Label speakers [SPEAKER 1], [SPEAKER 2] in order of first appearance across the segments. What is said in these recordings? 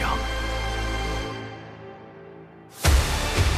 [SPEAKER 1] 洋。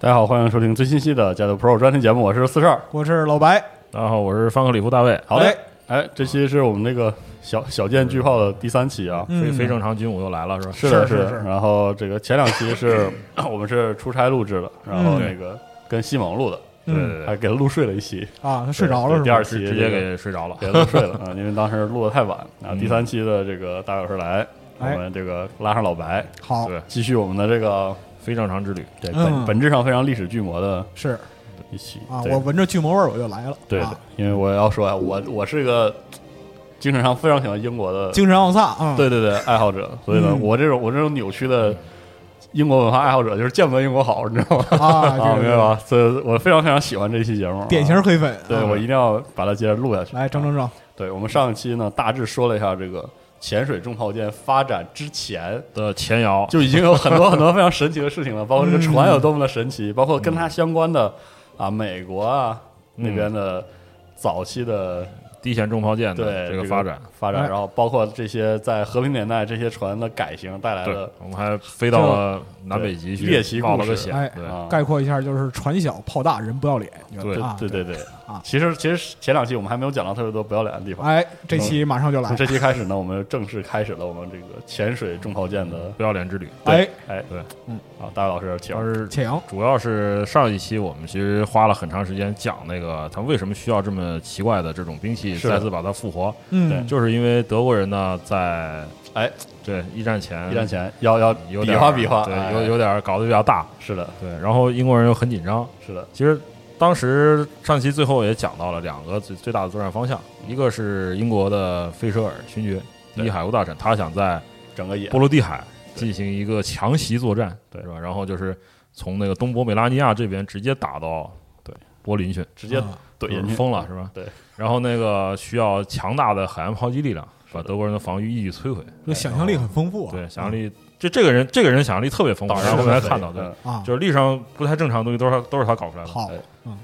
[SPEAKER 2] 大家好，欢迎收听最新期的《加德 Pro》专题节目，我是四十二。
[SPEAKER 3] 我是老白，
[SPEAKER 4] 大家好，我是方克里夫大卫。
[SPEAKER 2] 好嘞，哎，这期是我们这个小小舰巨炮的第三期啊。
[SPEAKER 4] 非非正常军武又来嗯了，是吧？
[SPEAKER 2] 是的，
[SPEAKER 3] 是
[SPEAKER 2] 的。
[SPEAKER 3] 是是
[SPEAKER 2] 然后这个前两期 是我们是出差录制的，然后那个跟西蒙录的，
[SPEAKER 3] 嗯
[SPEAKER 4] 对嗯对
[SPEAKER 2] 还
[SPEAKER 4] 对，
[SPEAKER 2] 给他录睡了一期，
[SPEAKER 3] 啊，他睡着
[SPEAKER 2] 对
[SPEAKER 3] 了是吧？
[SPEAKER 2] 第二期
[SPEAKER 4] 直接给睡着了。
[SPEAKER 2] 给他录睡了啊，因为当时录的太晚啊。
[SPEAKER 4] 嗯
[SPEAKER 2] 第三期的这个大老师来，我
[SPEAKER 3] 哎
[SPEAKER 2] 们这个拉上老白，
[SPEAKER 3] 好
[SPEAKER 4] 对
[SPEAKER 2] 继续我们的这个
[SPEAKER 4] 非正常之旅，
[SPEAKER 2] 对
[SPEAKER 3] 嗯
[SPEAKER 2] 本本质上非常历史巨魔的
[SPEAKER 3] 是
[SPEAKER 2] 一期
[SPEAKER 3] 啊，
[SPEAKER 2] 对
[SPEAKER 3] 我闻着巨魔味儿我就来了，
[SPEAKER 2] 对
[SPEAKER 3] 啊，，
[SPEAKER 2] 因为我要说啊，我我是个精神上非常喜欢英国的，
[SPEAKER 3] 精神奥萨啊，
[SPEAKER 2] 对对对爱好者，所以呢，
[SPEAKER 3] 嗯
[SPEAKER 2] 我这种我这种扭曲的英国文化爱好者，就是见不得英国好，你知道吗？
[SPEAKER 3] 啊，这
[SPEAKER 2] 啊，
[SPEAKER 3] 个
[SPEAKER 2] 明白？吧？所以我非常非常喜欢这期节目，
[SPEAKER 3] 典型。黑粉，
[SPEAKER 2] 对，
[SPEAKER 3] 啊
[SPEAKER 2] 我一定要把它接着录下去。
[SPEAKER 3] 来整整整，
[SPEAKER 2] 对我们上一期呢，大致说了一下这个潜水重炮舰发展之前，
[SPEAKER 4] 的前摇，
[SPEAKER 2] 就已经有很多很多非常神奇的事情了， 嗯包括这个船有多么的神奇，包括跟它相关的啊，美国啊那边的早期的
[SPEAKER 4] 低潜重炮舰
[SPEAKER 2] 对
[SPEAKER 4] 的这个发展。
[SPEAKER 2] 发展，
[SPEAKER 3] 哎
[SPEAKER 2] 然后包括这些在和平年代这些船的改型带来
[SPEAKER 4] 对
[SPEAKER 2] 的，
[SPEAKER 4] 我们还飞到了南北极去
[SPEAKER 2] 猎奇故事
[SPEAKER 4] 冒了个险
[SPEAKER 3] 哎。
[SPEAKER 4] 对，
[SPEAKER 2] 啊，
[SPEAKER 3] 概括一下就是船小炮大，人不要脸，
[SPEAKER 4] 对
[SPEAKER 3] 啊，
[SPEAKER 2] 对对对
[SPEAKER 3] 啊
[SPEAKER 2] 其实其实前两期我们还没有讲到特别多不要脸的地方，
[SPEAKER 3] 哎，这期马上就来
[SPEAKER 2] 从，这期开始呢，我们正式开始了我们这个潜水重炮舰的
[SPEAKER 4] 不要脸之旅。
[SPEAKER 3] 哎，
[SPEAKER 2] 哎
[SPEAKER 4] 对，
[SPEAKER 3] 嗯
[SPEAKER 2] 啊，大卫老师请
[SPEAKER 4] 当时
[SPEAKER 3] 请
[SPEAKER 4] 主要是上一期我们其实花了很长时间讲那个他为什么需要这么奇怪的这种兵器
[SPEAKER 2] 是的
[SPEAKER 4] 再次把它复活，
[SPEAKER 3] 嗯，
[SPEAKER 4] 就是因为德国人呢在
[SPEAKER 2] 哎
[SPEAKER 4] 对一战前
[SPEAKER 2] 一战前要要
[SPEAKER 4] 有
[SPEAKER 2] 比
[SPEAKER 4] 点
[SPEAKER 2] 划比划，
[SPEAKER 4] 对
[SPEAKER 2] 哎
[SPEAKER 4] 有有点搞得比较大，
[SPEAKER 2] 是的
[SPEAKER 4] 对，然后英国人又很紧张，
[SPEAKER 2] 是的，
[SPEAKER 4] 其实当时上期最后也讲到了两个最最大的作战方向，
[SPEAKER 2] 嗯
[SPEAKER 4] 一个是英国的费舍尔勋爵第一海陆大臣，他想在
[SPEAKER 2] 整个也
[SPEAKER 4] 波罗的海
[SPEAKER 2] 对
[SPEAKER 4] 进行一个强袭作战，
[SPEAKER 2] 对
[SPEAKER 4] 是吧？然后就是从那个东伯美拉尼亚这边直接打到
[SPEAKER 2] 对
[SPEAKER 4] 柏林去，
[SPEAKER 2] 直接
[SPEAKER 3] 啊
[SPEAKER 2] 怼
[SPEAKER 4] 就是
[SPEAKER 2] 进去，
[SPEAKER 4] 疯了是吧？
[SPEAKER 2] 对。
[SPEAKER 4] 然后那个需要强大的海岸炮击力量，把德国人的防御一举摧毁。
[SPEAKER 2] 哎
[SPEAKER 3] 这想象力很丰富啊，
[SPEAKER 4] 对，想象力，这这个人这个人想象力特别丰富，
[SPEAKER 2] 当
[SPEAKER 4] 然后
[SPEAKER 2] 然
[SPEAKER 4] 我们还看到，对，
[SPEAKER 2] 嗯
[SPEAKER 3] 啊，
[SPEAKER 4] 就是历史上不太正常的东西都是他都是他搞出来的。
[SPEAKER 3] 好
[SPEAKER 2] 哎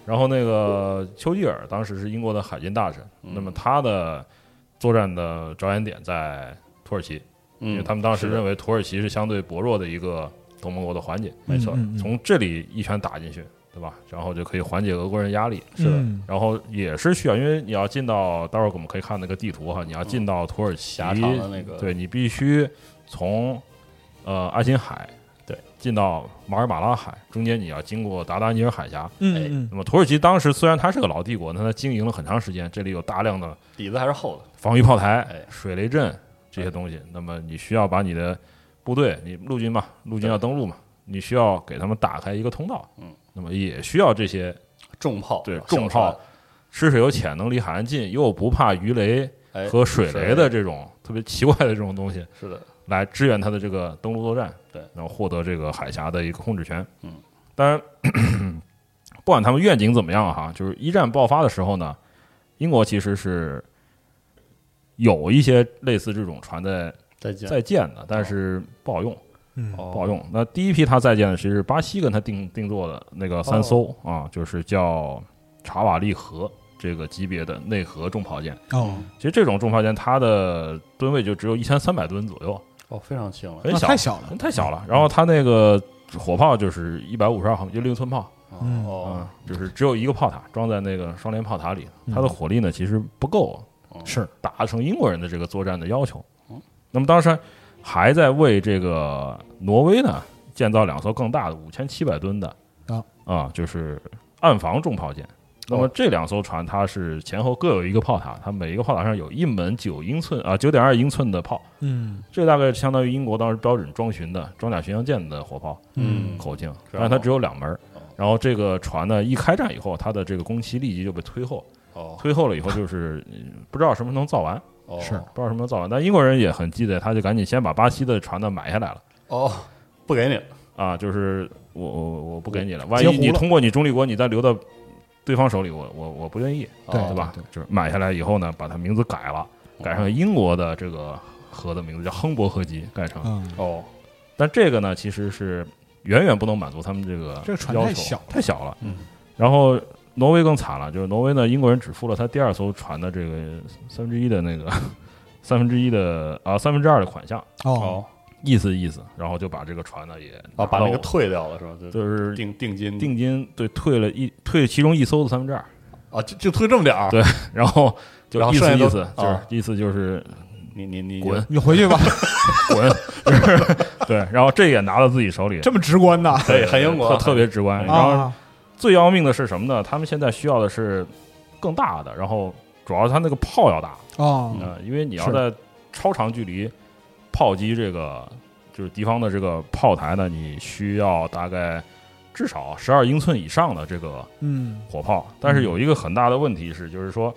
[SPEAKER 4] 然后那个丘吉尔当时是英国的海军大臣，
[SPEAKER 2] 嗯
[SPEAKER 4] 那么他的作战的着眼点在土耳其，因为
[SPEAKER 2] 嗯，
[SPEAKER 4] 他们当时
[SPEAKER 2] 是的
[SPEAKER 4] 认为土耳其是相对薄弱的一个同盟国的环节，
[SPEAKER 2] 没错
[SPEAKER 3] 嗯嗯嗯
[SPEAKER 4] 从这里一拳打进去，对吧？然后就可以缓解俄国人压力。
[SPEAKER 2] 是的
[SPEAKER 3] 嗯
[SPEAKER 4] 然后也是需要，因为你要进到，待会儿我们可以看那个地图哈，你要进到土耳其
[SPEAKER 2] 狭长的那个
[SPEAKER 4] 对你必须从呃爱琴海
[SPEAKER 2] 对
[SPEAKER 4] 进到马尔马拉海，中间你要经过达达尼尔海峡。
[SPEAKER 2] 哎
[SPEAKER 3] 嗯嗯
[SPEAKER 4] 那么土耳其当时虽然它是个老帝国，但它经营了很长时间，这里有大量的
[SPEAKER 2] 底子还是厚的，
[SPEAKER 4] 防御炮台
[SPEAKER 2] 哎、
[SPEAKER 4] 水雷阵这些东西。那么你需要把你的部队，你陆军嘛，陆军要登陆嘛，你需要给他们打开一个通道。
[SPEAKER 2] 嗯，
[SPEAKER 4] 那么也需要这些
[SPEAKER 2] 重炮，啊
[SPEAKER 4] 对
[SPEAKER 2] 小
[SPEAKER 4] 重炮
[SPEAKER 2] 船，
[SPEAKER 4] 吃水又浅，能离海岸近，又不怕鱼雷
[SPEAKER 2] 哎，
[SPEAKER 4] 和水
[SPEAKER 2] 水
[SPEAKER 4] 雷的这种特别奇怪的这种东西。
[SPEAKER 2] 是的，
[SPEAKER 4] 来支援他的这个登陆作战，
[SPEAKER 2] 对
[SPEAKER 4] 然后获得这个海峡的一个控制权。
[SPEAKER 2] 嗯，
[SPEAKER 4] 当然， 不管他们愿景怎么样哈，就是一战爆发的时候呢，英国其实是有一些类似这种船在
[SPEAKER 2] 再见，
[SPEAKER 4] 在建的，但是不好用，
[SPEAKER 3] 嗯，
[SPEAKER 2] 哦
[SPEAKER 4] 不好用。那第一批他在建的其实是巴西跟他定定做的那个三艘
[SPEAKER 2] 哦
[SPEAKER 4] 啊，就是叫查瓦利河这个级别的内河重炮舰。
[SPEAKER 3] 哦，
[SPEAKER 4] 其实这种重炮舰它的吨位就只有一千三百吨左右，
[SPEAKER 2] 哦，非常轻了，
[SPEAKER 4] 很
[SPEAKER 3] 那
[SPEAKER 4] 小
[SPEAKER 3] 太，小了，
[SPEAKER 4] 嗯太小了。然后它那个火炮就是一百五十二毫米，就六寸炮，
[SPEAKER 3] 嗯
[SPEAKER 2] 哦，
[SPEAKER 4] 嗯，就是只有一个炮塔装在那个双联炮塔里，它的火力呢其实不够
[SPEAKER 3] 是
[SPEAKER 4] 达成英国人的这个作战的要求
[SPEAKER 2] 嗯。
[SPEAKER 4] 那么当时还在为这个挪威呢建造两艘更大的五千七百吨的
[SPEAKER 3] 啊
[SPEAKER 4] 啊，就是岸防重炮舰。那么这两艘船，它是前后各有一个炮塔，它每一个炮塔上有一门九英寸啊九点二英寸的炮，
[SPEAKER 3] 嗯
[SPEAKER 4] 这大概相当于英国当时标准装巡的装甲巡洋舰的火炮，
[SPEAKER 2] 嗯
[SPEAKER 4] 口径，
[SPEAKER 2] 是啊
[SPEAKER 4] 但是它只有两门儿
[SPEAKER 2] 哦。
[SPEAKER 4] 然后这个船呢，一开战以后，它的这个工期立即就被推后，
[SPEAKER 2] 哦
[SPEAKER 4] 推后了以后就是嗯不知道什么时候能造完，
[SPEAKER 2] 哦
[SPEAKER 3] 是
[SPEAKER 4] 不知道什么时候造完。但英国人也很鸡贼，他就赶紧先把巴西的船呢买下来了
[SPEAKER 2] 哦，不给你了，
[SPEAKER 4] 啊，就是我我我不给你了，万
[SPEAKER 3] 截
[SPEAKER 4] 一
[SPEAKER 3] 胡
[SPEAKER 4] 你
[SPEAKER 3] 了
[SPEAKER 4] 通过你中立国，你再留到对方手里，我我我不愿意，啊
[SPEAKER 3] 对
[SPEAKER 2] 哦
[SPEAKER 4] 对吧？就是买下来以后呢，把它名字改了，改成英国的这个河的名字叫亨伯河级，改成
[SPEAKER 3] 嗯，
[SPEAKER 2] 哦，
[SPEAKER 4] 但这个呢，其实是远远不能满足他们这个
[SPEAKER 3] 这个船
[SPEAKER 4] 要求，
[SPEAKER 3] 太小了
[SPEAKER 4] 太小了。
[SPEAKER 2] 嗯，
[SPEAKER 4] 然后挪威更惨了，就是挪威呢，英国人只付了他第二艘船的这个三分之一的那个三分之一的啊三分之二的款项，
[SPEAKER 3] 哦，
[SPEAKER 2] 哦，
[SPEAKER 4] 意思意思，然后就把这个船呢也
[SPEAKER 2] 啊，把那个
[SPEAKER 4] 拿到
[SPEAKER 2] 退掉了是吧？就
[SPEAKER 4] 就是
[SPEAKER 2] 定定金
[SPEAKER 4] 哦定金对退了一退其中一艘的三分之二，
[SPEAKER 2] 啊，就就退这么点儿，
[SPEAKER 4] 对然后就
[SPEAKER 2] 然后
[SPEAKER 4] 意思
[SPEAKER 2] 剩下
[SPEAKER 4] 意
[SPEAKER 2] 都
[SPEAKER 4] 思就是
[SPEAKER 2] 啊
[SPEAKER 4] 意思就是
[SPEAKER 2] 你你你
[SPEAKER 4] 滚
[SPEAKER 3] 你回去吧，
[SPEAKER 4] 滚， 就是对，然后这也拿到自己手里，
[SPEAKER 3] 这么直观呐
[SPEAKER 2] 可以很英国啊
[SPEAKER 4] 特特别直观。然后
[SPEAKER 3] 啊，
[SPEAKER 4] 最要命的是什么呢？他们现在需要的是更大的，然后主要是它那个炮要大，
[SPEAKER 2] 嗯
[SPEAKER 3] 哦，
[SPEAKER 4] 呃，因为你要
[SPEAKER 3] 是
[SPEAKER 4] 在超长距离炮击这个就是敌方的这个炮台呢，你需要大概至少十二英寸以上的这个
[SPEAKER 3] 嗯
[SPEAKER 4] 火炮。但是有一个很大的问题是，就是说。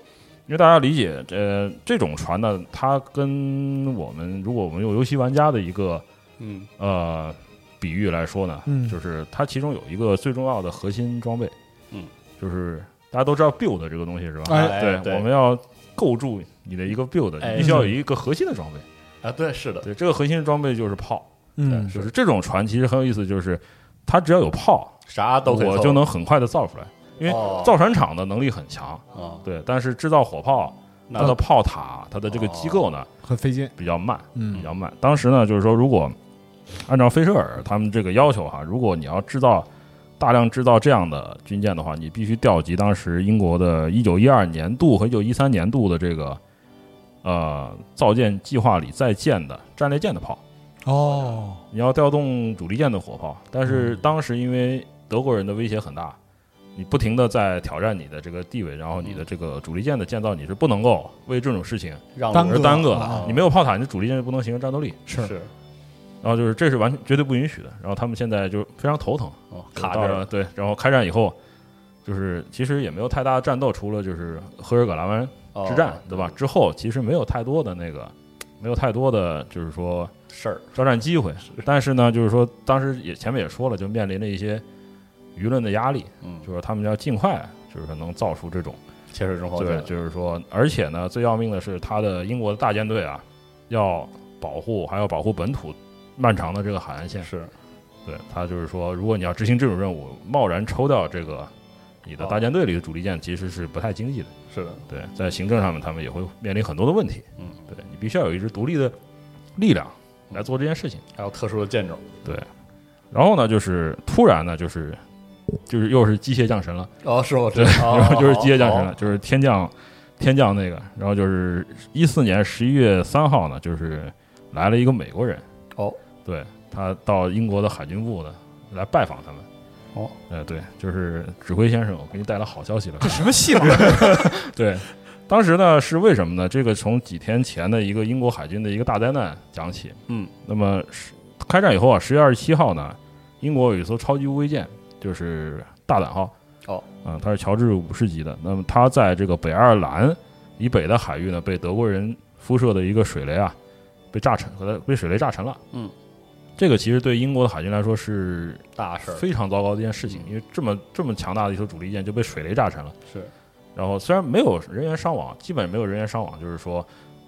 [SPEAKER 4] 因为大家理解，呃，这种船呢，它跟我们如果我们用游戏玩家的一个
[SPEAKER 2] 嗯
[SPEAKER 4] 呃比喻来说呢，
[SPEAKER 3] 嗯
[SPEAKER 4] 就是它其中有一个最重要的核心装备，
[SPEAKER 2] 嗯，
[SPEAKER 4] 就是大家都知道 build 这个东西是吧？
[SPEAKER 3] 哎
[SPEAKER 4] 对，
[SPEAKER 2] 对
[SPEAKER 4] 我们要构筑你的一个 build，
[SPEAKER 2] 啊哎
[SPEAKER 4] 你必须要有一个核心的装备。
[SPEAKER 2] 啊，对，是的，
[SPEAKER 4] 对，这个核心装备就是炮，
[SPEAKER 3] 嗯，
[SPEAKER 4] 就是这种船其实很有意思，就是它只要有炮，
[SPEAKER 2] 啥啊都可以
[SPEAKER 4] 我
[SPEAKER 2] 凑
[SPEAKER 4] 就能很快的造出来，因为
[SPEAKER 2] 哦
[SPEAKER 4] 造船厂的能力很强。
[SPEAKER 2] 啊，
[SPEAKER 4] 对，但是制造火炮，它
[SPEAKER 2] 那
[SPEAKER 4] 的炮塔，它的这个机构呢
[SPEAKER 3] 很费劲，
[SPEAKER 4] 比较慢。比
[SPEAKER 3] 嗯
[SPEAKER 4] 较慢。当时呢，就是说，如果按照菲舍尔他们这个要求哈，如果你要制造大量制造这样的军舰的话，你必须调集当时英国的1912年度和1913年度的这个呃造舰计划里在建的战列舰的炮，
[SPEAKER 3] 哦，
[SPEAKER 4] 你要调动主力舰的火炮。但是当时因为德国人的威胁很大。你不停的在挑战你的这个地位，然后你的这个主力舰的建造，你是不能够为这种事情
[SPEAKER 2] 让
[SPEAKER 3] 单
[SPEAKER 2] 我
[SPEAKER 4] 而单个
[SPEAKER 3] 啊
[SPEAKER 4] 的。你没有炮塔，你的主力舰就不能形成战斗力。
[SPEAKER 3] 是
[SPEAKER 2] 是
[SPEAKER 4] 然后就是这是完全绝对不允许的。然后他们现在就非常头疼，
[SPEAKER 2] 哦，卡
[SPEAKER 4] 到
[SPEAKER 2] 着
[SPEAKER 4] 了对，然后开战以后，就是其实也没有太大的战斗，除了就是赫尔葛兰湾
[SPEAKER 2] 哦
[SPEAKER 4] 之战，对吧？之后其实没有太多的那个，没有太多的就是说
[SPEAKER 2] 事儿
[SPEAKER 4] 交战机会。但是呢，就是说当时也前面也说了，就面临了一些舆论的压力，
[SPEAKER 2] 嗯
[SPEAKER 4] 就是他们要尽快就是能造出这种
[SPEAKER 2] 切水中后
[SPEAKER 4] 对，就是说，而且呢，最要命的是，他的英国的大舰队啊，要保护，还要保护本土漫长的这个海岸线。
[SPEAKER 2] 是
[SPEAKER 4] 对他就是说，如果你要执行这种任务，贸然抽掉这个你的大舰队里的主力舰，其实是不太经济的。
[SPEAKER 2] 是的，
[SPEAKER 4] 对，在行政上面，他们也会面临很多的问题。
[SPEAKER 2] 嗯，
[SPEAKER 4] 对你必须要有一支独立的力量来做这件事情。
[SPEAKER 2] 还有特殊的舰种
[SPEAKER 4] 然后呢，就是突然呢，就是就是又是机械降神了。
[SPEAKER 2] 哦，是我知
[SPEAKER 4] 对，
[SPEAKER 2] 道，哦
[SPEAKER 4] 然后 就是机械降神，
[SPEAKER 2] 好
[SPEAKER 4] 了
[SPEAKER 2] 好，
[SPEAKER 4] 就是天降天降那个，然后就是一四年十一月三号呢，就是来了一个美国人，
[SPEAKER 2] 哦，
[SPEAKER 4] 对他到英国的海军部呢，来拜访他们。
[SPEAKER 2] 哦，
[SPEAKER 4] 呃，对，就是指挥先生，我给你带来好消息了。
[SPEAKER 3] 什么戏啊码？
[SPEAKER 4] 对，当时呢是为什么呢？这个从几天前的一个英国海军的一个大灾难讲起。
[SPEAKER 2] 嗯，
[SPEAKER 4] 那么是开战以后啊，十月二十七号呢，英国有一艘超级无畏舰，就是大胆号。
[SPEAKER 2] 哦，
[SPEAKER 4] 啊、它是乔治五世级的。那么它在这个北爱尔兰以北的海域呢，被德国人辐射的一个水雷啊，被炸沉，和它被水雷炸沉了。
[SPEAKER 2] 嗯。
[SPEAKER 4] 这个其实对英国的海军来说是
[SPEAKER 2] 大事儿嗯
[SPEAKER 4] 非常糟糕的一件事情，因为这么这么强大的一艘主力舰就被水雷炸沉了。
[SPEAKER 2] 是，
[SPEAKER 4] 然后虽然没有人员伤亡，基本没有人员伤亡，就是说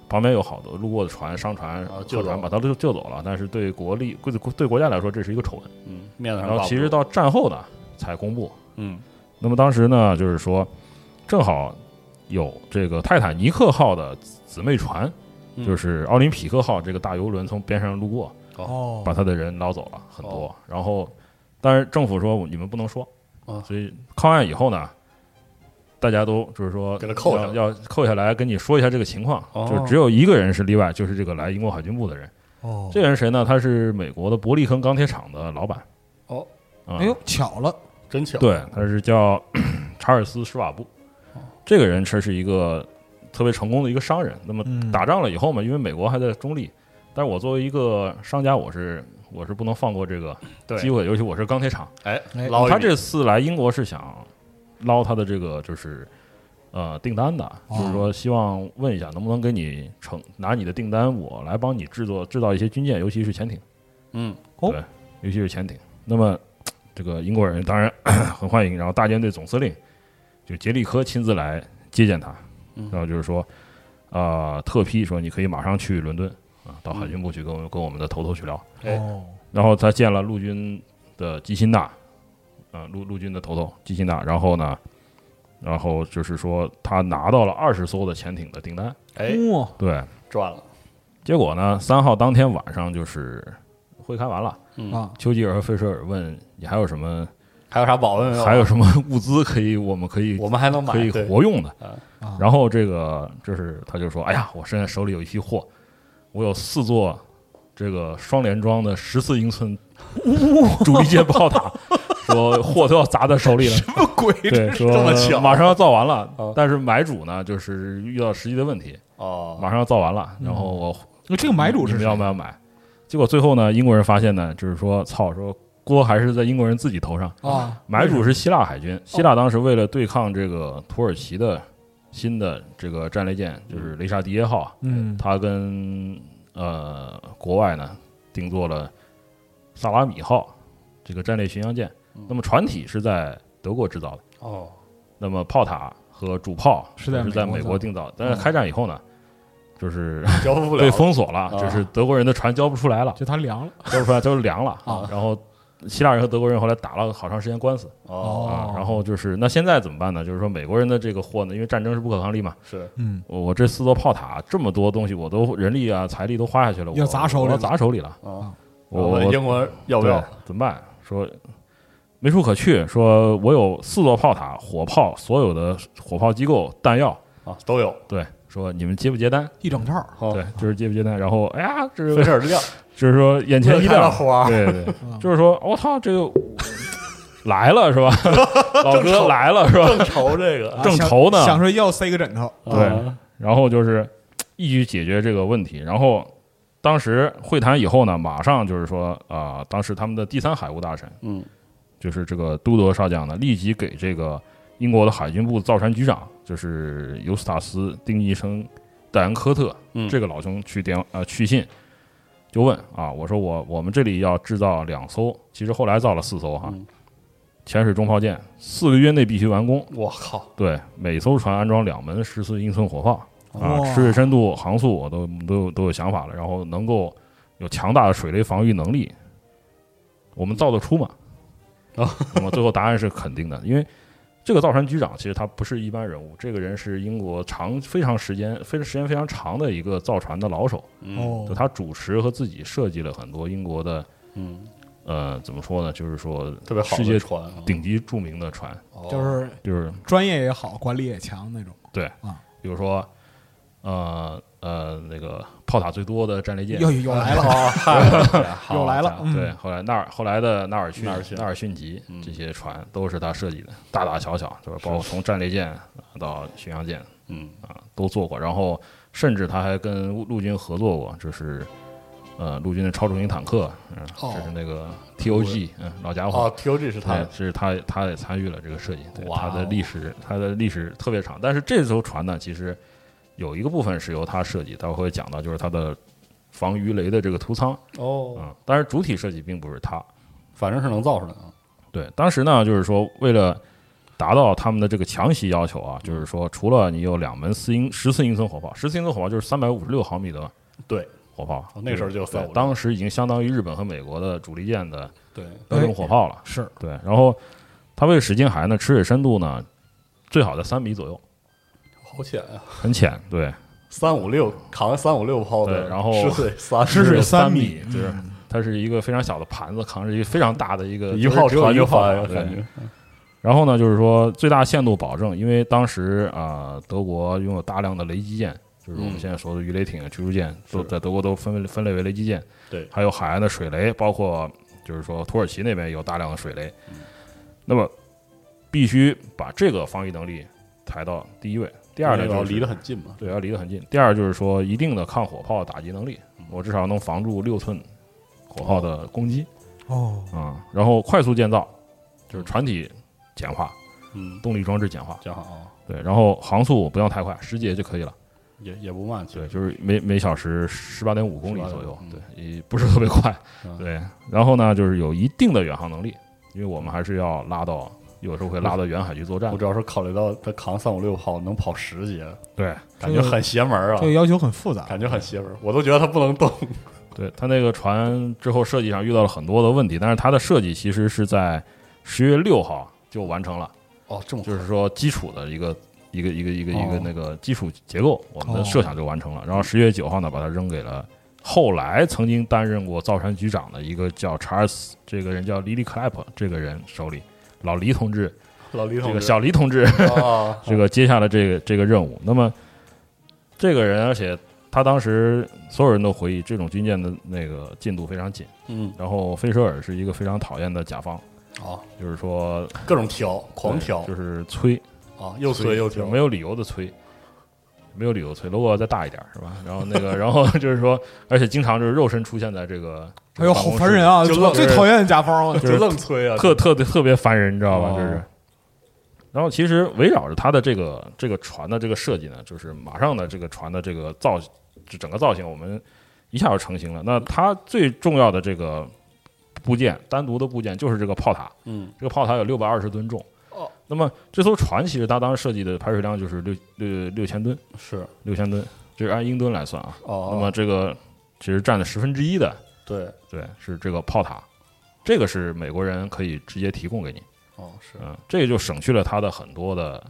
[SPEAKER 4] 旁边有好多路过的船、商船、
[SPEAKER 2] 啊
[SPEAKER 4] 货
[SPEAKER 2] 救走
[SPEAKER 4] 船
[SPEAKER 2] 了
[SPEAKER 4] 把它救救走了，但是对国力对对国家来说这是一个丑闻。
[SPEAKER 2] 嗯，面子上
[SPEAKER 4] 然后
[SPEAKER 2] 挂不
[SPEAKER 4] 其实
[SPEAKER 2] 住
[SPEAKER 4] 到战后呢才公布。
[SPEAKER 2] 嗯
[SPEAKER 4] 那么当时呢，就是说正好有这个泰坦尼克号的姊妹船，
[SPEAKER 2] 嗯
[SPEAKER 4] 就是奥林匹克号这个大游轮从边上路过，
[SPEAKER 3] 哦
[SPEAKER 4] 把他的人捞走了很多。
[SPEAKER 2] 哦
[SPEAKER 4] 然后，但是政府说你们不能说，
[SPEAKER 2] 啊
[SPEAKER 4] 所以抗案以后呢，大家都就是说
[SPEAKER 2] 给他扣下
[SPEAKER 4] 要要扣下来，跟你说一下这个情况。
[SPEAKER 2] 哦
[SPEAKER 4] 就只有一个人是例外，就是这个来英国海军部的人。
[SPEAKER 3] 哦，
[SPEAKER 4] 这个人谁呢？他是美国的伯利恒钢铁厂的老板。
[SPEAKER 2] 哦
[SPEAKER 4] 嗯，
[SPEAKER 3] 哎呦，巧了，
[SPEAKER 2] 真巧
[SPEAKER 4] 对，他是叫 查尔斯·施瓦布。这个人这是一个特别成功的一个商人。那么
[SPEAKER 3] 嗯
[SPEAKER 4] 打仗了以后嘛，因为美国还在中立，但是我作为一个商家，我是我是不能放过这个
[SPEAKER 2] 对
[SPEAKER 4] 机会，尤其我是钢铁厂。
[SPEAKER 2] 哎
[SPEAKER 3] 哎
[SPEAKER 2] 捞一
[SPEAKER 4] 他
[SPEAKER 2] 笔
[SPEAKER 4] 这次来英国是想捞他的这个就是呃订单的，
[SPEAKER 3] 哦
[SPEAKER 4] 就是说希望问一下能不能给你承拿你的订单，我来帮你制作制造一些军舰，尤其是潜艇，
[SPEAKER 2] 嗯
[SPEAKER 3] 哦
[SPEAKER 4] 对，尤其是潜艇。那么这个英国人当然 很欢迎，然后大舰队总司令就杰利科亲自来接见他，
[SPEAKER 2] 嗯
[SPEAKER 4] 然后就是说啊、呃特批说你可以马上去伦敦啊，到海军部去跟我们跟我们的头头去聊。
[SPEAKER 2] 哎
[SPEAKER 3] 哦，
[SPEAKER 4] 然后他见了陆军的基辛纳，啊、陆陆军的头头基辛纳，然后呢，然后就是说他拿到了二十艘的潜艇的订单，
[SPEAKER 2] 哎
[SPEAKER 3] 哇，
[SPEAKER 4] 对，
[SPEAKER 2] 赚了
[SPEAKER 4] 结果呢，三号当天晚上就是会刊完了，
[SPEAKER 2] 嗯
[SPEAKER 3] 啊，
[SPEAKER 4] 丘吉尔和费舍尔问你还有什么，
[SPEAKER 2] 还有啥保温没有啊
[SPEAKER 4] 还有什么物资可以我们可以
[SPEAKER 2] 我们还能买
[SPEAKER 4] 可以
[SPEAKER 2] 对
[SPEAKER 4] 活用的
[SPEAKER 2] 啊
[SPEAKER 3] 啊，
[SPEAKER 4] 然后这个就是他就说，哎呀，我现在手里有一批货，我有四座。这个双联装的十四英寸主力舰炮塔，说货都要砸在手里了，
[SPEAKER 3] 什么鬼？
[SPEAKER 4] 对，说
[SPEAKER 2] 这么巧
[SPEAKER 4] 马上要造完了
[SPEAKER 2] 啊，
[SPEAKER 4] 但是买主呢，就是遇到实际的问题，
[SPEAKER 2] 哦
[SPEAKER 4] 马上要造完了，然后我
[SPEAKER 3] 这个啊嗯买主
[SPEAKER 4] 你
[SPEAKER 3] 是
[SPEAKER 4] 们
[SPEAKER 3] 谁
[SPEAKER 4] 要不要买？结果最后呢，英国人发现呢，就是说，操，说锅还是在英国人自己头上，
[SPEAKER 3] 啊？
[SPEAKER 4] 买主是希腊海军，希
[SPEAKER 3] 哦
[SPEAKER 4] 腊当时为了对抗这个土耳其的新的这个战列舰，就是雷沙迪耶号，
[SPEAKER 3] 嗯
[SPEAKER 4] 他跟呃国外呢定做了萨拉米号这个战略巡洋舰，
[SPEAKER 3] 嗯
[SPEAKER 4] 那么船体是在德国制造的。
[SPEAKER 2] 哦
[SPEAKER 4] 那么炮塔和主炮
[SPEAKER 3] 是在
[SPEAKER 4] 是在
[SPEAKER 3] 美
[SPEAKER 4] 美
[SPEAKER 3] 国
[SPEAKER 4] 国
[SPEAKER 3] 造哦
[SPEAKER 4] 定造，但是开战以后呢，就是
[SPEAKER 2] 交付不了
[SPEAKER 4] 被封锁了，
[SPEAKER 2] 啊
[SPEAKER 4] 就是德国人的船交不出来了，
[SPEAKER 3] 就他凉了
[SPEAKER 4] 交不出来都凉了
[SPEAKER 3] 啊。
[SPEAKER 4] 然后希腊人和德国人后来打了好长时间官司
[SPEAKER 2] 哦
[SPEAKER 4] 啊。然后就是那现在怎么办呢？就是说美国人的这个货呢，因为战争是不可抗力嘛，
[SPEAKER 2] 是
[SPEAKER 3] 嗯，
[SPEAKER 4] 我我这四座炮塔这么多东西，我都人力啊财力都花下去了，我
[SPEAKER 3] 要砸手里
[SPEAKER 4] 我
[SPEAKER 3] 了
[SPEAKER 4] 砸手里了，
[SPEAKER 2] 啊
[SPEAKER 4] 我
[SPEAKER 2] 我
[SPEAKER 4] 我
[SPEAKER 2] 们英国要不要
[SPEAKER 4] 对怎么办？说没处可去，说我有四座炮塔、火炮，所有的火炮机构、弹药。
[SPEAKER 2] 啊都有
[SPEAKER 4] 对，说你们接不接单？
[SPEAKER 3] 一整套，
[SPEAKER 2] 哦
[SPEAKER 4] 对，就是接不接单。然后，哎呀，这
[SPEAKER 2] 费
[SPEAKER 4] 是
[SPEAKER 2] 事儿 亮
[SPEAKER 4] 就是说眼 前一
[SPEAKER 2] 乐开了
[SPEAKER 4] 亮，
[SPEAKER 2] 花
[SPEAKER 4] 对对
[SPEAKER 3] 嗯，
[SPEAKER 4] 就是说，我、操，这个来了是吧？老哥来了是吧？
[SPEAKER 2] 正愁这 个
[SPEAKER 3] 啊
[SPEAKER 4] 正愁呢
[SPEAKER 3] 想想说要塞个枕头，
[SPEAKER 4] 对然后就是一举解决这个问题。然后当时会谈以后呢，马上就是说啊、当时他们的第三海务大臣
[SPEAKER 2] 嗯
[SPEAKER 4] 就是这个都德少将呢，立即给这个英国的海军部造船局长，就是尤斯塔斯定义成戴恩科特
[SPEAKER 2] 嗯
[SPEAKER 4] 这个老兄去电呃去信，就问啊，我说我我们这里要制造两艘，其实后来造了四艘哈
[SPEAKER 2] 嗯，
[SPEAKER 4] 潜水中炮舰，四个月内必须完工。
[SPEAKER 2] 我靠
[SPEAKER 4] 对，每艘船安装两门十四英寸火炮啊
[SPEAKER 3] 哇，
[SPEAKER 4] 水深度、航速我都都有都有想法了，然后能够有强大的水雷防御能力，我们造得出吗？
[SPEAKER 2] 啊，
[SPEAKER 4] 那么最后答案是肯定的，因为这个造船局长其实他不是一般人物，这个人是英国长非常时间非时间非常长的一个造船的老手，
[SPEAKER 2] 嗯
[SPEAKER 3] 哦
[SPEAKER 4] 就，他主持和自己设计了很多英国的
[SPEAKER 2] 嗯
[SPEAKER 4] 呃怎么说呢，就是说
[SPEAKER 2] 特别好
[SPEAKER 4] 世
[SPEAKER 2] 的
[SPEAKER 4] 界
[SPEAKER 2] 船 啊
[SPEAKER 4] 顶级著名的船，
[SPEAKER 2] 哦
[SPEAKER 3] 就是
[SPEAKER 4] 就是
[SPEAKER 3] 啊专业也好，管理也强那种，
[SPEAKER 4] 比如说，呃，呃那个炮塔最多的战列舰，啊
[SPEAKER 3] 又又来
[SPEAKER 2] 啊
[SPEAKER 3] 了，
[SPEAKER 4] 哦
[SPEAKER 2] 了
[SPEAKER 3] 又来了，嗯
[SPEAKER 4] 对，后啊来纳尔后来的纳尔逊、
[SPEAKER 2] 纳
[SPEAKER 4] 纳
[SPEAKER 2] 尔逊
[SPEAKER 4] 逊级
[SPEAKER 2] 嗯
[SPEAKER 4] 这些船都是他设计的，大大小小，就是包括从战列舰到巡洋舰
[SPEAKER 2] 嗯，
[SPEAKER 4] 啊都做过，然后甚至他还跟陆军合作过，就是呃陆军的超重型坦克，嗯，
[SPEAKER 3] 哦
[SPEAKER 4] 就是那个 TOG，嗯，老家伙。
[SPEAKER 2] 哦，TOG 是他
[SPEAKER 4] 对
[SPEAKER 2] 的，
[SPEAKER 4] 哎是他他也参与了这个设计，对
[SPEAKER 2] 哇
[SPEAKER 4] 他
[SPEAKER 2] 哦
[SPEAKER 4] 的历史他的历史特别长，但是这艘船呢，其实有一个部分是由他设计，待会儿会讲到，就是它的防鱼雷的这个涂舱，
[SPEAKER 2] 哦，
[SPEAKER 4] 嗯，但是主体设计并不是他，
[SPEAKER 2] 反正是能造出来的，啊
[SPEAKER 4] 对，当时呢，就是说为了达到他们的这个强袭要求啊，就是说除了你有两门四英十四英寸火炮，十四英寸火炮就是三百五十六毫米的
[SPEAKER 2] 对
[SPEAKER 4] 火炮
[SPEAKER 2] 哦，那时候就
[SPEAKER 4] 对
[SPEAKER 2] 356
[SPEAKER 4] 当时已经相当于日本和美国的主力舰的
[SPEAKER 2] 对，
[SPEAKER 4] 标准火炮了。
[SPEAKER 3] 是
[SPEAKER 4] 对，然后它为了使劲海呢，吃水深度呢最好在三米左右，
[SPEAKER 2] 好浅啊，
[SPEAKER 4] 很浅。对，
[SPEAKER 2] 三五六扛三五六炮的，
[SPEAKER 4] 对然后
[SPEAKER 2] 吃水三嗯
[SPEAKER 3] 吃水三
[SPEAKER 4] 米
[SPEAKER 3] 米，
[SPEAKER 4] 就是它是一个非常小的盘子，扛着一个非常大的一个
[SPEAKER 2] 一炮
[SPEAKER 4] 只有
[SPEAKER 2] 船
[SPEAKER 4] 一
[SPEAKER 2] 就
[SPEAKER 4] 个炮
[SPEAKER 2] 翻
[SPEAKER 4] 塔
[SPEAKER 2] 了，
[SPEAKER 4] 对
[SPEAKER 2] 感觉
[SPEAKER 4] 然后呢，就是说最大限度保证，因为当时啊、呃德国拥有大量的雷击舰，就是我们
[SPEAKER 2] 嗯
[SPEAKER 4] 现在说的鱼雷艇、驱逐舰，都
[SPEAKER 2] 是
[SPEAKER 4] 在德国都分为分类为雷击舰。
[SPEAKER 2] 对
[SPEAKER 4] 还有海岸的水雷，包括就是说土耳其那边有大量的水雷。
[SPEAKER 2] 嗯
[SPEAKER 4] 那么必须把这个防御能力抬到第一位。
[SPEAKER 2] 第
[SPEAKER 4] 第二呢，就是
[SPEAKER 2] 离得很近嘛，
[SPEAKER 4] 对，要离得很近。第二就是说，一定的抗火炮打击能力，
[SPEAKER 2] 嗯
[SPEAKER 4] 我至少能防住六寸火炮的攻击
[SPEAKER 3] 哦，
[SPEAKER 4] 啊、然后快速建造，就是船体简化，
[SPEAKER 2] 嗯，
[SPEAKER 4] 动力装置简化。
[SPEAKER 2] 讲好啊，
[SPEAKER 4] 对，然后航速不要太快，十节就可以了。
[SPEAKER 2] 也也不慢，其
[SPEAKER 4] 对，
[SPEAKER 2] 实
[SPEAKER 4] 就是每每小时十八点五嗯公里左右
[SPEAKER 2] 18.5，
[SPEAKER 4] 对，也不是特别快
[SPEAKER 2] 嗯。
[SPEAKER 4] 对，然后呢，就是有一定的远航能力，因为我们还是要拉到，有时候会拉到远海去作战
[SPEAKER 2] 我。主要是考虑到他扛三五六炮能跑十节，
[SPEAKER 4] 对，
[SPEAKER 2] 感觉很邪门啊
[SPEAKER 3] 这，个要求很复杂，
[SPEAKER 2] 感觉很邪门，我都觉得他不能动。
[SPEAKER 4] 对，它那个船之后设计上遇到了很多的问题，但是它的设计其实是在十月六号就完成了，
[SPEAKER 2] 哦，这么
[SPEAKER 4] 就是说基础的一个。一个一个一个一个
[SPEAKER 2] 哦
[SPEAKER 4] 那个基础结构，我们的
[SPEAKER 3] 哦
[SPEAKER 4] 设想就完成了。然后十月九号呢，把它扔给了后来曾经担任过造船局长的一个叫查尔斯，这个人叫李利克莱普，这个人手里，老黎同志，
[SPEAKER 2] 老李
[SPEAKER 4] 这
[SPEAKER 2] 同
[SPEAKER 4] 个
[SPEAKER 2] 志
[SPEAKER 4] 小黎同志，
[SPEAKER 2] 啊，
[SPEAKER 4] 这个接下了这个这个任务。那么这个人，而且他当时所有人都回忆，这种军舰的那个进度非常紧。
[SPEAKER 2] 嗯，
[SPEAKER 4] 然后菲舍尔是一个非常讨厌的甲方，
[SPEAKER 2] 哦，
[SPEAKER 4] 就是说
[SPEAKER 2] 各种调，狂调
[SPEAKER 4] 就是催，
[SPEAKER 2] 啊，又催又调
[SPEAKER 4] 就，没有理由的催，没有理由催。logo 再大一点是吧？然后那个，然后 就是说，而且经常就是肉身出现在这个，
[SPEAKER 3] 哎呦，好烦人！啊！
[SPEAKER 2] 就
[SPEAKER 3] 我
[SPEAKER 2] 愣
[SPEAKER 3] 最讨厌甲方了，
[SPEAKER 2] 就愣催啊，
[SPEAKER 4] 特特特别烦人，你知道吧？
[SPEAKER 2] 哦
[SPEAKER 4] 就是。然后其实围绕着它的这个这个船的这个设计呢，就是马上的这个船的这个造这整个造型，我们一下就成型了。那它最重要的这个部件，单独的部件就是这个炮塔，
[SPEAKER 2] 嗯，
[SPEAKER 4] 这个炮塔有六百二十吨重。
[SPEAKER 2] 哦，
[SPEAKER 4] 那么这艘船其实它当时设计的排水量就是六六六千吨，
[SPEAKER 2] 是
[SPEAKER 4] 六千吨，这是按英吨来算啊。
[SPEAKER 2] 嗯哦，
[SPEAKER 4] 那么这个其实占了十分之一的，
[SPEAKER 2] 对，
[SPEAKER 4] 对，是这个炮塔，这个是美国人可以直接提供给你。
[SPEAKER 2] 哦是
[SPEAKER 4] 嗯，这就省去了他的很多的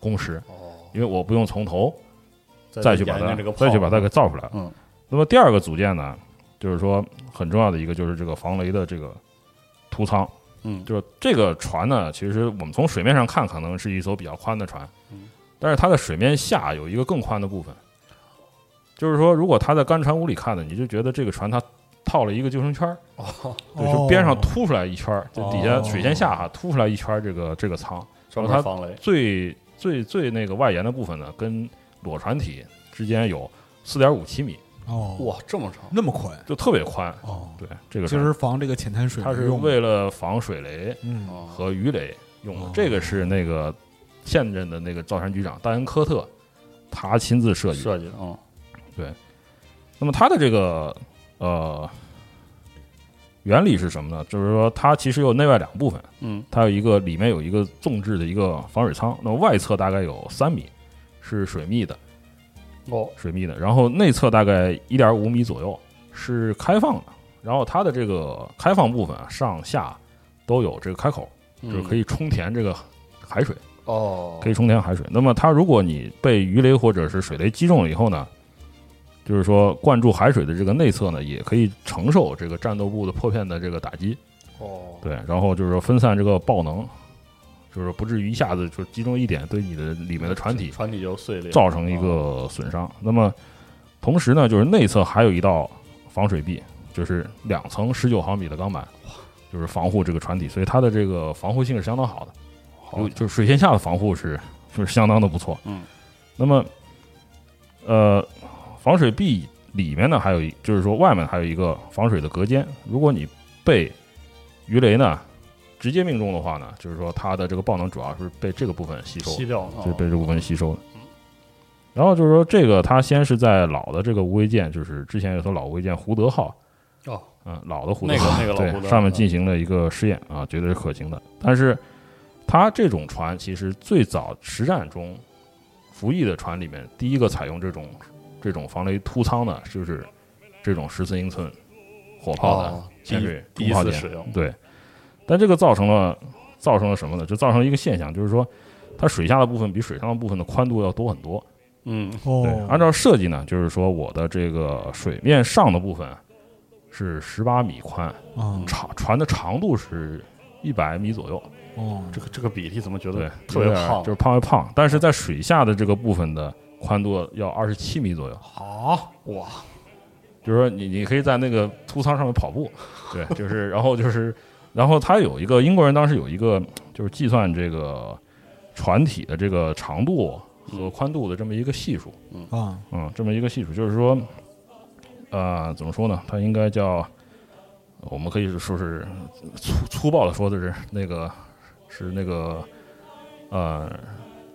[SPEAKER 4] 工时，
[SPEAKER 2] 哦，
[SPEAKER 4] 因为我不用从头
[SPEAKER 2] 再
[SPEAKER 4] 再去把
[SPEAKER 2] 研
[SPEAKER 4] 它
[SPEAKER 2] 究这个
[SPEAKER 4] 再去把它
[SPEAKER 2] 给
[SPEAKER 4] 给造出来。
[SPEAKER 2] 嗯，
[SPEAKER 4] 那么第二个组件呢，就是说很重要的一个就是这个防雷的这个涂舱，
[SPEAKER 2] 嗯
[SPEAKER 4] 就是这个船呢，其实我们从水面上看可能是一艘比较宽的船，
[SPEAKER 2] 嗯
[SPEAKER 4] 但是它的水面下有一个更宽的部分，就是说如果它在干船坞里看呢，你就觉得这个船它套了一个救生圈儿，
[SPEAKER 2] 哦，
[SPEAKER 4] 对，就边上
[SPEAKER 3] 哦
[SPEAKER 4] 凸出来一圈儿，就底下
[SPEAKER 2] 哦
[SPEAKER 4] 水线下哈凸出来一圈儿这个这个舱。
[SPEAKER 2] 专
[SPEAKER 4] 它
[SPEAKER 2] 门防雷，
[SPEAKER 4] 最最最那个外沿的部分呢，跟裸船体之间有四点五七米，
[SPEAKER 3] 哦，
[SPEAKER 2] 哇，这么长，
[SPEAKER 3] 那么宽
[SPEAKER 4] 就特别宽。
[SPEAKER 3] 哦，
[SPEAKER 4] 对，这个
[SPEAKER 3] 其
[SPEAKER 4] 船
[SPEAKER 3] 实防这个浅滩水
[SPEAKER 4] 它是
[SPEAKER 3] 用的
[SPEAKER 4] 为了防水雷
[SPEAKER 3] 嗯
[SPEAKER 2] 哦
[SPEAKER 4] 和鱼雷用的
[SPEAKER 3] 哦。
[SPEAKER 4] 这个是那个现任的那个造船局长戴恩科特，他亲自设计的。
[SPEAKER 2] 设计的，嗯，
[SPEAKER 4] 那么它的这个呃原理是什么呢？就是说它其实有内外两部分，
[SPEAKER 2] 嗯，
[SPEAKER 4] 它有一个里面有一个纵置的一个防水舱，那么外侧大概有三米，是水密的。
[SPEAKER 2] 哦，
[SPEAKER 4] 水密的，然后内侧大概一点五米左右是开放的，然后它的这个开放部分啊，上下都有这个开口，就是可
[SPEAKER 2] 以
[SPEAKER 4] 以冲填这个海水，
[SPEAKER 2] 嗯哦，
[SPEAKER 4] 可以冲填海水。那么它如果你被鱼雷或者是水雷击中了以后呢，就是说灌注海水的这个内侧呢，也可以承受这个战斗部的破片的这个打击，
[SPEAKER 2] 哦，
[SPEAKER 4] 对，然后就是说分散这个爆能，就是不至于一下子就击中一点对你的里面的船体
[SPEAKER 2] 船体就碎裂，哦
[SPEAKER 4] 哦造成一个损伤。那么同时呢，就是内侧还有一道防水壁，就是两层十九毫米的钢板，就是防护这个船体，所以它的这个防护性是相当好的，有就是水线下的防护是就是相当的不错。
[SPEAKER 2] 嗯，
[SPEAKER 4] 那么呃，防水壁里面呢还有一，就是说外面还有一个防水的隔间，如果你被鱼雷呢直接命中的话呢，就是说它的这个爆能主要是被这个部分吸收的
[SPEAKER 2] 吸掉了，
[SPEAKER 4] 就是被
[SPEAKER 2] 哦
[SPEAKER 4] 这部分吸收的。然后就是说，这个它先是在老的这个无畏舰，就是之前有艘老无畏舰胡德号，
[SPEAKER 2] 哦，
[SPEAKER 4] 嗯，老的胡德
[SPEAKER 2] 那个
[SPEAKER 4] 号，
[SPEAKER 2] 那个老胡
[SPEAKER 4] 对，
[SPEAKER 2] 德
[SPEAKER 4] 上面
[SPEAKER 2] 号
[SPEAKER 4] 进行了一个试验啊，觉得是可行的。但是它这种船其实最早实战中服役的船里面，第一个采用这种这种防雷突舱的，就是这种十四英寸火炮的
[SPEAKER 2] 哦第
[SPEAKER 4] 潜
[SPEAKER 2] 一
[SPEAKER 4] 水
[SPEAKER 2] 第
[SPEAKER 4] 中
[SPEAKER 2] 一
[SPEAKER 4] 炮
[SPEAKER 2] 次
[SPEAKER 4] 舰
[SPEAKER 2] 使用，
[SPEAKER 4] 对，但这个造成了造成了什么呢？就造成了一个现象，就是说它水下的部分比水上的部分的宽度要多很多。
[SPEAKER 2] 嗯，
[SPEAKER 4] 对，
[SPEAKER 3] 哦，
[SPEAKER 4] 按照设计呢，就是说我的这个水面上的部分是十八米宽，
[SPEAKER 3] 啊
[SPEAKER 4] 长船的长度是一百米左右，
[SPEAKER 3] 哦，
[SPEAKER 2] 这个这个比例怎么觉
[SPEAKER 4] 对
[SPEAKER 2] 得，特别
[SPEAKER 4] 有点
[SPEAKER 2] 胖？
[SPEAKER 4] 就是胖又胖，但是在水下的这个部分的宽度要二十七米左右。
[SPEAKER 3] 好，
[SPEAKER 2] 哇，
[SPEAKER 4] 就是说你你可以在那个粗仓上面跑步， 对，就是然后就是然后他有一个英国人当时有一个就是计算这个船体的这个长度和宽度的这么一个系数，
[SPEAKER 3] 啊，
[SPEAKER 4] 嗯，这么一个系数，就是说，呃，怎么说呢？它应该叫我们可以说是粗粗暴的说的是那个是那个呃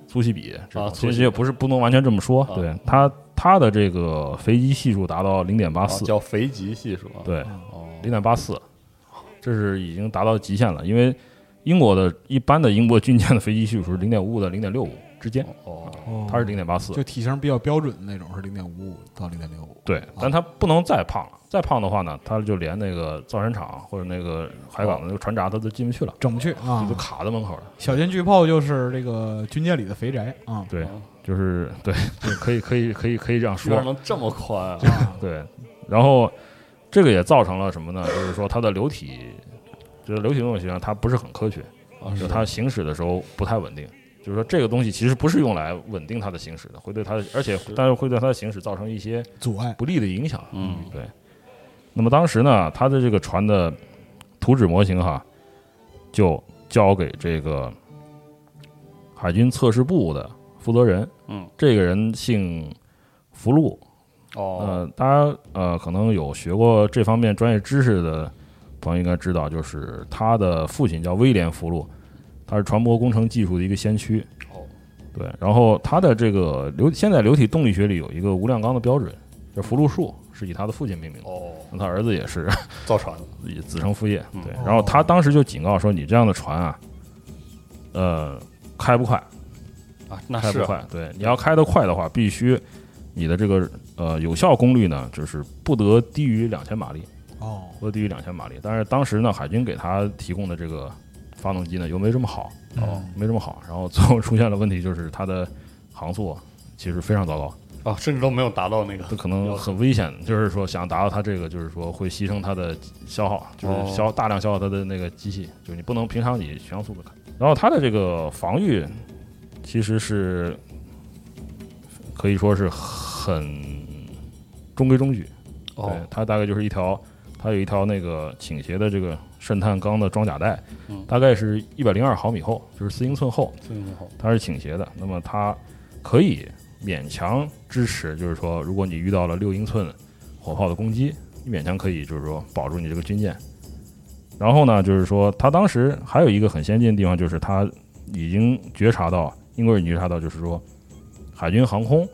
[SPEAKER 4] 粗细比这种
[SPEAKER 2] 啊粗
[SPEAKER 4] 其
[SPEAKER 2] 细
[SPEAKER 4] 实也不是不能完全这么说，
[SPEAKER 2] 啊
[SPEAKER 4] 对它它的这个肥积系数达到零点八
[SPEAKER 2] 啊
[SPEAKER 4] 四，
[SPEAKER 2] 叫肥极系数啊，
[SPEAKER 4] 对，
[SPEAKER 2] 哦，
[SPEAKER 4] 零点八四，这是已经达到极限了。因为英国的一般的英国军舰的飞机系数是零点五五到零点六五之间，
[SPEAKER 2] 哦，
[SPEAKER 3] 哦
[SPEAKER 4] 它是零点八四
[SPEAKER 3] 就，体型比较标准的那种，是零点五五到零点六五。
[SPEAKER 4] 对，
[SPEAKER 2] 哦
[SPEAKER 4] 但它不能再胖了。再胖的话呢，它就连那个造船厂或者那个海港的那个船闸，它都进不去了，
[SPEAKER 3] 整不去啊
[SPEAKER 2] 哦
[SPEAKER 4] 你就！卡在门口了。
[SPEAKER 3] 小型巨炮就是这个军舰里的肥宅啊，
[SPEAKER 4] 对，就是对， 就可以可以可以可以这样
[SPEAKER 2] 居然
[SPEAKER 4] 说，
[SPEAKER 2] 能这么宽啊！
[SPEAKER 4] 对。然后这个也造成了什么呢？就是说它的流体，就是流体动力学上它不是很科学，
[SPEAKER 2] 啊
[SPEAKER 4] 就是是它行驶的时候不太稳定。就是说，这个东西其实不是用来稳定它的行驶的，会对它的，而且但是会对它的行驶造成一些
[SPEAKER 3] 阻碍
[SPEAKER 4] 不利的影响。
[SPEAKER 2] 嗯，
[SPEAKER 4] 对。那么当时呢，它的这个船的图纸模型哈，就交给这个海军测试部的负责人。
[SPEAKER 2] 嗯，
[SPEAKER 4] 这个人姓福禄，
[SPEAKER 2] 哦，
[SPEAKER 4] 呃，大家呃可能有学过这方面专业知识的朋友应该知道，就是他的父亲叫威廉·福禄，他是船舶工程技术的一个先驱。
[SPEAKER 2] 哦，
[SPEAKER 4] 对，然后他的这个流现在流体动力学里有一个无量纲的标准，叫福禄数，是以他的父亲命名的。
[SPEAKER 2] 哦，
[SPEAKER 4] 那他儿子也是
[SPEAKER 2] 造船的，
[SPEAKER 4] 也子承父业，
[SPEAKER 2] 嗯
[SPEAKER 4] 对。然后他当时就警告说：“你这样的船啊，呃，开不快，
[SPEAKER 2] 啊，那
[SPEAKER 4] 开
[SPEAKER 2] 是
[SPEAKER 4] 不快。对，你要开得快的话，必须你的这个呃有效功率呢，就是不得低于两千马力，
[SPEAKER 3] 哦，
[SPEAKER 4] 不得低于两千马力。但是当时呢，海军给他提供的这个发动机呢，又没这么好，
[SPEAKER 3] 哦，
[SPEAKER 4] 没这么好。然后最后出现了问题，就是它的航速啊其实非常糟糕，
[SPEAKER 2] 啊，甚至都没有达到那个
[SPEAKER 4] 它可能很危险。就是说，想达到它这个，就是说会牺牲它的消耗，
[SPEAKER 2] 哦
[SPEAKER 4] 就是消大量消耗它的那个机器，就是你不能平常你巡航速度开。然后它的这个防御其实是可以说是很中规中矩，对
[SPEAKER 2] 哦，，
[SPEAKER 4] 它大概就是一条，它有一条那个倾斜的这个渗探钢的装甲带，
[SPEAKER 2] 嗯
[SPEAKER 4] 大概是一百零二毫米厚，就是四英寸厚，
[SPEAKER 2] 真的好，
[SPEAKER 4] 它是倾斜的。那么它可以勉强支持，就是说，如果你遇到了六英寸火炮的攻击，你勉强可以就是说保住你这个军舰。然后呢，就是说，它当时还有一个很先进的地方，就是它已经觉察到，英国人觉察到，就是说，海军航空，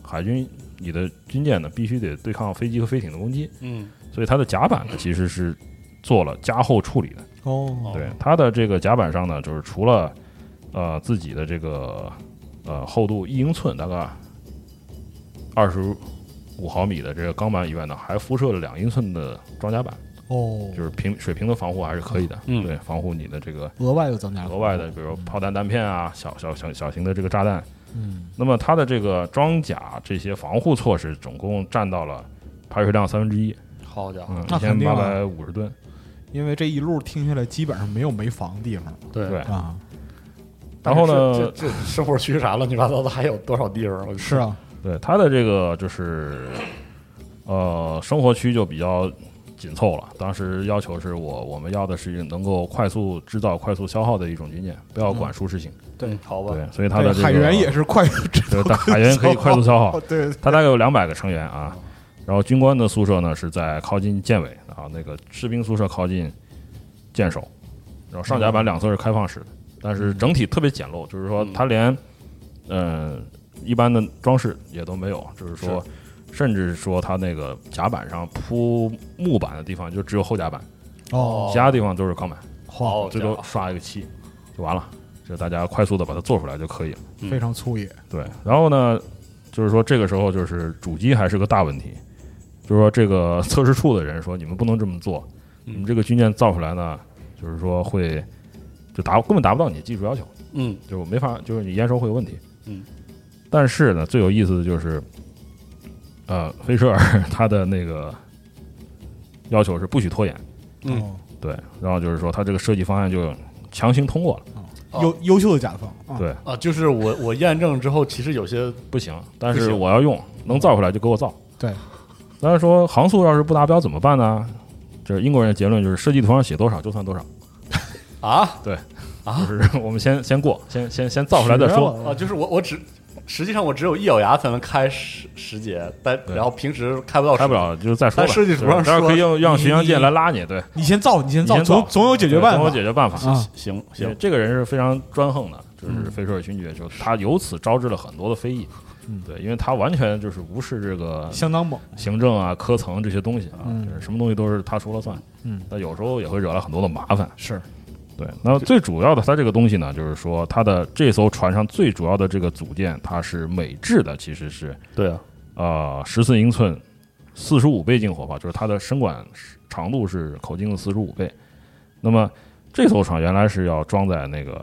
[SPEAKER 4] 海军你的军舰呢必须得对抗飞机和飞艇的攻击，
[SPEAKER 2] 嗯，
[SPEAKER 4] 所以它的甲板呢其实是做了加厚处理的。
[SPEAKER 3] 哦，
[SPEAKER 4] 对，它的这个甲板上呢，就是除了呃自己的这个呃厚度一英寸，大概二十五毫米的这个钢板以外呢，还辐射了两英寸的装甲板，
[SPEAKER 3] 哦，
[SPEAKER 4] 就是平水平的防护还是可以的。
[SPEAKER 2] 嗯
[SPEAKER 4] 对，防护你的这个
[SPEAKER 3] 额外又增加嗯了
[SPEAKER 4] 额外的，比如炮弹弹片啊，小小小小型的这个炸弹。
[SPEAKER 3] 嗯，
[SPEAKER 4] 那么它的这个装甲这些防护措施，总共占到了排水量三分之一，
[SPEAKER 2] 好家伙，
[SPEAKER 4] 嗯，
[SPEAKER 3] 那
[SPEAKER 4] 一
[SPEAKER 3] 肯
[SPEAKER 4] 千
[SPEAKER 3] 定
[SPEAKER 4] 八
[SPEAKER 3] 啊
[SPEAKER 4] 百五十吨。
[SPEAKER 3] 因为这一路听下来基本上没有没防的地方
[SPEAKER 4] 对，
[SPEAKER 3] 啊，
[SPEAKER 4] 然后呢，
[SPEAKER 2] 这这这生活区啥乱七八糟的还有多少地方？我
[SPEAKER 3] 是，啊，
[SPEAKER 4] 对它的这个就是呃生活区就比较紧凑了。当时要求是我我们要的是能够快速制造、快速消耗的一种军舰，不要管舒适性。
[SPEAKER 2] 对，嗯好吧，
[SPEAKER 4] 对，所以它的、这个、
[SPEAKER 3] 哎海
[SPEAKER 4] 哦
[SPEAKER 3] 员也是快，哦
[SPEAKER 4] 对，但海员可以快速消耗。
[SPEAKER 3] 对，
[SPEAKER 4] 它大概有两百个成员啊。然后军官的宿舍呢是在靠近舰尾啊，那个士兵宿舍靠近舰首。然后上甲板两侧是开放式的，但是整体特别简陋，就是说它连呃一般的装饰也都没有，就是说甚至说它那个甲板上铺木板的地方就只有后甲板，
[SPEAKER 3] 哦，
[SPEAKER 4] 其他地方都是钢板，
[SPEAKER 2] 好
[SPEAKER 4] 最多刷一个漆就完了，就大家快速的把它做出来就可以了。
[SPEAKER 3] 非常粗野，
[SPEAKER 4] 对，然后呢，就是说这个时候就是主机还是个大问题，就是说这个测试处的人说你们不能这么做，你们这个军舰造出来呢，就是说会就达根本达不到你的技术要求，
[SPEAKER 2] 嗯
[SPEAKER 4] 就没法，就是你验收会有问题。
[SPEAKER 2] 嗯，
[SPEAKER 4] 但是呢，最有意思的就是，呃，菲舍 尔他的那个要求是不许拖延，
[SPEAKER 2] 嗯
[SPEAKER 3] 哦
[SPEAKER 4] 对，然后就是说他这个设计方案就强行通过了，
[SPEAKER 2] 哦
[SPEAKER 3] 优优秀的甲方，啊
[SPEAKER 4] 对，
[SPEAKER 2] 啊，就是我我验证之后，其实有些
[SPEAKER 4] 不行，但
[SPEAKER 2] 不
[SPEAKER 4] 是
[SPEAKER 2] 行
[SPEAKER 4] 我要用，能造出来就给我造。
[SPEAKER 3] 对，
[SPEAKER 4] 但是说航速要是不达标怎么办呢？就是英国人的结论就是设计图上写多少就算多少，
[SPEAKER 2] 啊
[SPEAKER 4] 就是我们先先过，先先先造出来再说。
[SPEAKER 2] 啊，就是我我只实际上我只有一咬牙才能开十十节，但
[SPEAKER 4] 对
[SPEAKER 2] 然后平时开不
[SPEAKER 3] 啊
[SPEAKER 2] 到十
[SPEAKER 4] 开不了就再说吧。
[SPEAKER 2] 但设计图上
[SPEAKER 4] 对但是
[SPEAKER 2] 说
[SPEAKER 4] 可以用让巡洋舰
[SPEAKER 3] 你
[SPEAKER 4] 来拉你，对，
[SPEAKER 3] 你先造，你先
[SPEAKER 4] 你先造
[SPEAKER 3] 总总有解决
[SPEAKER 4] 对
[SPEAKER 3] 办
[SPEAKER 4] 总
[SPEAKER 3] 法
[SPEAKER 4] 有解决办法。
[SPEAKER 3] 啊！
[SPEAKER 2] 行
[SPEAKER 4] 对
[SPEAKER 2] 行，
[SPEAKER 4] 这个人是非常专横的，就是菲舍尔勋爵，就他由此招致了很多的非议。
[SPEAKER 3] 嗯
[SPEAKER 4] 对，因为他完全就是无视这个
[SPEAKER 3] 相当猛，
[SPEAKER 4] 行政啊、科层这些东西啊，
[SPEAKER 3] 嗯
[SPEAKER 4] 就是什么东西都是他说了算。
[SPEAKER 3] 嗯，
[SPEAKER 4] 但有时候也会惹来很多的麻烦。
[SPEAKER 3] 是
[SPEAKER 4] 对，那最主要的，它这个东西呢，就是说它的这艘船上最主要的这个组件，它是美制的，其实是
[SPEAKER 2] 对啊，
[SPEAKER 4] 呃十四英寸、四十五倍镜火炮，就是它的身管长度是口径的四十五倍。那么这艘船原来是要装在那个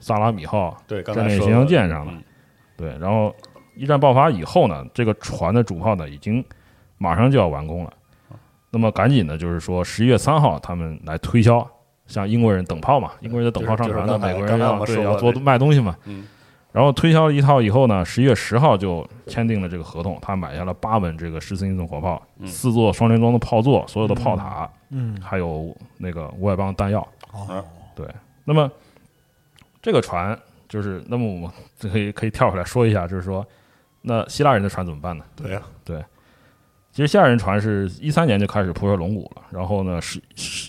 [SPEAKER 4] 萨拉米号
[SPEAKER 2] 对，刚
[SPEAKER 4] 战
[SPEAKER 2] 才
[SPEAKER 4] 略
[SPEAKER 2] 说
[SPEAKER 4] 巡
[SPEAKER 2] 的
[SPEAKER 4] 洋舰上的
[SPEAKER 2] 嗯，
[SPEAKER 4] 对，然后一战爆发以后呢，这个船的主炮呢已经马上就要完工了，那么赶紧呢，就是说十一月三号他们来推销，像英国人等炮嘛，英国人的等炮上船
[SPEAKER 2] 就是
[SPEAKER 4] 呢，
[SPEAKER 2] 刚才
[SPEAKER 4] 美国
[SPEAKER 2] 刚
[SPEAKER 4] 人
[SPEAKER 2] 才我
[SPEAKER 4] 要
[SPEAKER 2] 们
[SPEAKER 4] 对
[SPEAKER 2] 说过
[SPEAKER 4] 要做
[SPEAKER 2] 这个
[SPEAKER 4] 卖东西嘛，
[SPEAKER 2] 嗯
[SPEAKER 4] 然后推销了一套以后呢，十一月十号就签订了这个合同，他买下了八门这个十四英寸火炮，
[SPEAKER 2] 嗯
[SPEAKER 4] 四座双联装的炮座，所有的炮塔，
[SPEAKER 3] 嗯，
[SPEAKER 4] 还有那个五百磅弹药。
[SPEAKER 2] 嗯
[SPEAKER 3] 哦，
[SPEAKER 4] 那么这个船就是，那么我们就可以可以跳回来说一下，就是说，那希腊人的船怎么办呢？
[SPEAKER 2] 对呀，
[SPEAKER 4] 其实希腊人船是一三年就开始铺设龙骨了，然后呢，十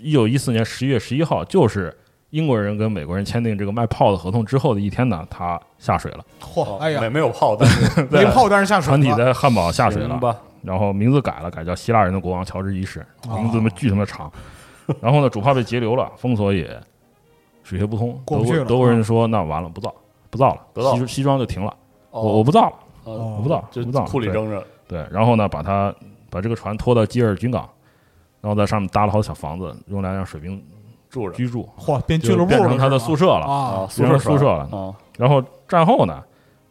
[SPEAKER 4] 一九一四年十一月十一号，就是英国人跟美国人签订这个卖炮的合同之后的一天呢，他下水了，
[SPEAKER 3] 嚯，哎
[SPEAKER 2] 哦没
[SPEAKER 3] 呀，
[SPEAKER 2] 没有炮，但 是
[SPEAKER 3] 没炮但是下水
[SPEAKER 4] 船
[SPEAKER 3] 了
[SPEAKER 4] 体在汉堡下水了
[SPEAKER 2] 行，吧，
[SPEAKER 4] 然后名字改了，改叫希腊人的国王乔治一世，
[SPEAKER 3] 哦
[SPEAKER 4] 名字他妈巨他妈长。然后呢，主炮被截流了，封锁也水泄不通。
[SPEAKER 3] 过不
[SPEAKER 4] 德
[SPEAKER 3] 去
[SPEAKER 4] 国
[SPEAKER 3] 了
[SPEAKER 4] 德国人说：“那完了，不造，不造了，
[SPEAKER 2] 不造
[SPEAKER 4] 西西装就停了，
[SPEAKER 2] 哦
[SPEAKER 4] 我我不造了，
[SPEAKER 2] 哦
[SPEAKER 4] 我不造，
[SPEAKER 2] 就
[SPEAKER 4] 不造。”
[SPEAKER 2] 库里
[SPEAKER 4] 对
[SPEAKER 2] 扔着，
[SPEAKER 4] 对，然后呢，把它把这个船拖到基尔军港，然后在上面搭了好多小房子，用来让水兵
[SPEAKER 2] 住着
[SPEAKER 4] 居住，
[SPEAKER 3] 嚯，变俱
[SPEAKER 4] 就
[SPEAKER 3] 乐部
[SPEAKER 4] 变
[SPEAKER 3] 了
[SPEAKER 4] 成他的
[SPEAKER 3] 是
[SPEAKER 4] 宿舍
[SPEAKER 3] 吧
[SPEAKER 4] 了。
[SPEAKER 3] 啊，
[SPEAKER 2] 宿
[SPEAKER 4] 变
[SPEAKER 2] 舍
[SPEAKER 4] 成宿舍了
[SPEAKER 2] 啊
[SPEAKER 4] 然后战后呢，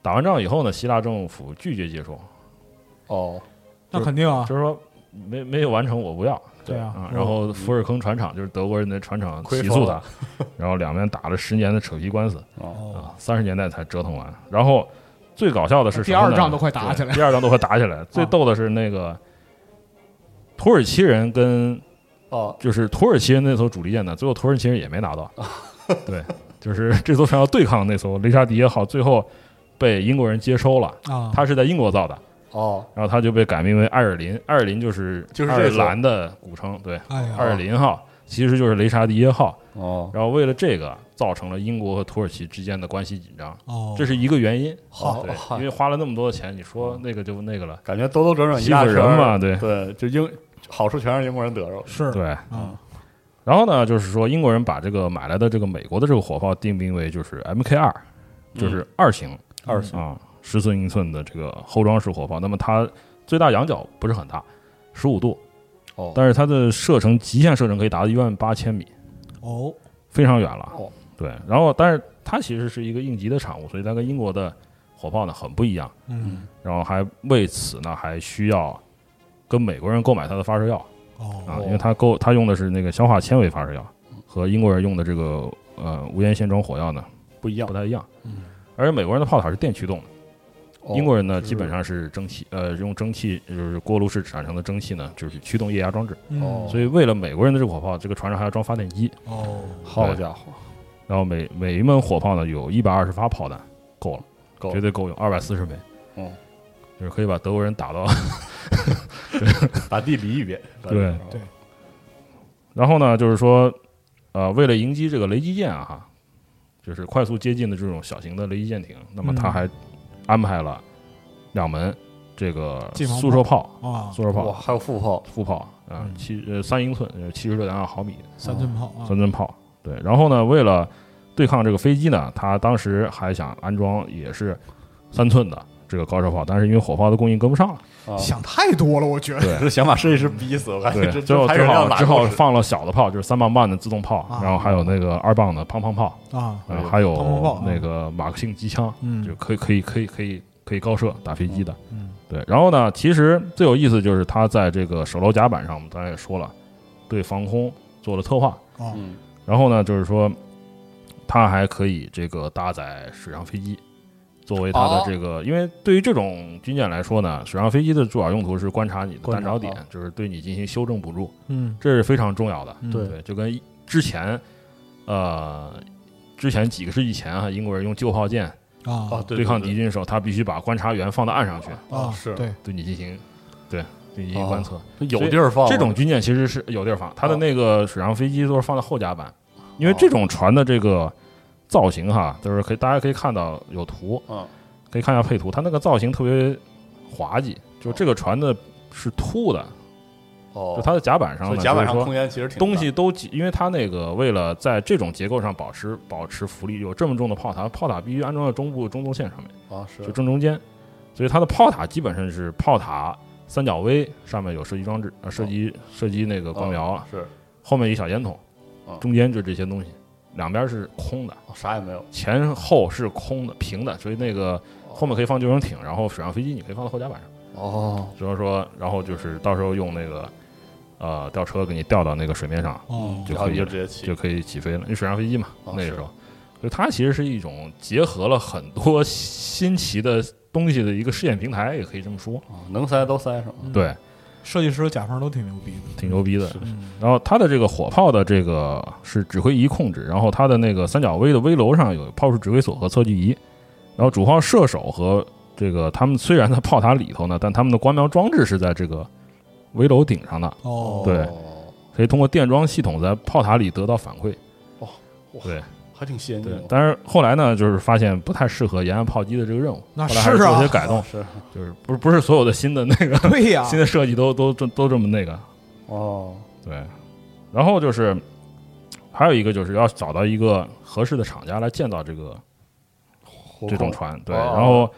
[SPEAKER 4] 打完仗以后呢，希腊政府拒绝接受，
[SPEAKER 2] 哦
[SPEAKER 3] 那肯定啊，
[SPEAKER 4] 就是说没没有完成，我不要。
[SPEAKER 3] 对啊
[SPEAKER 4] 啊，，然后福尔坑船厂就是德国人的船厂起诉他，然后两边打了十年的扯皮官司
[SPEAKER 2] 哦
[SPEAKER 3] 哦
[SPEAKER 4] 啊，三十年代才折腾完。然后最搞笑的是
[SPEAKER 3] 第
[SPEAKER 4] 什么呢
[SPEAKER 3] 二仗都快打起来啊
[SPEAKER 4] 对第二仗都快打 起来。最逗的是那个土耳其人跟
[SPEAKER 2] 哦
[SPEAKER 4] 就是土耳其人那艘主力舰呢，最后土耳其人也没拿 到。对，就是这艘船要对抗那艘雷沙迪耶号，最后被英国人接收了。
[SPEAKER 3] 啊，
[SPEAKER 4] 它是在英国造的，
[SPEAKER 2] 哦
[SPEAKER 4] 然后它就被改名为爱尔林。爱尔林就是
[SPEAKER 2] 就是
[SPEAKER 4] 爱
[SPEAKER 2] 这
[SPEAKER 4] 尔
[SPEAKER 2] 艘
[SPEAKER 4] 兰的古称，对。
[SPEAKER 3] 哎呀，
[SPEAKER 4] 爱尔林号其实就是雷沙迪耶号，
[SPEAKER 2] 哦，
[SPEAKER 4] 然后为了这个造成了英国和土耳其之间的关系紧张，
[SPEAKER 3] 哦，
[SPEAKER 4] 这是一个原因。
[SPEAKER 2] 好
[SPEAKER 4] 对，
[SPEAKER 2] 好
[SPEAKER 4] 因为花了那么多的钱，你说那个就那个了，
[SPEAKER 2] 感觉兜兜转转一
[SPEAKER 4] 欺
[SPEAKER 2] 大
[SPEAKER 4] 负
[SPEAKER 2] 圈
[SPEAKER 4] 人
[SPEAKER 2] 儿
[SPEAKER 4] 嘛，对
[SPEAKER 2] 对，就英好处全让英国人得着了。
[SPEAKER 3] 是
[SPEAKER 4] 对。嗯
[SPEAKER 3] 啊，
[SPEAKER 4] 然后呢，就是说英国人把这个买来的这个美国的这个火炮定名为就是 MK 二，
[SPEAKER 2] 嗯
[SPEAKER 4] 就是二型
[SPEAKER 2] 二
[SPEAKER 4] 啊，十四英寸的这个后装式火炮。那么它最大仰角不是很大，十五度，
[SPEAKER 2] 哦
[SPEAKER 4] 但是它的射程极限射程可以达到一万八千米，
[SPEAKER 3] 哦，
[SPEAKER 4] 非常远了。
[SPEAKER 2] 哦
[SPEAKER 4] 对，然后但是它其实是一个应急的产物，所以它跟英国的火炮呢很不一样。
[SPEAKER 3] 嗯，
[SPEAKER 4] 然后还为此呢还需要跟美国人购买它的发射药
[SPEAKER 3] 哦，
[SPEAKER 4] 啊，
[SPEAKER 2] 哦
[SPEAKER 4] 因为它购它用的是那个消化纤维发射药，和英国人用的这个呃无烟线装火药呢
[SPEAKER 2] 不一样
[SPEAKER 4] 不太一样。而且美国人的炮塔是电驱动的，
[SPEAKER 2] 嗯哦
[SPEAKER 4] 英国人呢，基本上是蒸汽，呃，用蒸汽就是锅炉室产生的蒸汽呢，就是驱动液压装置。
[SPEAKER 3] 嗯
[SPEAKER 2] 哦
[SPEAKER 4] 所以为了美国人的这个火炮，这个船上还要装发电机。
[SPEAKER 3] 哦，
[SPEAKER 2] 好家伙，
[SPEAKER 4] 然后每每一门火炮呢，有一百二十发炮弹，够了，
[SPEAKER 2] 够
[SPEAKER 4] 绝对够用，二百四十枚。
[SPEAKER 2] 嗯，
[SPEAKER 4] 就是可以把德国人打到。
[SPEAKER 2] 把地理一遍，把地
[SPEAKER 4] 对
[SPEAKER 2] 理
[SPEAKER 3] 对
[SPEAKER 4] 然后呢，就是说，呃，为了迎击这个雷击舰啊，哈，就是快速接近的这种小型的雷击舰艇，那么他
[SPEAKER 3] 嗯
[SPEAKER 4] 还安排了两门这个
[SPEAKER 3] 近防炮
[SPEAKER 4] 速射炮，
[SPEAKER 3] 啊，
[SPEAKER 4] 速射
[SPEAKER 2] 哇，
[SPEAKER 4] 炮、
[SPEAKER 2] 还有副炮，
[SPEAKER 4] 副炮啊
[SPEAKER 3] 嗯，
[SPEAKER 4] 七呃三英寸，呃七十六点二毫米
[SPEAKER 3] 三寸炮啊
[SPEAKER 4] 三，吨炮。对，然后呢，为了对抗这个飞机呢，他当时还想安装也是三寸的这个高射炮，但是因为火炮的供应跟不上了，
[SPEAKER 2] 啊，
[SPEAKER 3] 想太多了，我觉得
[SPEAKER 2] 这 想把设计师逼死，我感觉
[SPEAKER 4] 对，
[SPEAKER 2] 哎这
[SPEAKER 4] 最
[SPEAKER 2] 这
[SPEAKER 4] 后
[SPEAKER 2] 还
[SPEAKER 4] 只
[SPEAKER 2] 有人要
[SPEAKER 4] 好
[SPEAKER 2] 拿
[SPEAKER 4] 只
[SPEAKER 2] 过
[SPEAKER 4] 好
[SPEAKER 2] 来
[SPEAKER 4] 放了小的炮，就是三磅半的自动炮，
[SPEAKER 3] 啊
[SPEAKER 4] 然后还有那个二磅的胖胖炮，
[SPEAKER 3] 啊，
[SPEAKER 4] 然
[SPEAKER 2] 哎
[SPEAKER 4] 后还有
[SPEAKER 3] 胖胖炮啊
[SPEAKER 4] 那个马克沁机枪，
[SPEAKER 3] 嗯
[SPEAKER 4] 就可以可以可以可以可以高射打飞机的。
[SPEAKER 3] 嗯
[SPEAKER 4] 对，然后呢，其实最有意思就是他在这个手楼甲板上，我们刚才也说了，对防空做了特化。
[SPEAKER 3] 啊
[SPEAKER 2] 嗯，
[SPEAKER 4] 然后呢，就是说，它还可以这个搭载水上飞机，作为它的
[SPEAKER 2] 哦
[SPEAKER 4] 这个，因为对于这种军舰来说呢，水上飞机的主要用途是观察你的
[SPEAKER 2] 观
[SPEAKER 4] 弹
[SPEAKER 2] 察啊
[SPEAKER 4] 着点，就是对你进行修正补助，
[SPEAKER 3] 嗯
[SPEAKER 4] 这是非常重要的。
[SPEAKER 3] 嗯
[SPEAKER 2] 对
[SPEAKER 4] 对，就跟一之前，呃，之前几个世纪前啊，英国人用旧炮舰
[SPEAKER 2] 啊，
[SPEAKER 3] 啊
[SPEAKER 2] 对哦
[SPEAKER 4] 抗敌军的时候，他必须把观察员放到岸上去，
[SPEAKER 3] 啊，
[SPEAKER 2] 是
[SPEAKER 3] 对，
[SPEAKER 4] 对你进行，对，对你进行观测。
[SPEAKER 2] 哦有地儿放哦
[SPEAKER 4] 这种军舰其实是有地儿放，它的那个水上飞机都是放在后甲板，因为这种船的这个造型哈，就是可以大家可以看到有图，
[SPEAKER 2] 嗯，
[SPEAKER 4] 可以看一下配图，它那个造型特别滑稽，就这个船的是凸的，
[SPEAKER 2] 哦
[SPEAKER 4] 就，它的甲板上
[SPEAKER 2] 所
[SPEAKER 4] 呢，
[SPEAKER 2] 以甲板
[SPEAKER 4] 就
[SPEAKER 2] 上
[SPEAKER 4] 是说
[SPEAKER 2] 空间其实挺大
[SPEAKER 4] 东西都挤，因为它那个为了在这种结构上保持保持浮力，有这么重的炮塔，炮塔必须安装在中部中轴线上面，
[SPEAKER 2] 啊是
[SPEAKER 4] 就正中间，所以它的炮塔基本上是炮塔三角威上面有射击装置，呃射击射击那个光
[SPEAKER 2] 啊
[SPEAKER 4] 瞄，
[SPEAKER 2] 是
[SPEAKER 4] 后面一小烟筒
[SPEAKER 2] 哦，
[SPEAKER 4] 中间就这些东西，两边是空的，
[SPEAKER 2] 哦啥也没有，
[SPEAKER 4] 前后是空的平的，所以那个后面可以放救生艇，然后水上飞机你可以放到后甲板上，
[SPEAKER 2] 哦，
[SPEAKER 4] 所以说，然后就是到时候用那个呃吊车给你吊到那个水面上，
[SPEAKER 3] 哦
[SPEAKER 4] 就
[SPEAKER 2] 然后
[SPEAKER 4] 可
[SPEAKER 2] 你
[SPEAKER 4] 以
[SPEAKER 2] 就直接起
[SPEAKER 4] 就可以起飞了，因为水上飞机嘛，
[SPEAKER 2] 哦
[SPEAKER 4] 那个
[SPEAKER 2] 是
[SPEAKER 4] 时候，就它其实是一种结合了很多新奇的东西的一个试验平台，也可以这么说，
[SPEAKER 2] 哦能塞都塞上，
[SPEAKER 3] 嗯
[SPEAKER 4] 对，
[SPEAKER 3] 设计师和甲方都挺牛逼的，
[SPEAKER 4] 挺牛逼的。
[SPEAKER 3] 嗯
[SPEAKER 4] 然后它的这个火炮的这个是指挥仪控制，然后它的那个三角威的危楼上有炮术指挥所和测距仪，然后主炮射手和这个他们虽然在炮塔里头呢，但他们的观瞄装置是在这个危楼顶上的，
[SPEAKER 3] 哦，
[SPEAKER 4] 对可以通过电装系统在炮塔里得到反馈。
[SPEAKER 2] 还挺先进
[SPEAKER 4] 对
[SPEAKER 2] 的，，
[SPEAKER 4] 但是后来呢，就是发现不太适合沿岸炮击的这个任务，
[SPEAKER 3] 那
[SPEAKER 4] 后来还是
[SPEAKER 3] 是
[SPEAKER 4] 做
[SPEAKER 3] 啊
[SPEAKER 4] 一些改动，
[SPEAKER 2] 是
[SPEAKER 4] 就是不是不是所有的新的那个、
[SPEAKER 3] 对呀，
[SPEAKER 4] 新的设计都都都都这么那个，
[SPEAKER 2] 哦，
[SPEAKER 4] 对，然后就是还有一个就是要找到一个合适的厂家来建造这个
[SPEAKER 2] 火
[SPEAKER 4] 这种
[SPEAKER 2] 控
[SPEAKER 4] 船，对，
[SPEAKER 2] 哦
[SPEAKER 4] 然后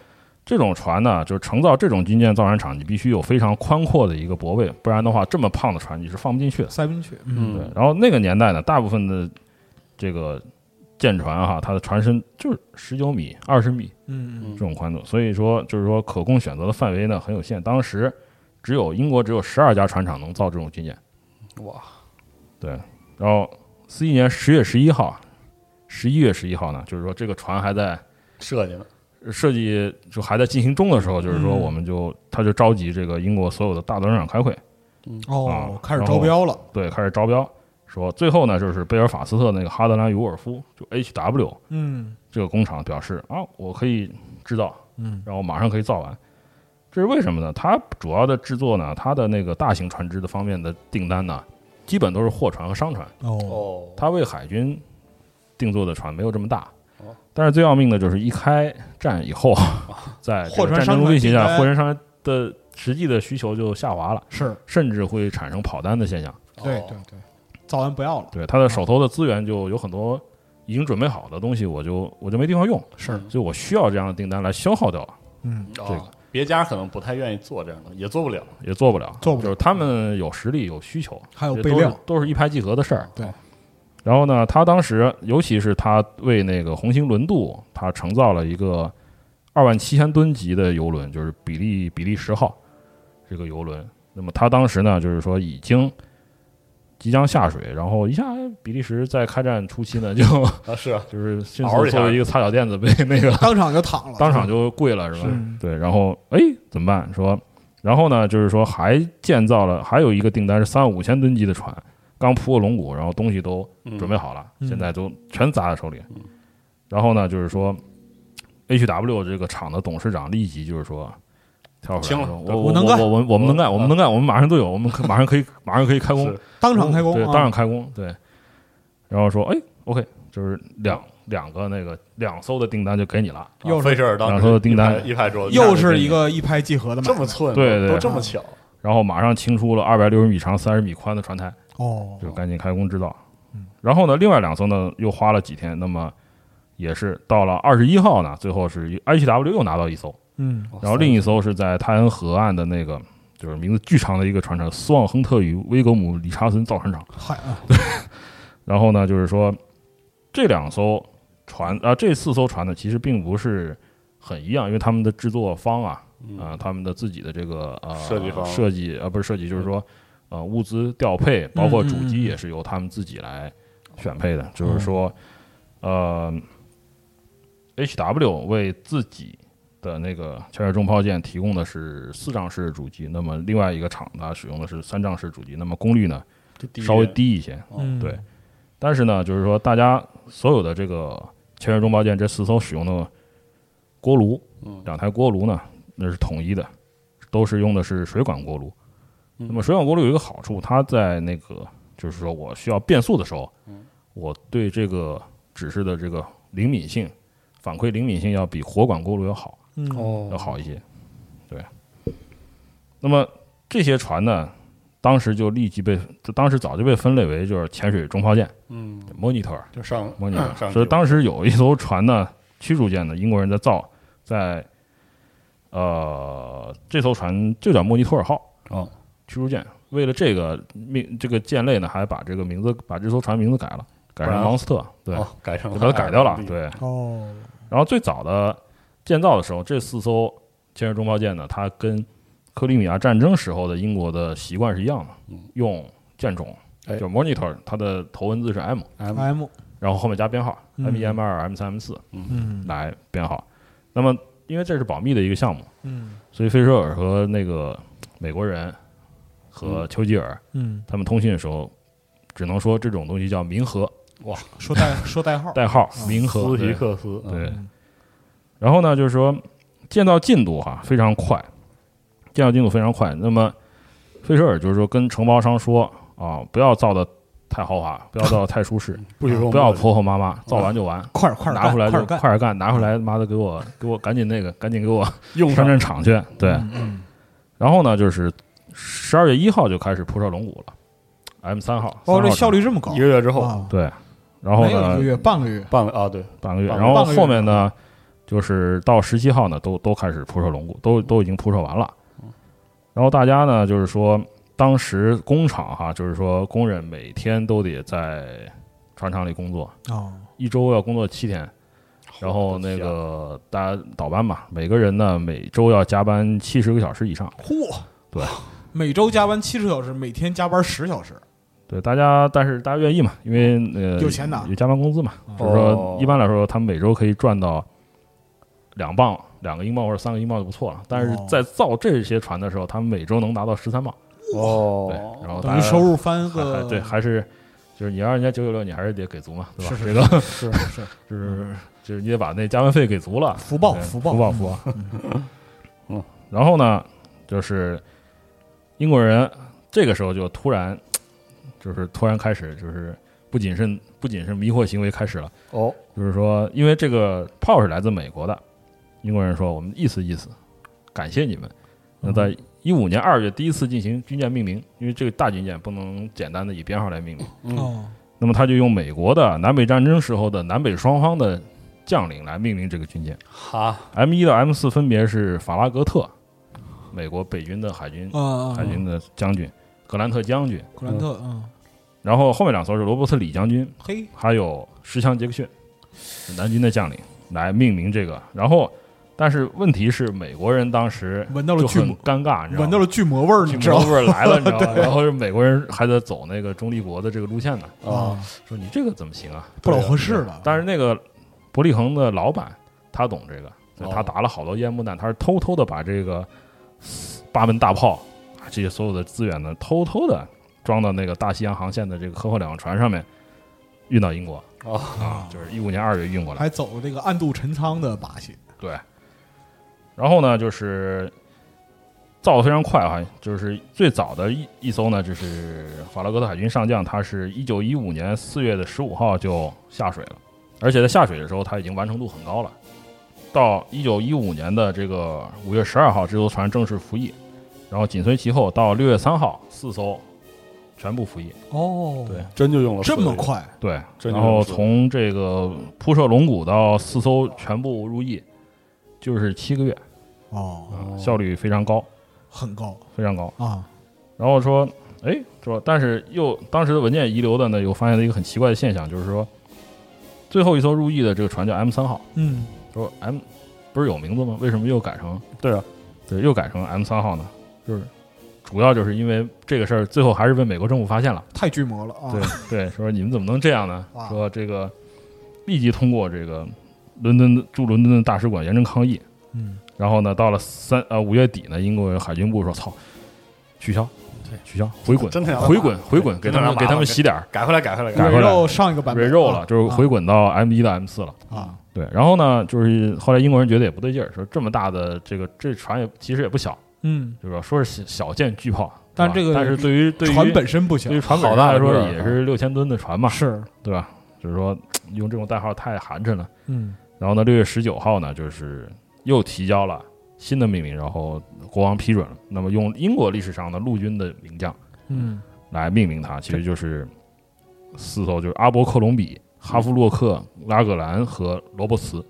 [SPEAKER 4] 这种船呢，就是承造这种军舰造船厂，你必须有非常宽阔的一个泊位，不然的话，这么胖的船你是放不进去的。
[SPEAKER 3] 塞不进去，
[SPEAKER 2] 嗯
[SPEAKER 4] 对，然后那个年代呢，大部分的这个舰船哈，它的船身就是十九米、二十米
[SPEAKER 3] 嗯
[SPEAKER 2] 嗯
[SPEAKER 4] 这种宽度，所以说就是说可供选择的范围呢很有限，当时只有英国只有十二家船厂能造这种军舰。
[SPEAKER 2] 哇，
[SPEAKER 4] 然后四一年十月十一号，十一月十一号呢，就是说这个船还在
[SPEAKER 2] 设计呢，
[SPEAKER 4] 设计就还在进行中的时候，就是说
[SPEAKER 3] 嗯
[SPEAKER 4] 我们就他就召集这个英国所有的大造船厂开会，
[SPEAKER 3] 哦
[SPEAKER 4] 啊，
[SPEAKER 3] 开始招标了，
[SPEAKER 4] 对，开始招标，说最后呢就是贝尔法斯特那个哈德兰与沃尔夫就 HW
[SPEAKER 3] 嗯
[SPEAKER 4] 这个工厂表示啊，我可以知道，
[SPEAKER 3] 嗯
[SPEAKER 4] 然后马上可以造完。这是为什么呢？它主要的制作呢，它的那个大型船只的方面的订单呢，基本都是货船和商船。
[SPEAKER 3] 哦
[SPEAKER 2] 哦，
[SPEAKER 4] 他为海军定做的船没有这么大
[SPEAKER 2] 哦，
[SPEAKER 4] 但是最要命的就是一开战以后，在这
[SPEAKER 3] 哦货
[SPEAKER 4] 个
[SPEAKER 3] 船
[SPEAKER 4] 战
[SPEAKER 3] 商船
[SPEAKER 4] 争威胁
[SPEAKER 3] 订
[SPEAKER 4] 下，
[SPEAKER 3] 单
[SPEAKER 4] 货船商的实际的需求就下滑了，
[SPEAKER 3] 是
[SPEAKER 4] 甚至会产生跑单的现象。
[SPEAKER 3] 对
[SPEAKER 2] 哦
[SPEAKER 3] 对对，造完不要了，
[SPEAKER 4] 对他的手头的资源就有很多已经准备好的东西，我就我就没地方用，
[SPEAKER 3] 是
[SPEAKER 4] 所以我需要这样的订单来消耗掉，
[SPEAKER 3] 嗯
[SPEAKER 2] 哦
[SPEAKER 4] 这个
[SPEAKER 2] 别家可能不太愿意做这样的，也做不了，
[SPEAKER 4] 也做不了。
[SPEAKER 3] 做不
[SPEAKER 4] 就
[SPEAKER 3] 了
[SPEAKER 4] 是，他们有实力有需求，
[SPEAKER 3] 还有
[SPEAKER 4] 这
[SPEAKER 3] 备
[SPEAKER 4] 都是
[SPEAKER 3] 料，
[SPEAKER 4] 都是一拍即合的事儿。
[SPEAKER 3] 对。
[SPEAKER 4] 然后呢，他当时，尤其是他为那个红星轮渡，他承造了一个二万七千吨级的游轮，就是比利比利时号这个游轮。那么他当时呢，就是说已经即将下水，然后一下比利时在开战初期呢，就
[SPEAKER 2] 啊是啊
[SPEAKER 4] 就是迅
[SPEAKER 2] 嗷
[SPEAKER 4] 速
[SPEAKER 2] 一下
[SPEAKER 4] 作为一个擦脚垫子被那个
[SPEAKER 3] 当场就躺了，
[SPEAKER 4] 当场就跪了，是吧？
[SPEAKER 3] 啊是
[SPEAKER 4] 对，然后哎怎么办？说，然后呢，就是说还建造了，还有一个订单是三万五千吨级的船，刚铺过龙骨，然后东西都准备好了，
[SPEAKER 3] 嗯
[SPEAKER 4] 现在都全砸在手里。
[SPEAKER 2] 嗯
[SPEAKER 4] 然后呢，就是说，HW 这个厂的董事长立即就是说。跳出
[SPEAKER 2] 行
[SPEAKER 4] 来
[SPEAKER 2] 了
[SPEAKER 4] 说，
[SPEAKER 2] 对
[SPEAKER 4] 我
[SPEAKER 3] 我能干嗯
[SPEAKER 4] 我我我们能干，我们能干，我们马上都有，我们可马上可以，马上可以开工
[SPEAKER 2] 是，
[SPEAKER 3] 当场开工
[SPEAKER 4] 对，
[SPEAKER 3] 啊，
[SPEAKER 4] 当场开工，对。然后说，哎，OK，就是两两个那个两艘的订单就给你了，
[SPEAKER 3] 又是
[SPEAKER 2] 啊费事儿，当
[SPEAKER 4] 然
[SPEAKER 2] 时
[SPEAKER 4] 后
[SPEAKER 2] 一
[SPEAKER 4] 订单
[SPEAKER 2] 拍一拍桌子，
[SPEAKER 3] 又是一个一拍即合的买卖，
[SPEAKER 2] 这么寸，
[SPEAKER 4] 对对
[SPEAKER 2] 都这么巧，
[SPEAKER 4] 然后马上清出了二百六十米长、三十米宽的船台，
[SPEAKER 3] 哦，
[SPEAKER 4] 就赶紧开工制造
[SPEAKER 3] 嗯。
[SPEAKER 4] 然后呢，另外两艘呢又花了几天，那么也是到了二十一号呢，最后是 IHW 又拿到一艘，
[SPEAKER 3] 嗯
[SPEAKER 4] 然后另一艘是在泰恩河岸的那个就是名字巨长的一个船厂——斯旺亨特与威格姆理查森造船厂。
[SPEAKER 3] 嗨啊，
[SPEAKER 4] 然后呢，就是说这两艘船啊，这四艘船呢，其实并不是很一样，因为他们的制作方啊，啊、
[SPEAKER 2] 嗯
[SPEAKER 4] 他们的自己的这个呃
[SPEAKER 2] 设计方
[SPEAKER 4] 设计啊、呃不是设计，就是说呃物资调配，包括
[SPEAKER 3] 嗯嗯嗯
[SPEAKER 4] 主机
[SPEAKER 3] 嗯
[SPEAKER 4] 也是由他们自己来选配的，就是说呃 HW 为自己。的那个潜水重炮舰提供的是四张式主机，那么另外一个厂它使用的是三张式主机，那么功率呢
[SPEAKER 2] 这第一
[SPEAKER 4] 稍微
[SPEAKER 2] 眼
[SPEAKER 4] 低一些，
[SPEAKER 3] 嗯
[SPEAKER 4] 哦对，但是呢，就是说大家所有的这个潜水中包舰这四艘使用的锅炉，
[SPEAKER 2] 嗯
[SPEAKER 4] 两台锅炉呢，那是统一的，都是用的是水管锅炉。
[SPEAKER 2] 嗯
[SPEAKER 4] 那么水管锅炉有一个好处，它在那个就是说我需要变速的时候，
[SPEAKER 2] 嗯
[SPEAKER 4] 我对这个指示的这个灵敏性反馈灵敏性要比火管锅炉要好。
[SPEAKER 3] 嗯，
[SPEAKER 2] 哦
[SPEAKER 4] 要好一些。对，那么这些船呢，当时就立即被，就当时早就被分类为就是潜水中炮舰
[SPEAKER 2] 嗯
[SPEAKER 4] （monitor）。
[SPEAKER 2] 就上
[SPEAKER 4] monitor，
[SPEAKER 2] 嗯上
[SPEAKER 4] 所
[SPEAKER 2] 去
[SPEAKER 4] 以当时有一艘船呢，驱逐舰呢，英国人在造，在呃，这艘船就叫莫尼托尔号
[SPEAKER 2] 哦，
[SPEAKER 4] 驱逐舰。为了这个命，这个舰类呢，还把这个名字，把这艘船名字改了，改成
[SPEAKER 2] 不然
[SPEAKER 4] 芒斯特，对，
[SPEAKER 2] 哦改嗯成
[SPEAKER 4] 就把它改掉了，
[SPEAKER 2] RMB
[SPEAKER 4] 对。
[SPEAKER 3] 哦，
[SPEAKER 4] 然后最早的建造的时候，这四艘潜水中炮舰呢，它跟克里米亚战争时候的英国的习惯是一样的
[SPEAKER 2] 嗯，
[SPEAKER 4] 用舰种
[SPEAKER 2] 哎
[SPEAKER 4] 叫 monitor，它的头文字是 M，
[SPEAKER 2] M
[SPEAKER 3] M，
[SPEAKER 4] 然后后面加编号
[SPEAKER 3] 嗯
[SPEAKER 4] M 一、M 二、M 三、M 四
[SPEAKER 3] 嗯
[SPEAKER 4] 来编号。那么因为这是保密的一个项目，
[SPEAKER 3] 嗯
[SPEAKER 4] 所以菲舍尔和那个美国人和丘吉尔
[SPEAKER 3] 嗯，
[SPEAKER 4] 他们通信的时候，只能说这种东西叫民和
[SPEAKER 3] 说代说代号，
[SPEAKER 4] 代号，民和
[SPEAKER 2] 啊斯
[SPEAKER 4] 对
[SPEAKER 2] 皮克斯，嗯
[SPEAKER 4] 对，然后呢，就是说建造进度哈、非常快，建造进度非常快。那么菲舍尔就是说跟承包商说啊，不要造的太豪华，不要造的太舒 适，
[SPEAKER 2] 不许说
[SPEAKER 4] 不要婆婆妈妈，造完就完。
[SPEAKER 3] 快点快点
[SPEAKER 4] 拿
[SPEAKER 3] 干
[SPEAKER 4] 回来
[SPEAKER 3] 快点
[SPEAKER 4] 就
[SPEAKER 3] 干，嗯
[SPEAKER 4] 快点干，拿回来，妈的给我给我赶紧那个赶紧 给我
[SPEAKER 2] 用
[SPEAKER 4] 上
[SPEAKER 2] 上
[SPEAKER 4] 战场去。对，
[SPEAKER 3] 嗯，
[SPEAKER 4] 然后呢，就是十二月一号就开始铺设龙骨了，M 三号。
[SPEAKER 3] 哦，
[SPEAKER 4] 3号
[SPEAKER 3] 这效率这么高
[SPEAKER 2] 一，个月之后
[SPEAKER 3] 啊，
[SPEAKER 4] 对，然后
[SPEAKER 3] 没有一
[SPEAKER 4] 呢
[SPEAKER 3] 个，月，半个月，
[SPEAKER 2] 半个啊对，
[SPEAKER 4] 半个月，
[SPEAKER 2] 半
[SPEAKER 4] 然
[SPEAKER 2] 个
[SPEAKER 4] 后
[SPEAKER 3] 半个月嗯
[SPEAKER 4] 后面呢，就是到十七号呢，都都开始铺设龙骨，都都已经铺设完了。
[SPEAKER 3] 嗯
[SPEAKER 4] 然后大家呢，就是说当时工厂哈，就是说工人每天都得在船厂里工作，
[SPEAKER 3] 哦，
[SPEAKER 4] 一周要工作七天。然后那
[SPEAKER 3] 啊
[SPEAKER 4] 个大家倒班嘛，每个人呢每周要加班七十个小时以上。
[SPEAKER 3] 嚯，
[SPEAKER 4] 对，
[SPEAKER 3] 每周加班七十小时，每天加班十小时，
[SPEAKER 4] 对大家，但是大家愿意嘛，因为呃
[SPEAKER 3] 哦有钱啊哦拿
[SPEAKER 4] 有加班工资嘛，
[SPEAKER 2] 我
[SPEAKER 4] 就
[SPEAKER 2] 的
[SPEAKER 4] 是
[SPEAKER 2] 天啊
[SPEAKER 4] 说一般来说，他们每周可以赚到两磅、两个英镑或者三个英镑就不错了。但是
[SPEAKER 3] 哦
[SPEAKER 4] 在造这些船的时候，他们每周能拿到十三磅，
[SPEAKER 2] 哦，
[SPEAKER 4] 对，然后大
[SPEAKER 3] 等于
[SPEAKER 4] 家
[SPEAKER 3] 收入翻
[SPEAKER 4] 还还
[SPEAKER 3] 个
[SPEAKER 4] 对，还是就是你让人家九九六，你还是得给足嘛，对吧？
[SPEAKER 3] 是是
[SPEAKER 4] 这 个
[SPEAKER 3] 是是
[SPEAKER 4] 就是就是你得把那加班费给足了，
[SPEAKER 3] 福报
[SPEAKER 4] 对
[SPEAKER 3] 哦福
[SPEAKER 4] 福
[SPEAKER 3] 报
[SPEAKER 4] 报福报。嗯，然后呢，就是英国人这个时候就突然就是突然开始就是不谨慎不谨慎迷惑行为开始了。
[SPEAKER 2] 哦
[SPEAKER 4] 就是说，因为这个炮是来自美国的，英国人说我们意思意思，感谢你们。那在一五年二月第一次进行军舰命名，因为这个大军舰不能简单的以编号来命名，
[SPEAKER 3] 哦，
[SPEAKER 4] 那么他就用美国的南北战争时候的南北双方的将领来命名这个军舰。
[SPEAKER 2] 哈
[SPEAKER 4] M 一到 M 四分别是法拉格特，美国北军的海军
[SPEAKER 3] 啊，
[SPEAKER 4] 海军的将军，格兰特将军，
[SPEAKER 3] 格兰特，嗯，
[SPEAKER 4] 然后后面两艘是罗伯特李将军，
[SPEAKER 3] 嘿，
[SPEAKER 4] 还有石枪杰克逊，南军的将领来命名这个。然后，但是问题是，美国人当时
[SPEAKER 3] 闻到了
[SPEAKER 4] 就
[SPEAKER 3] 巨
[SPEAKER 4] 很
[SPEAKER 3] 魔，
[SPEAKER 4] 尴尬，你知道吗
[SPEAKER 3] 闻到了巨魔味儿，你
[SPEAKER 4] 巨
[SPEAKER 3] 知道
[SPEAKER 4] 魔
[SPEAKER 3] 吗？
[SPEAKER 4] 味儿来了，你知道 吗？然后是美国人还在走那个中立国的这个路线呢，
[SPEAKER 2] 啊，
[SPEAKER 4] 说你这个怎么行啊？
[SPEAKER 3] 不老合适了
[SPEAKER 4] 但是那个伯利恒的老板他懂这个，所以他
[SPEAKER 2] 哦
[SPEAKER 4] 打了好多烟幕弹，他是偷偷的把这个八门大炮啊这些所有的资源呢，偷偷的装到那个大西洋航线的这个科霍两船上面，运到英国
[SPEAKER 2] 哦
[SPEAKER 4] 啊，就是一五年二月运过来。
[SPEAKER 3] 还走了这个暗度陈仓的把戏，
[SPEAKER 4] 对，然后呢，就是造的非常快啊，就是最早的一一艘呢，就是法兰格特海军上将，他是一九一五年四月的十五号就下水了，而且在下水的时候，它已经完成度很高了。到一九一五年的这个五月十二号，这艘船正式服役，然后紧随其后到六月三号，四艘全部服役。
[SPEAKER 3] 哦
[SPEAKER 4] 对
[SPEAKER 2] 真就用了
[SPEAKER 3] 这么
[SPEAKER 2] 四个月，
[SPEAKER 3] 快，
[SPEAKER 4] 对，
[SPEAKER 2] 这就
[SPEAKER 4] 然后
[SPEAKER 2] 是
[SPEAKER 4] 从这个铺设龙骨到四艘全部入役，就是七个月。
[SPEAKER 3] 哦，
[SPEAKER 4] 啊，效率非常高，
[SPEAKER 3] 很高
[SPEAKER 4] 非常高。
[SPEAKER 3] 啊，
[SPEAKER 4] 然后说，哎，说，但是又当时的文件遗留的呢，又发现了一个很奇怪的现象，就是说，最后一艘入役的这个船叫 M 三号，
[SPEAKER 3] 嗯，
[SPEAKER 4] 说 M 不是有名字吗？为什么又改成
[SPEAKER 2] 对啊，
[SPEAKER 4] 对又改成 M 三号呢？就是主要就是因为这个事儿，最后还是被美国政府发现了。
[SPEAKER 3] 太巨魔了啊，
[SPEAKER 4] 对对，说你们怎么能这样呢
[SPEAKER 3] 哇？
[SPEAKER 4] 说这个立即通过这个伦敦驻伦敦的大使馆严正抗议，
[SPEAKER 3] 嗯，
[SPEAKER 4] 然后呢，到了三呃五月底呢，英国海军部说：“操，取消，
[SPEAKER 2] 对，
[SPEAKER 4] 取消，回滚，
[SPEAKER 2] 真的要
[SPEAKER 4] 回滚，回滚，给
[SPEAKER 2] 真
[SPEAKER 4] 他
[SPEAKER 2] 的要
[SPEAKER 4] 们给他们洗点儿，
[SPEAKER 2] 改回来，改回来，
[SPEAKER 3] 嗯
[SPEAKER 4] 改
[SPEAKER 2] 回
[SPEAKER 4] 回来
[SPEAKER 3] 肉上一个版本
[SPEAKER 4] re 肉
[SPEAKER 2] 啊
[SPEAKER 4] 了，就是回滚到 M 一到 M 四了。
[SPEAKER 3] 啊，”
[SPEAKER 4] 对，然后呢，就是后来英国人觉得也不对劲儿，说这么大的这个这船也其实也不小，
[SPEAKER 3] 嗯，
[SPEAKER 4] 就是吧说是小小舰巨炮，
[SPEAKER 3] 但
[SPEAKER 4] 是吧
[SPEAKER 3] 这个
[SPEAKER 4] 但是对于对于
[SPEAKER 3] 船本身不行
[SPEAKER 4] 对于，船本
[SPEAKER 2] 好大
[SPEAKER 4] 来
[SPEAKER 2] 的
[SPEAKER 4] 说
[SPEAKER 2] 个儿
[SPEAKER 4] 也
[SPEAKER 2] 啊
[SPEAKER 4] 是六千吨的船嘛，
[SPEAKER 3] 是，
[SPEAKER 4] 对吧？就是说用这种代号太寒碜了。
[SPEAKER 3] 嗯，
[SPEAKER 4] 然后呢，六月十九号呢，就是又提交了新的命令，然后国王批准了。那么用英国历史上的陆军的名将
[SPEAKER 3] 嗯，
[SPEAKER 4] 来命名它，其实就是四艘，就是阿伯克隆比、哈夫洛克、拉格兰和罗伯茨，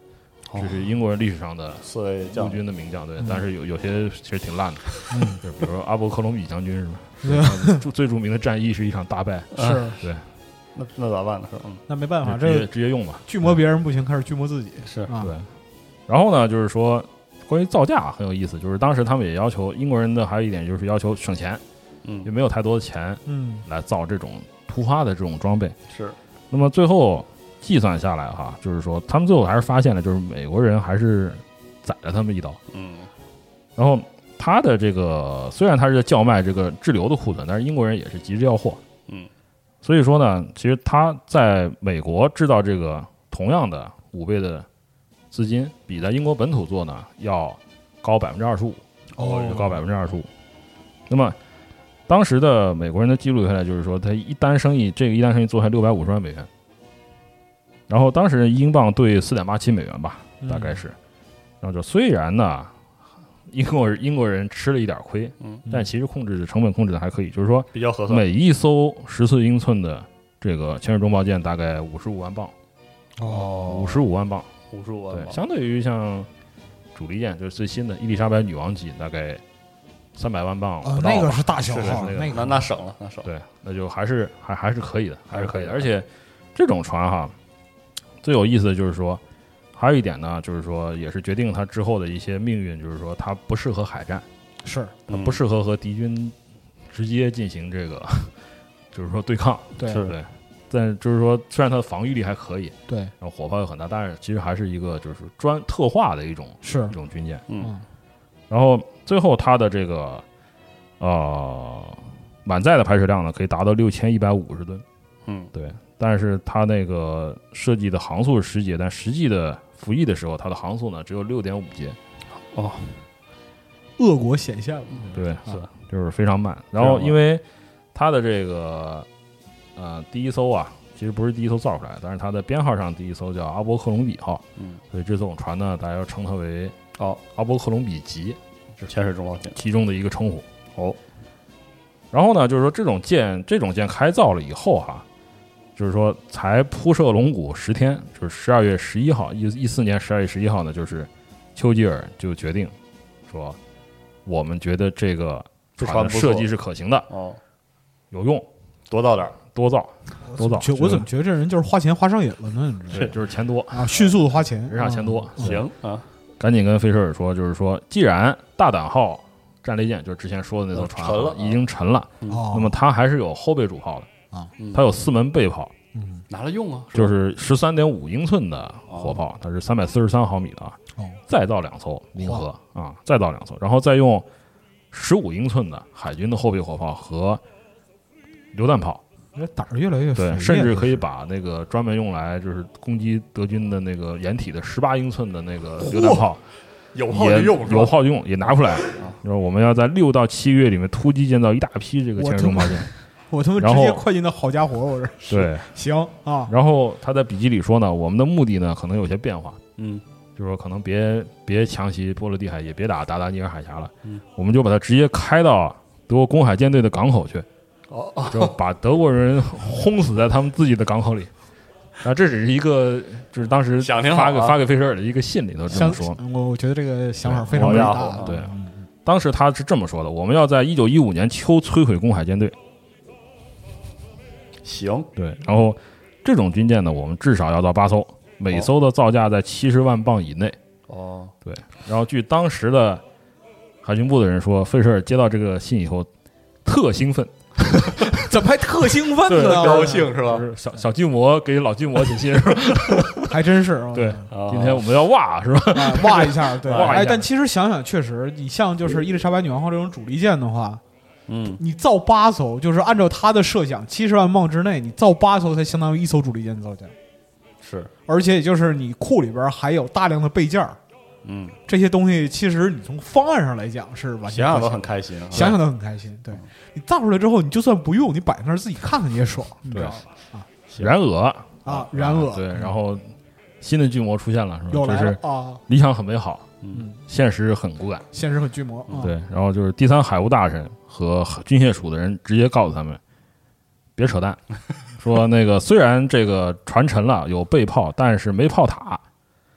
[SPEAKER 4] 这是英国人历史上的
[SPEAKER 2] 四位
[SPEAKER 4] 陆
[SPEAKER 2] 将军，
[SPEAKER 4] 军的名将。对
[SPEAKER 3] 哦嗯，
[SPEAKER 4] 但是有有些其实挺烂的，
[SPEAKER 3] 嗯
[SPEAKER 4] 就是比如说阿伯克隆比将军是吧？
[SPEAKER 3] 对
[SPEAKER 4] 然后最最著名的战役是一场大败，
[SPEAKER 3] 是，
[SPEAKER 2] 啊那那咋办呢？是吧？嗯
[SPEAKER 3] 那没办法，
[SPEAKER 4] 就直
[SPEAKER 3] 啊这
[SPEAKER 4] 接直接用吧。
[SPEAKER 3] 巨魔别人不行，开始巨魔自己
[SPEAKER 2] 是
[SPEAKER 3] 啊，
[SPEAKER 4] 对，然后呢，就是说关于造价很有意思，就是当时他们也要求英国人的还有一点就是要求省钱，也
[SPEAKER 2] 嗯，
[SPEAKER 4] 没有太多的钱
[SPEAKER 3] 嗯，
[SPEAKER 4] 来造这种突发的这种装备。
[SPEAKER 2] 是
[SPEAKER 4] 那么最后计算下来哈，就是说他们最后还是发现了，就是美国人还是宰了他们一刀。
[SPEAKER 2] 嗯，
[SPEAKER 4] 然后他的这个虽然他是在叫卖这个滞留的库存，但是英国人也是急着要货。
[SPEAKER 2] 嗯，
[SPEAKER 4] 所以说呢，其实他在美国制造这个同样的五倍的资金，比在英国本土做呢要高百分之二十五，
[SPEAKER 3] 哦
[SPEAKER 4] 高百分之二十五。那么当时的美国人的记录下来，就是说他一单生意，这个一单生意做下六百五十万美元，然后当时英镑兑四点八七美元吧，
[SPEAKER 3] 嗯
[SPEAKER 4] 大概是。然后就虽然呢，英国人英国人吃了一点亏，
[SPEAKER 2] 嗯，
[SPEAKER 4] 但其实控制的成本控制的还可以，就是说
[SPEAKER 2] 比较合算，
[SPEAKER 4] 每一艘十四英寸的这个潜水中爆舰大概五十五万磅，
[SPEAKER 2] 哦啊
[SPEAKER 4] 五十五万磅，
[SPEAKER 2] 五十五万
[SPEAKER 4] 对，
[SPEAKER 2] 吧，
[SPEAKER 4] 相对于像主力舰就是最新的伊丽莎白女王级大概三百万
[SPEAKER 3] 啊
[SPEAKER 4] 磅不，到吧、
[SPEAKER 3] 那个是大消
[SPEAKER 4] 哦是
[SPEAKER 3] 耗，
[SPEAKER 4] 是那个
[SPEAKER 3] 那
[SPEAKER 2] 那那省了，那省了，
[SPEAKER 4] 对，那就还是还还是可以的，还是可以的。
[SPEAKER 2] 还
[SPEAKER 4] 而
[SPEAKER 2] 是可
[SPEAKER 4] 且这种船哈，最有意思的就是说，还有一点呢，就是说也是决定它之后的一些命运，就是说它不适合海战，
[SPEAKER 3] 是
[SPEAKER 4] 它
[SPEAKER 2] 嗯
[SPEAKER 4] 不适合和敌军直接进行这个， 就是说对抗。
[SPEAKER 3] 对
[SPEAKER 2] 是
[SPEAKER 4] 对，但就是说，虽然它的防御力还可以，
[SPEAKER 3] 对
[SPEAKER 4] 然后火炮又很大，但是其实还是一个就是专特化的一种
[SPEAKER 3] 是
[SPEAKER 4] 一，种军舰。
[SPEAKER 2] 嗯，
[SPEAKER 3] 嗯
[SPEAKER 4] 然后最后它的这个呃满载的排水量呢，可以达到六千一百五十吨。
[SPEAKER 2] 嗯，
[SPEAKER 4] 对，但是它那个设计的航速是十节，但实际的服役的时候，它的航速呢只有六点五节，
[SPEAKER 3] 恶果显现了，
[SPEAKER 4] 对，
[SPEAKER 2] 嗯
[SPEAKER 3] 是
[SPEAKER 4] 啊就是非常慢。然
[SPEAKER 2] 常
[SPEAKER 4] 后
[SPEAKER 2] 慢
[SPEAKER 4] 因为它的这个呃第一艘啊，其实不是第一艘造出来的，但是它的编号上第一艘叫阿波克隆比号，
[SPEAKER 2] 嗯，
[SPEAKER 4] 所以这艘船呢，大家要称它为
[SPEAKER 2] 哦，
[SPEAKER 4] 阿波克隆比级
[SPEAKER 2] 潜水中老舰，
[SPEAKER 4] 其中的一个称呼。
[SPEAKER 2] 哦，
[SPEAKER 4] 然后呢，就是说这种舰，这种舰开造了以后哈、就是说才铺设龙骨十天，就是十二月十一号，一一四年十二月十一号呢，就是丘吉尔就决定说，我们觉得这个
[SPEAKER 2] 这
[SPEAKER 4] 船
[SPEAKER 2] 船
[SPEAKER 4] 的
[SPEAKER 2] 不错
[SPEAKER 4] 设计是可行的，
[SPEAKER 2] 哦，
[SPEAKER 4] 有用，
[SPEAKER 2] 多造点儿，
[SPEAKER 4] 多造，多造，
[SPEAKER 3] 觉我怎么觉得这人就是花钱花上瘾了呢？你知道吗
[SPEAKER 4] 对，就是钱多，
[SPEAKER 3] 啊，迅速的花钱，
[SPEAKER 4] 人傻钱多
[SPEAKER 3] 啊，
[SPEAKER 4] 嗯
[SPEAKER 2] 行啊，
[SPEAKER 4] 赶紧跟菲舍尔说，就是说，既然大胆号战列舰就是之前说的那艘
[SPEAKER 2] 嗯
[SPEAKER 4] 船
[SPEAKER 2] 沉
[SPEAKER 4] 啊
[SPEAKER 2] 了
[SPEAKER 4] 已经沉了，
[SPEAKER 3] 哦，
[SPEAKER 4] 那么它还是有后备主炮的，
[SPEAKER 2] 嗯
[SPEAKER 4] 它有四门背炮，
[SPEAKER 3] 嗯
[SPEAKER 2] 拿来用啊，
[SPEAKER 4] 就是是十三点五英寸的
[SPEAKER 2] 哦
[SPEAKER 4] 火炮，它是三百四十三毫米的啊，
[SPEAKER 3] 哦
[SPEAKER 4] 再造两艘民和啊，再造两艘，然后再用十五英寸的海军的后备火炮和榴弹炮，
[SPEAKER 3] 这胆儿越来越肥
[SPEAKER 4] 对，
[SPEAKER 3] 呀
[SPEAKER 4] 甚至可
[SPEAKER 3] 这
[SPEAKER 4] 以
[SPEAKER 3] 是
[SPEAKER 4] 把那个专门用来就是攻击德军的那个掩体的十八英寸的那个榴弹炮，
[SPEAKER 2] 有炮就
[SPEAKER 4] 也
[SPEAKER 2] 用，是吧啊
[SPEAKER 4] 有炮就用，也拿出来。就是我们要在六到七个月里面突击建造一大批这个
[SPEAKER 3] 我
[SPEAKER 4] 潜水重
[SPEAKER 3] 他
[SPEAKER 4] 炮
[SPEAKER 3] 妈
[SPEAKER 4] 舰。
[SPEAKER 3] 我他妈
[SPEAKER 4] 然
[SPEAKER 3] 直
[SPEAKER 4] 后
[SPEAKER 3] 接快进到好家伙，我这
[SPEAKER 4] 对，
[SPEAKER 3] 行啊，
[SPEAKER 4] 然后他在笔记里说呢，我们的目的呢可能有些变化，
[SPEAKER 2] 嗯，
[SPEAKER 4] 就是说可能别别强袭波罗的海，也别打达达尼尔海峡了，
[SPEAKER 2] 嗯
[SPEAKER 4] 我们就把它直接开到德国公海舰队的港口去，
[SPEAKER 2] 哦哦，
[SPEAKER 4] 就把德国人轰死在他们自己的港口里。啊，这只是一个，就是当时
[SPEAKER 2] 想挺好
[SPEAKER 4] 发给
[SPEAKER 2] 啊
[SPEAKER 4] 发给费舍尔的一个信里头这
[SPEAKER 3] 想
[SPEAKER 4] 么说。
[SPEAKER 3] 我我觉得这个想法非常
[SPEAKER 4] 好
[SPEAKER 3] 伟
[SPEAKER 4] 家
[SPEAKER 3] 大
[SPEAKER 2] 伙
[SPEAKER 3] 啊，
[SPEAKER 4] 对
[SPEAKER 3] 嗯
[SPEAKER 4] 当时他是这么说的：我们要在一九一五年秋摧毁公海舰队。
[SPEAKER 2] 行，
[SPEAKER 4] 对，然后这种军舰呢，我们至少要到八艘，每艘的造价在七十万镑以内。
[SPEAKER 2] 哦，
[SPEAKER 4] 对，然后据当时的海军部的人说，费舍尔接到这个信以后特兴奋，
[SPEAKER 3] 怎么还特兴奋
[SPEAKER 4] 对
[SPEAKER 3] 呢？
[SPEAKER 2] 高兴是
[SPEAKER 4] 就
[SPEAKER 3] 啊
[SPEAKER 2] 吧？
[SPEAKER 4] 是小小巨魔给老巨魔写信是吧？
[SPEAKER 3] 还真是啊
[SPEAKER 4] 对
[SPEAKER 2] 啊
[SPEAKER 4] 今天我们要哇是吧？
[SPEAKER 3] 啊哇一下， 对，
[SPEAKER 4] 哇一下
[SPEAKER 3] 哎，但其实想想，确实，你像就是伊丽莎白女王号这种主力舰的话，
[SPEAKER 2] 嗯，
[SPEAKER 3] 你造八艘，就是按照他的设想，七十万镑之内，你造八艘才相当于一艘主力舰造价，
[SPEAKER 2] 是，
[SPEAKER 3] 而且也 就是你库里边还有大量的备件儿，
[SPEAKER 2] 嗯，
[SPEAKER 3] 这些东西其实你从方案上来讲是完全
[SPEAKER 2] 想想
[SPEAKER 3] 可
[SPEAKER 2] 都
[SPEAKER 3] 行
[SPEAKER 2] 很开心啊，
[SPEAKER 3] 想想都很开心，对你造出来之后，你就算不用，你摆那儿自己看看你也爽，你知道吗
[SPEAKER 4] 然而
[SPEAKER 3] 啊，然而
[SPEAKER 4] 对，然后新的巨魔出现了是吧？
[SPEAKER 3] 又
[SPEAKER 4] 就
[SPEAKER 3] 来了
[SPEAKER 4] 是
[SPEAKER 3] 啊，
[SPEAKER 4] 理想很美好，
[SPEAKER 2] 嗯，
[SPEAKER 4] 现实很骨感。
[SPEAKER 3] 现实很巨魔啊，
[SPEAKER 4] 对，然后就是第三海务大臣和军械署的人直接告诉他们，别 扯淡，说那个虽然这个船沉了有备炮，但是没炮塔，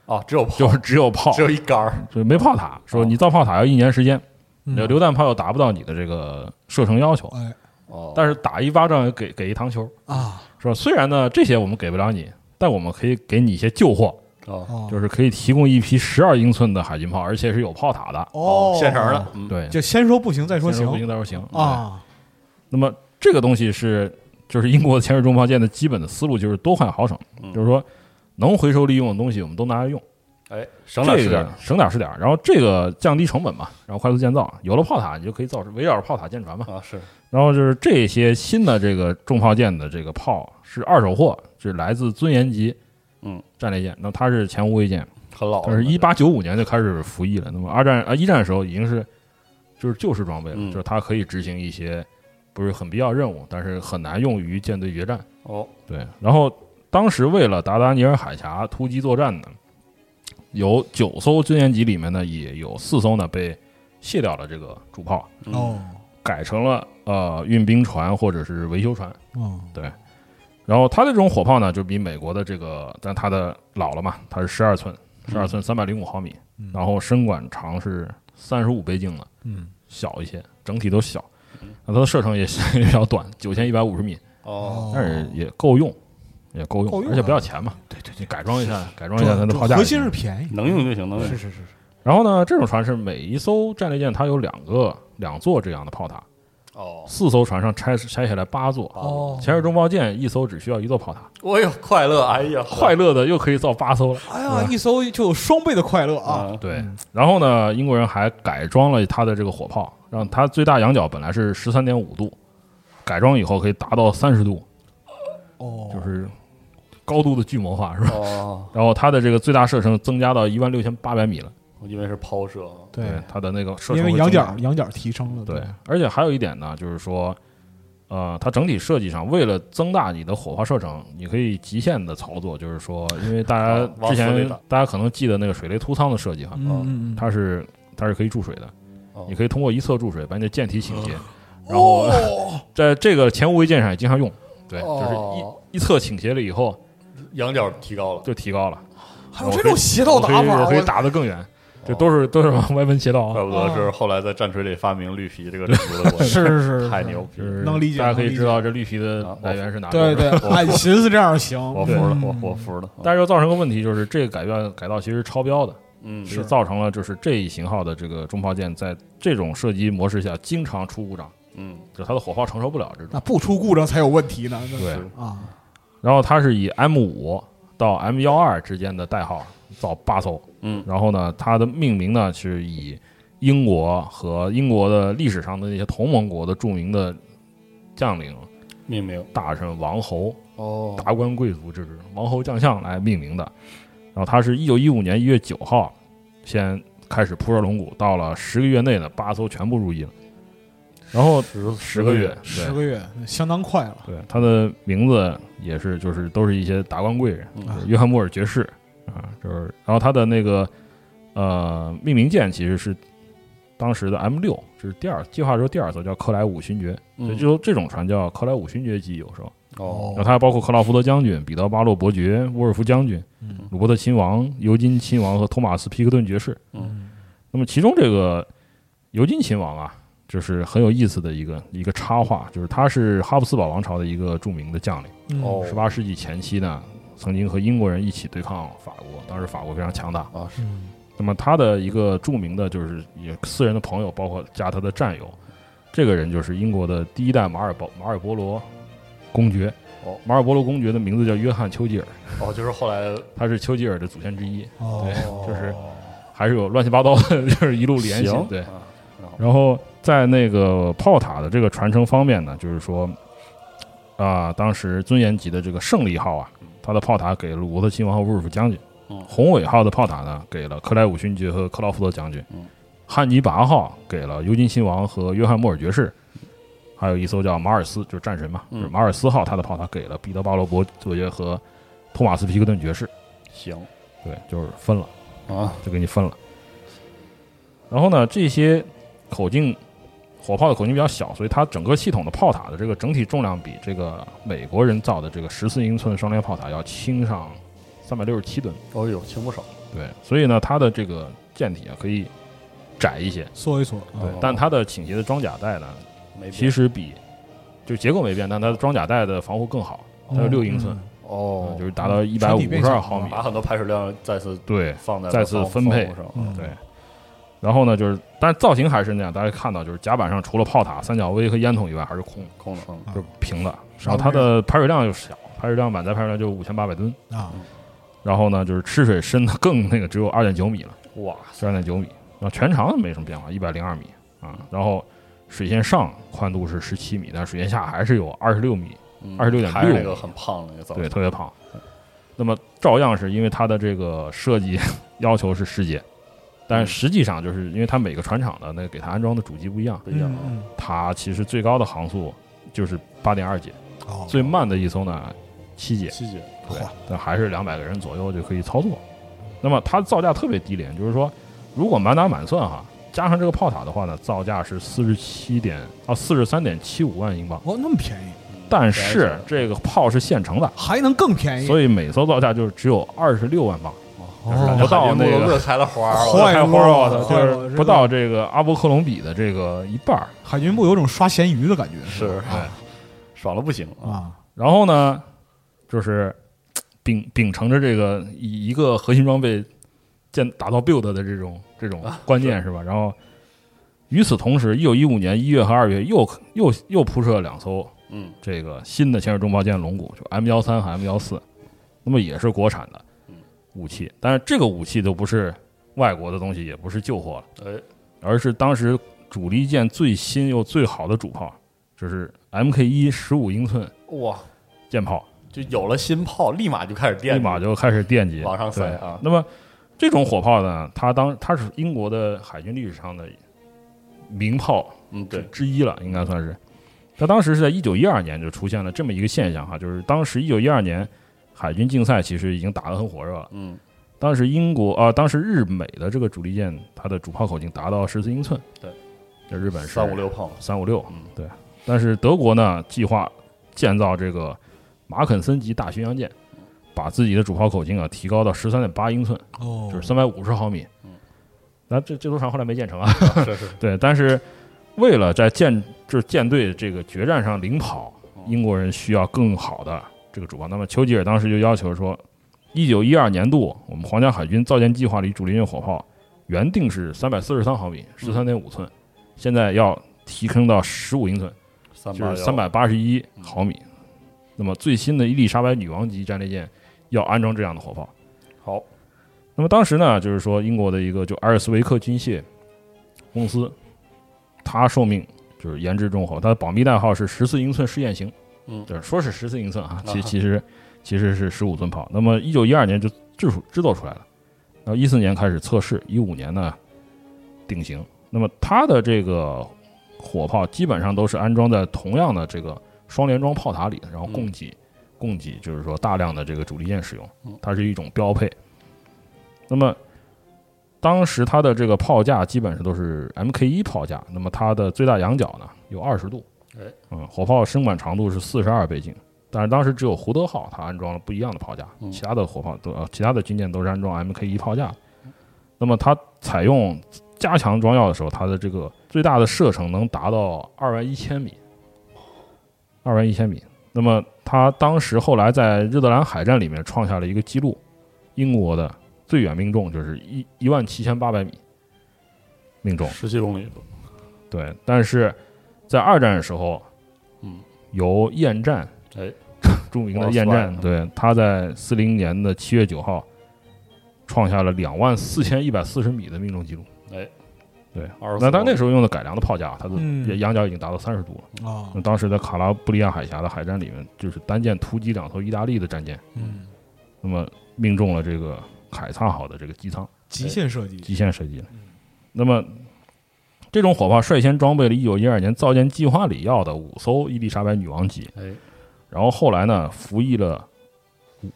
[SPEAKER 2] 哦，只有炮，
[SPEAKER 4] 就是只有炮，
[SPEAKER 2] 只有一杆儿，
[SPEAKER 4] 就是没炮塔。说
[SPEAKER 2] 哦
[SPEAKER 4] 你造炮塔要一年时间，
[SPEAKER 3] 嗯
[SPEAKER 4] 你的榴弹炮又达不到你的这个射程要求，
[SPEAKER 3] 哎
[SPEAKER 2] 哦，
[SPEAKER 4] 但是打一巴掌给给一糖球，
[SPEAKER 3] 啊，
[SPEAKER 4] 说虽然呢这些我们给不了你，但我们可以给你一些旧货，
[SPEAKER 2] 哦
[SPEAKER 3] 哦
[SPEAKER 4] 就是可以提供一批十二英寸的海军炮，而且是有炮塔的。
[SPEAKER 3] 哦，
[SPEAKER 2] 现成的，嗯，
[SPEAKER 4] 对，
[SPEAKER 3] 就先说不行再说
[SPEAKER 4] 先
[SPEAKER 3] 行
[SPEAKER 4] 不行再说行。
[SPEAKER 3] 啊，
[SPEAKER 4] 那么这个东西是就是英国潜水重炮舰的基本的思路，就是多换好省，
[SPEAKER 2] 嗯
[SPEAKER 4] 就是说能回收利用的东西我们都拿来用，
[SPEAKER 2] 哎，省点儿
[SPEAKER 4] 这
[SPEAKER 2] 是点
[SPEAKER 4] 个
[SPEAKER 2] 儿，
[SPEAKER 4] 省点儿是点儿，然后这个降低成本嘛，然后快速建造，有了炮塔你就可以造围绕着炮塔建船嘛，
[SPEAKER 2] 啊，是，
[SPEAKER 4] 然后就是这些新的这个重炮舰的这个炮是二手货，是来自尊严级，
[SPEAKER 2] 嗯，
[SPEAKER 4] 战列舰，那它是前无畏舰，
[SPEAKER 2] 很老了，
[SPEAKER 4] 它是一八九五年就开始服役了，那么二战啊一战的时候已经是就是旧式装备了，
[SPEAKER 2] 嗯
[SPEAKER 4] 就是它可以执行一些不是很必要任务，但是很难用于舰队决战。
[SPEAKER 2] 哦，
[SPEAKER 4] 对，然后当时为了达达尼尔海峡突击作战呢，有九艘军舰级里面呢，也有四艘呢被卸掉了这个主炮，
[SPEAKER 2] 嗯，
[SPEAKER 3] 哦
[SPEAKER 4] 改成了呃运兵船或者是维修船。
[SPEAKER 3] 哦
[SPEAKER 4] 然后它的这种火炮呢，就比美国的这个，但它的老了嘛，它是十二寸，十二寸三百零五毫米，
[SPEAKER 3] 嗯
[SPEAKER 4] 然后身管长是三十五倍径的，
[SPEAKER 3] 嗯
[SPEAKER 4] 小一些，整体都小。那它的射程也也比较短， 九千一百五十米，
[SPEAKER 2] 哦，
[SPEAKER 4] 但是也够用，也够用，
[SPEAKER 3] 够用啊
[SPEAKER 4] 而且不要钱嘛。
[SPEAKER 3] 对对
[SPEAKER 4] 你改装一下，改装一下它的炮架
[SPEAKER 3] 核
[SPEAKER 4] 就
[SPEAKER 3] 心
[SPEAKER 4] 行。
[SPEAKER 3] 是便宜，
[SPEAKER 2] 能用就行，能用
[SPEAKER 3] 是是是是，
[SPEAKER 4] 然后呢，这种船是每一艘战列舰它有两个两座这样的炮塔，
[SPEAKER 2] 哦，
[SPEAKER 4] 四艘船上拆拆下来八座。
[SPEAKER 3] 哦
[SPEAKER 4] 潜水中炮舰一艘只需要一座炮塔，
[SPEAKER 2] 哎呦，快乐，哎呀，
[SPEAKER 4] 快乐的又可以造八艘了。
[SPEAKER 3] 哎呀，一搜就有双倍的快乐啊！
[SPEAKER 2] 啊，
[SPEAKER 4] 对
[SPEAKER 3] 嗯，
[SPEAKER 4] 然后呢，英国人还改装了它的这个火炮，让它最大仰角本来是十三点五度，改装以后可以达到三十度，
[SPEAKER 3] 哦，
[SPEAKER 4] 嗯就是高度的巨魔化，是吧？
[SPEAKER 2] 哦，
[SPEAKER 4] 然后它的这个最大射程增加到一万六千八百米了，
[SPEAKER 2] 因为是抛射，
[SPEAKER 3] 对，
[SPEAKER 4] 它的那个射程
[SPEAKER 3] 因为
[SPEAKER 4] 会
[SPEAKER 3] 仰
[SPEAKER 4] 增
[SPEAKER 3] 角嗯
[SPEAKER 4] 加
[SPEAKER 3] 仰角提升了，
[SPEAKER 4] 对，而且还有一点呢，就是说，呃，它整体设计上为了增大你的火炮射程，你可以极限的操作，就是说，因为大
[SPEAKER 2] 啊
[SPEAKER 4] 家
[SPEAKER 2] 往
[SPEAKER 4] 之
[SPEAKER 2] 死里
[SPEAKER 4] 前
[SPEAKER 2] 打
[SPEAKER 4] 大家可能记得那个水雷突舱的设计哈，
[SPEAKER 3] 嗯嗯嗯，
[SPEAKER 4] 它是它是可以注水的
[SPEAKER 2] 哦，
[SPEAKER 4] 你可以通过一侧注水把你的舰体倾斜，
[SPEAKER 3] 哦
[SPEAKER 4] 然后在这个前无畏舰上也经常用，对，就是
[SPEAKER 2] 哦
[SPEAKER 4] 一一侧倾斜了以后
[SPEAKER 2] 仰角提高了，
[SPEAKER 4] 就提高了，
[SPEAKER 3] 还有这种邪道
[SPEAKER 4] 我可以
[SPEAKER 3] 打法，
[SPEAKER 4] 我可以
[SPEAKER 3] 我哦呃
[SPEAKER 4] 打得更远，这都是都是往歪门邪道啊
[SPEAKER 2] 怪。不得是后来在战锤里发明绿皮这个种族的国家，
[SPEAKER 3] 是是是，
[SPEAKER 2] 太牛逼
[SPEAKER 4] 就
[SPEAKER 2] 了，
[SPEAKER 4] 是
[SPEAKER 3] 能理解
[SPEAKER 4] 大家可
[SPEAKER 3] 能
[SPEAKER 4] 以
[SPEAKER 3] 理
[SPEAKER 4] 知
[SPEAKER 3] 解哦
[SPEAKER 4] 道这绿皮的
[SPEAKER 2] 啊我
[SPEAKER 4] 来源是哪里。
[SPEAKER 3] 对对， 俺寻思这样行，
[SPEAKER 2] 我服了，我我服了，
[SPEAKER 4] 但是又造成个问题，就是这个改变改造其实是超标的，
[SPEAKER 2] 嗯
[SPEAKER 4] 是造成了就是这一型号的这个中炮舰在这种射击模式下经常出故障，
[SPEAKER 2] 嗯，
[SPEAKER 4] 就它的火炮承受不了这种。
[SPEAKER 3] 那不出故障才有问题呢。那
[SPEAKER 4] 对
[SPEAKER 2] 是
[SPEAKER 3] 啊，
[SPEAKER 4] 然后它是以 M 五到 M 幺二之间的代号造八艘，
[SPEAKER 2] 嗯
[SPEAKER 4] 然后呢，它的命名呢是以英国和英国的历史上的那些同盟国的著名的将领、
[SPEAKER 2] 命名
[SPEAKER 4] 大臣、王侯
[SPEAKER 2] 哦
[SPEAKER 4] 达官贵族之王侯将相来命名的。然后它是一九一五年一月九号先开始铺设龙骨，到了十个月内呢，八艘全部入役了。然后
[SPEAKER 2] 十
[SPEAKER 4] 十个月，
[SPEAKER 3] 十
[SPEAKER 4] 对
[SPEAKER 3] 个月相当快了。
[SPEAKER 4] 对，它的名字也是就是都是一些达官贵人，
[SPEAKER 2] 嗯
[SPEAKER 4] 就是约翰莫尔爵士啊，就是然后它的那个呃命名舰其实是当时的 M 六，这是第二计划之后第二艘叫克莱伍勋爵，所以
[SPEAKER 2] 嗯
[SPEAKER 4] 就这种船叫克莱伍勋爵级，有时候。
[SPEAKER 2] 哦
[SPEAKER 4] 然后它还包括克劳福德将军、彼得巴洛伯爵、沃尔夫将军、
[SPEAKER 3] 嗯
[SPEAKER 4] 鲁伯特亲王、尤金亲王和托马斯皮克顿爵士。
[SPEAKER 3] 嗯，
[SPEAKER 4] 那么其中这个尤金亲王啊，就是很有意思的一个一个插画，就是他是哈布斯堡王朝的一个著名的将领。
[SPEAKER 3] 嗯
[SPEAKER 2] 哦
[SPEAKER 4] 十八世纪前期呢，曾经和英国人一起对抗法国，当时法国非常强大。
[SPEAKER 2] 啊是
[SPEAKER 3] 嗯
[SPEAKER 4] 那么他的一个著名的就是也私人的朋友，包括加他的战友，这个人就是英国的第一代马尔伯马尔伯罗公爵。
[SPEAKER 2] 哦
[SPEAKER 4] 马尔伯罗公爵的名字叫约翰丘吉尔，
[SPEAKER 2] 哦，就是后来
[SPEAKER 4] 他是丘吉尔的祖先之一，
[SPEAKER 3] 哦
[SPEAKER 4] 对就是还是有乱七八糟的， 就是一路联系
[SPEAKER 2] 行。
[SPEAKER 4] 对，
[SPEAKER 2] 啊然后
[SPEAKER 4] 然后在那个炮塔的这个传承方面呢，就是说，啊、当时尊严级的这个胜利号啊，它的炮塔给了伍德亲王和乌尔夫将军；
[SPEAKER 2] 嗯
[SPEAKER 4] 宏伟号的炮塔呢，给了克莱伍勋爵和克劳福德将军；
[SPEAKER 2] 嗯
[SPEAKER 4] 汉尼拔号给了尤金亲王和约翰莫尔爵士。还有一艘叫马尔斯，就是战神嘛，
[SPEAKER 2] 嗯
[SPEAKER 4] 就是马尔斯号，它的炮塔给了彼得巴罗伯爵和托马斯皮克顿爵士，
[SPEAKER 2] 行
[SPEAKER 4] 对，就是分了。
[SPEAKER 2] 啊
[SPEAKER 4] 就给你分了。然后呢，这些口径火炮的口径比较小，所以它整个系统的炮塔的这个整体重量比这个美国人造的这个十四英寸的双联炮塔要轻上三百六十七吨。
[SPEAKER 2] 哦呦，轻不少
[SPEAKER 4] 对，所以呢，它的这个舰体啊可以窄一些，
[SPEAKER 3] 缩一啊缩。
[SPEAKER 4] 对
[SPEAKER 2] 哦，
[SPEAKER 4] 但它的倾斜的装甲带呢，
[SPEAKER 2] 没
[SPEAKER 4] 其
[SPEAKER 2] 实
[SPEAKER 4] 实比就结构没变，但它的装甲带的防护更好，它有
[SPEAKER 3] 嗯
[SPEAKER 4] 六英寸，
[SPEAKER 2] 哦
[SPEAKER 4] 嗯就是达到一百
[SPEAKER 3] 船
[SPEAKER 4] 五
[SPEAKER 3] 体变
[SPEAKER 4] 十
[SPEAKER 3] 小
[SPEAKER 4] 二
[SPEAKER 3] 了
[SPEAKER 4] 毫米。
[SPEAKER 2] 把很多排水量再次
[SPEAKER 4] 对，
[SPEAKER 2] 放在
[SPEAKER 4] 再
[SPEAKER 2] 了
[SPEAKER 4] 次
[SPEAKER 2] 防
[SPEAKER 4] 分配
[SPEAKER 2] 防护上
[SPEAKER 3] 嗯
[SPEAKER 4] 啊对，然后呢，就是，但是造型还是那样，大家看到就是甲板上除了炮塔、三角威和烟筒以外，还是空，
[SPEAKER 2] 空了嗯
[SPEAKER 4] 就是平的。
[SPEAKER 3] 啥
[SPEAKER 4] 然后它的排水量又小，排水量满载排水量就五千八百吨。
[SPEAKER 3] 啊，
[SPEAKER 4] 然后呢，就是吃水深的更那个，只有二点九米了，
[SPEAKER 2] 哇
[SPEAKER 4] 三点九米。然后全长没什么变化，一百零二米啊。然后水线上宽度是十七米，但是水线下还是有二十六米，
[SPEAKER 2] 嗯
[SPEAKER 4] 26.6
[SPEAKER 2] 还是那个很胖的那个造型
[SPEAKER 4] 对，特别胖。那么照样是因为它的这个设计 要求是世界，但实际上就是因为它每个船厂的那个给它安装的主机不一样，
[SPEAKER 2] 不一样啊
[SPEAKER 3] 嗯
[SPEAKER 4] 它其实最高的航速就是八点二节，
[SPEAKER 3] 嗯哦，
[SPEAKER 4] 最慢的一艘呢七节，
[SPEAKER 2] 细节
[SPEAKER 4] 对
[SPEAKER 3] 嚯，
[SPEAKER 4] 但还是两百个人左右就可以操作。那么它造价特别低廉，就是说如果满打满算哈，加上这个炮塔的话呢，造价是四十七点啊四十三点七五万英镑，
[SPEAKER 3] 哦，那么便宜，
[SPEAKER 2] 嗯
[SPEAKER 4] 但是这个炮是现成的，
[SPEAKER 3] 还能更便宜，
[SPEAKER 4] 所以每艘造价就是只有二十六万镑，
[SPEAKER 3] 哦
[SPEAKER 4] 不到那
[SPEAKER 2] 穆罗
[SPEAKER 4] 个
[SPEAKER 2] 克开了花儿，啊
[SPEAKER 3] 坏
[SPEAKER 4] 开
[SPEAKER 3] 了
[SPEAKER 4] 花儿我操，
[SPEAKER 3] 坏了
[SPEAKER 4] 就是
[SPEAKER 3] 这
[SPEAKER 4] 不
[SPEAKER 3] 个
[SPEAKER 4] 到这个阿波克隆比的这个一半儿。
[SPEAKER 3] 海军部有种刷咸鱼的感觉，
[SPEAKER 2] 是
[SPEAKER 4] 哎
[SPEAKER 2] 爽了不行啊！
[SPEAKER 3] 啊，
[SPEAKER 4] 然后呢，就是嘖秉秉承着这个以一个核心装备建打造 build 的这种这种观念、是吧？然后与此同时，一九一五年一月和二月又又又铺设了两艘
[SPEAKER 2] 嗯，
[SPEAKER 4] 这个新的潜水中炮舰龙骨，就 M 幺三和 M 幺四，那么也是国产的
[SPEAKER 2] 嗯
[SPEAKER 4] 武器，但是这个武器都不是外国的东西，也不是旧货了。
[SPEAKER 2] 哎，
[SPEAKER 4] 而是当时主力舰最新又最好的主炮，就是 MK 一十五英寸
[SPEAKER 2] 哇，
[SPEAKER 4] 舰炮，
[SPEAKER 2] 就有了新炮，立马就开始
[SPEAKER 4] 立
[SPEAKER 2] 电，
[SPEAKER 4] 马就开始惦记
[SPEAKER 2] 往上塞啊
[SPEAKER 4] 对那么这种火炮呢，它当它是英国的海军历史上的名炮
[SPEAKER 2] 嗯，
[SPEAKER 4] 之
[SPEAKER 2] 对，
[SPEAKER 4] 之一了，应该算是。它当时是在一九一二年就出现了这么一个现象哈，就是当时一九一二年海军竞赛其实已经打得很火热了。
[SPEAKER 2] 嗯，
[SPEAKER 4] 当时英国啊、当时日美的这个主力舰，它的主炮口径达到十四英寸，
[SPEAKER 2] 对，
[SPEAKER 4] 这日本是
[SPEAKER 2] 三五六炮，
[SPEAKER 4] 三五六
[SPEAKER 2] 嗯，
[SPEAKER 4] 对。但是德国呢，计划建造这个马肯森级大巡洋舰，把自己的主炮口径啊提高到十三点八英寸，
[SPEAKER 3] 哦，
[SPEAKER 4] 就是三百五十毫米
[SPEAKER 2] 嗯。
[SPEAKER 4] 那这这艘船后来没建成啊，
[SPEAKER 2] 是是，
[SPEAKER 4] 对。但是为了在舰就是舰队这个决战上领跑
[SPEAKER 2] 哦，
[SPEAKER 4] 英国人需要更好的这个主炮。那么丘吉尔当时就要求说，一九一二年度，我们皇家海军造舰计划里主力运火炮原定是三百四十三毫米，十三点五寸，现在要提升到十五英寸，
[SPEAKER 2] 三嗯
[SPEAKER 4] 就
[SPEAKER 2] 八
[SPEAKER 4] 是三百八十一毫米。那么最新的伊丽莎白女王级战列舰要安装这样的火炮。
[SPEAKER 2] 好，
[SPEAKER 4] 那么当时呢，就是说英国的一个就阿尔斯维克军械公司，它受命就是研制重火，它的保密代号是十四英寸试验型，
[SPEAKER 2] 嗯
[SPEAKER 4] 就是说是十四英寸啊，其
[SPEAKER 2] 啊
[SPEAKER 4] 其实其实是十五寸炮。那么一九一二年就制出制作出来了，然后一四年开始测试，一五年呢定型。那么它的这个火炮基本上都是安装在同样的这个双联装炮塔里，然后供给、供给就是说大量的这个主力舰使用
[SPEAKER 2] 嗯，
[SPEAKER 4] 它是一种标配。那么当时它的这个炮架基本上都是 Mk 一炮架，那么它的最大仰角呢有二十度
[SPEAKER 2] 哎，
[SPEAKER 4] 嗯，火炮升管长度是四十二倍径，但是当时只有胡德号它安装了不一样的炮架，
[SPEAKER 2] 嗯
[SPEAKER 4] 其他的火炮都呃其他的军舰都是安装 Mk 一炮架的。那么它采用加强装药的时候，它的这个最大的射程能达到二万一千米，二万一千米。那么它当时后来在日德兰海战里面创下了一个记录，英国的最远命中就是一一万七千八百米命中。
[SPEAKER 2] 十七公里，
[SPEAKER 4] 对，但是在二战的时候，
[SPEAKER 2] 嗯，
[SPEAKER 4] 由雁战，
[SPEAKER 2] 哎，
[SPEAKER 4] 著名
[SPEAKER 2] 哇啊
[SPEAKER 4] 的雁战，
[SPEAKER 2] 算了
[SPEAKER 4] 对，他在四零年的七月九号创下了两万四千一百四十米的命中记录。
[SPEAKER 2] 二十
[SPEAKER 4] 那他那时候用的改良的炮架，它的
[SPEAKER 3] 嗯
[SPEAKER 4] 仰角已经达到三十度了。
[SPEAKER 3] 啊
[SPEAKER 4] 那，当时在卡拉布里亚海峡的海战里面，就是单舰突击两艘意大利的战舰，
[SPEAKER 3] 嗯，
[SPEAKER 4] 那么命中了这个凯撒号的这个机舱。
[SPEAKER 3] 极限射击，
[SPEAKER 4] 极限射击了。那么，这种火炮率先装备了1912年造舰计划里要的五艘伊丽莎白女王级，
[SPEAKER 2] 哎，
[SPEAKER 4] 然后后来呢，服役了五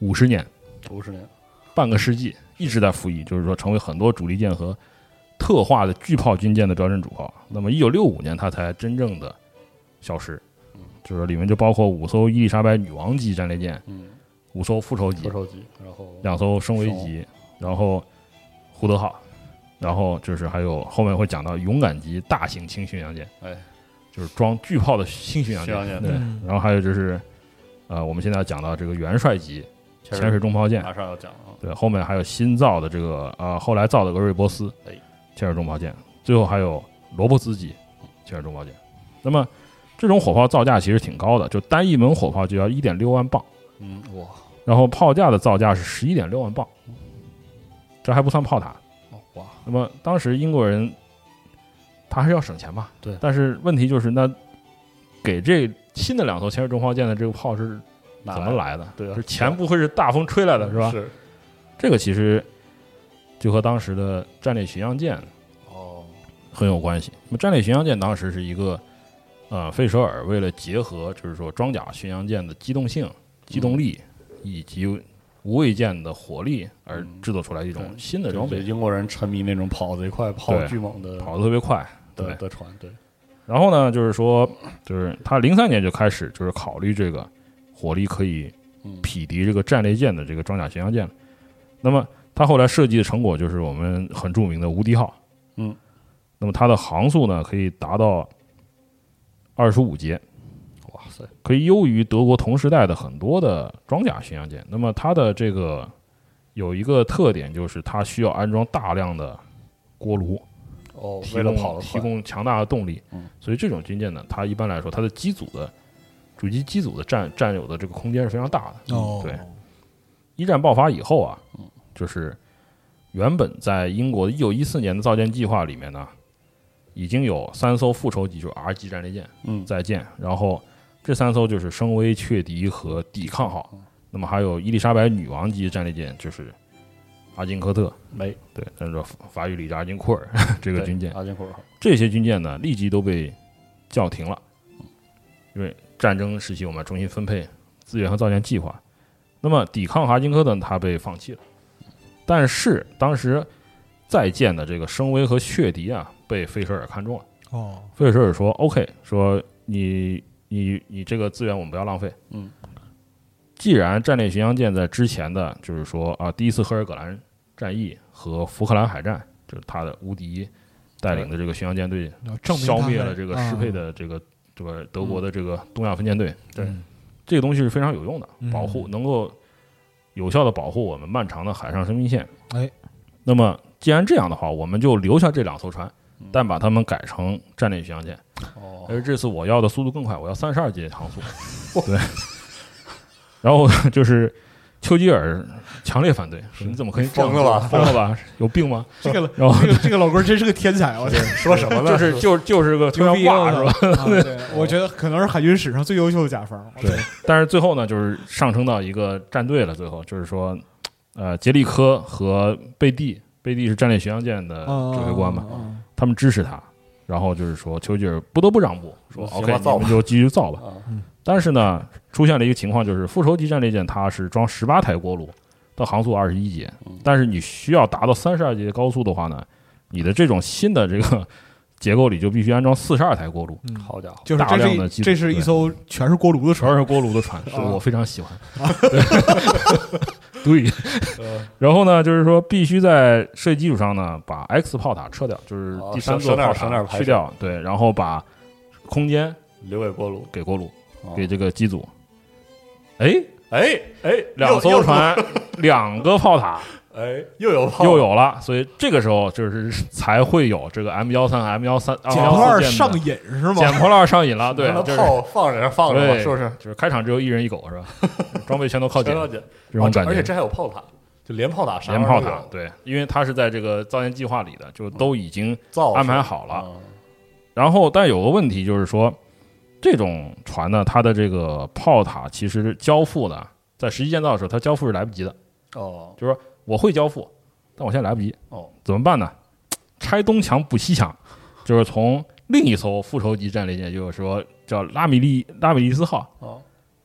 [SPEAKER 4] 五十年，
[SPEAKER 2] 五十年，
[SPEAKER 4] 半个世纪一直在服役，就是说成为很多主力舰和特化的巨炮军舰的标准主炮。那么，一九六五年它才真正的消失，就是里面就包括五艘伊丽莎白女王级战列舰、
[SPEAKER 2] 嗯，
[SPEAKER 4] 五艘复仇级
[SPEAKER 2] 多、手级，然后
[SPEAKER 4] 嗯两艘升维级，然后胡德号，然后就是还有后面会讲到勇敢级大型轻巡洋舰，
[SPEAKER 2] 哎，
[SPEAKER 4] 就是装巨炮的新巡洋
[SPEAKER 2] 巡洋舰
[SPEAKER 4] 对
[SPEAKER 3] 嗯。
[SPEAKER 4] 然后还有就是，呃，我们现在讲到这个元帅级
[SPEAKER 2] 潜
[SPEAKER 4] 潜水中炮舰，
[SPEAKER 2] 马上要讲了，啊
[SPEAKER 4] 对，后面还有新造的这个呃，后来造的俄瑞波斯
[SPEAKER 2] 哎
[SPEAKER 4] 潜水中炮舰，最后还有罗伯兹级潜水中炮舰。那么这种火炮造价其实挺高的，就单一门火炮就要一点六万磅。
[SPEAKER 2] 嗯，哇，
[SPEAKER 4] 然后炮架的造价是十一点六万磅，这还不算炮塔。
[SPEAKER 2] 哇，
[SPEAKER 4] 那么当时英国人他还是要省钱嘛，
[SPEAKER 2] 对
[SPEAKER 4] 但是问题就是，那给这新的两艘潜水中炮舰的这个炮是
[SPEAKER 2] 哪
[SPEAKER 4] 怎么来的？
[SPEAKER 2] 对啊
[SPEAKER 4] 就是钱不会是大风吹来的是吧？
[SPEAKER 2] 是，
[SPEAKER 4] 这个其实就和当时的战略巡洋舰
[SPEAKER 2] 哦，
[SPEAKER 4] 很有关系。那么战略巡洋舰当时是一个，呃，费舍尔为了结合就是说装甲巡洋舰的机动性、机动力、
[SPEAKER 2] 嗯
[SPEAKER 4] 以及无畏舰的火力而制作出来一种
[SPEAKER 2] 嗯对
[SPEAKER 4] 新的装
[SPEAKER 2] 就是
[SPEAKER 4] 备，
[SPEAKER 2] 英国人沉迷那种跑贼快、跑
[SPEAKER 4] 对
[SPEAKER 2] 巨猛的
[SPEAKER 4] 跑得特别快。
[SPEAKER 2] 的的船，对，
[SPEAKER 4] 然后呢，就是说，就是他零三年就开始就是考虑这个火力可以
[SPEAKER 2] 嗯
[SPEAKER 4] 匹敌这个战列舰的这个装甲巡洋舰了。那么他后来设计的成果就是我们很著名的无敌号，
[SPEAKER 2] 嗯，
[SPEAKER 4] 那么它的航速呢可以达到二十五节，
[SPEAKER 2] 哇塞，
[SPEAKER 4] 可以优于德国同时代的很多的装甲巡洋舰。那么它的这个有一个特点就是它需要安装大量的锅炉，
[SPEAKER 2] 哦，
[SPEAKER 4] 提
[SPEAKER 2] 为了
[SPEAKER 4] 供
[SPEAKER 2] 跑得
[SPEAKER 4] 提
[SPEAKER 2] 快，
[SPEAKER 4] 供强大的动力。
[SPEAKER 2] 嗯
[SPEAKER 4] 所以这种军舰呢，它一般来说它的机组的主机机组的占占有的这个空间是非常大的。
[SPEAKER 3] 哦，
[SPEAKER 4] 嗯对，一战爆发以后啊，
[SPEAKER 2] 嗯
[SPEAKER 4] 就是原本在英国一九一四年的造舰计划里面呢，已经有三艘复仇级，就是 R 级战列舰
[SPEAKER 2] 嗯，
[SPEAKER 4] 在建，然后这三艘就是升威、雀迪和抵抗号，
[SPEAKER 2] 嗯
[SPEAKER 4] 那么还有伊丽莎白女王级战列舰，就是阿金科特，
[SPEAKER 2] 没
[SPEAKER 4] 对，那个法法语里叫阿金库尔
[SPEAKER 2] 这
[SPEAKER 4] 这个军舰，
[SPEAKER 2] 阿金库尔号，
[SPEAKER 4] 这些军舰呢立即都被叫停了，因为战争时期我们要重新分配资源和造舰计划。那么抵抗哈金科呢，它被放弃了，但是当时在建的这个升威和血敌啊，被费舍尔看中了。
[SPEAKER 3] 哦，
[SPEAKER 4] 费舍尔说：“OK，说你你你这个资源我们不要浪费。
[SPEAKER 2] 嗯，
[SPEAKER 4] 既然战略巡洋舰在之前的，就是说啊，第一次赫尔葛兰战役和福克兰海战，就是他的无敌带领的这个巡洋舰队
[SPEAKER 3] 要证明
[SPEAKER 4] 消
[SPEAKER 3] 他
[SPEAKER 4] 灭
[SPEAKER 3] 们嗯
[SPEAKER 4] 了这个
[SPEAKER 3] 啊
[SPEAKER 4] 适配的这个这个德国的这个东亚分舰队。
[SPEAKER 2] 对
[SPEAKER 4] 这个东西是非常有用的
[SPEAKER 3] 嗯，
[SPEAKER 4] 保护能够有效的保护我们漫长的海上生命线。
[SPEAKER 3] 哎，
[SPEAKER 4] 那么既然这样的话，我们就留下这两艘船，但把它们改成战略巡洋舰。
[SPEAKER 2] 嗯哦，
[SPEAKER 4] 而这次我要的速度更快，我要三十二节航速。 对，然后就是丘吉尔强烈反对，说你怎么可以这样
[SPEAKER 2] 疯了
[SPEAKER 4] 做
[SPEAKER 2] 吧
[SPEAKER 4] 疯了吧，有病吗？
[SPEAKER 3] 这个
[SPEAKER 4] 然后
[SPEAKER 3] 这个这个老哥真是个天才，啊我觉得
[SPEAKER 2] 说 什么呢？
[SPEAKER 4] 就是就是就是个突
[SPEAKER 3] 牛
[SPEAKER 4] 然
[SPEAKER 3] 逼
[SPEAKER 4] 哇是吧？
[SPEAKER 3] 吧？啊 对，我觉得可能是海军史上最优秀的甲方。啊
[SPEAKER 4] 对，但是最后呢，就是上升到一个战队了。最后就是说，呃，杰利科和贝蒂，贝蒂是战略巡洋舰的指挥
[SPEAKER 2] 哦
[SPEAKER 4] 官嘛，
[SPEAKER 3] 嗯？嗯嗯
[SPEAKER 4] 他们支持他。然后就是说，丘吉尔不得不让步，说
[SPEAKER 2] 行吧
[SPEAKER 4] OK，
[SPEAKER 2] 造
[SPEAKER 4] 你
[SPEAKER 2] 吧
[SPEAKER 4] 们就继续造吧。
[SPEAKER 2] 啊
[SPEAKER 4] 但是呢，出现了一个情况，就是复仇级战列舰它是装十八台锅炉，到航速二十一节
[SPEAKER 2] 嗯，
[SPEAKER 4] 但是你需要达到三十二节高速的话呢，你的这种新的这个 结构里就必须安装四十二台锅炉，
[SPEAKER 3] 嗯嗯
[SPEAKER 2] 好家伙，
[SPEAKER 3] 就是
[SPEAKER 4] 大量
[SPEAKER 3] 这
[SPEAKER 4] 的机
[SPEAKER 3] 是
[SPEAKER 4] 组
[SPEAKER 3] 这是一
[SPEAKER 4] 对
[SPEAKER 3] 艘全是锅炉的船，
[SPEAKER 4] 全是锅炉的船，是
[SPEAKER 3] 啊
[SPEAKER 4] 我非常喜欢。 对，对然后呢，就是说必须在设计基础上呢，把 X 炮塔撤掉，就是
[SPEAKER 2] 哦
[SPEAKER 4] 第三
[SPEAKER 2] 省
[SPEAKER 4] 座
[SPEAKER 2] 省点
[SPEAKER 4] 炮
[SPEAKER 2] 省点
[SPEAKER 4] 塔
[SPEAKER 2] 排
[SPEAKER 4] 去掉，对，然后把空间
[SPEAKER 2] 留给锅炉，
[SPEAKER 4] 给锅炉，
[SPEAKER 2] 哦
[SPEAKER 4] 给这个机组。哎，
[SPEAKER 2] 哎哎，
[SPEAKER 4] 两
[SPEAKER 2] 又
[SPEAKER 4] 艘，船，两个炮塔
[SPEAKER 2] 又哎，又有炮，
[SPEAKER 4] 又有了，所以这个时候就是才会有这个 M 幺三、M 幺三、M
[SPEAKER 3] 捡破
[SPEAKER 4] 幺
[SPEAKER 3] 烂
[SPEAKER 4] 四
[SPEAKER 3] 上瘾是
[SPEAKER 4] 捡
[SPEAKER 3] 吗？
[SPEAKER 4] 破烂上瘾了，对
[SPEAKER 2] 让，它
[SPEAKER 4] 就是
[SPEAKER 2] 炮放着放着嘛，
[SPEAKER 4] 对
[SPEAKER 2] 是不是？
[SPEAKER 4] 就是开场只有一人一狗是吧？装备全都靠捡
[SPEAKER 2] 全，了解
[SPEAKER 4] 这种感觉。
[SPEAKER 2] 而且哦这还有炮塔，就连炮塔啥玩
[SPEAKER 4] 连
[SPEAKER 2] 意
[SPEAKER 4] 炮
[SPEAKER 2] 儿都有，
[SPEAKER 4] 塔，对，因为它是在这个造舰计划里的，就都已经
[SPEAKER 2] 造
[SPEAKER 4] 安排
[SPEAKER 2] 是
[SPEAKER 4] 好了。
[SPEAKER 2] 嗯
[SPEAKER 4] 然后，但有个问题就是说，这种船呢，它的这个炮塔其实交付呢，在实际建造的时候，它交付是来不及的。
[SPEAKER 2] 哦，
[SPEAKER 4] 我会交付，但我现在来不及。
[SPEAKER 2] 哦，
[SPEAKER 4] 怎么办呢？拆东墙补西墙，就是从另一艘复仇级战列舰，就是说叫拉米利拉米利斯号，
[SPEAKER 2] 哦，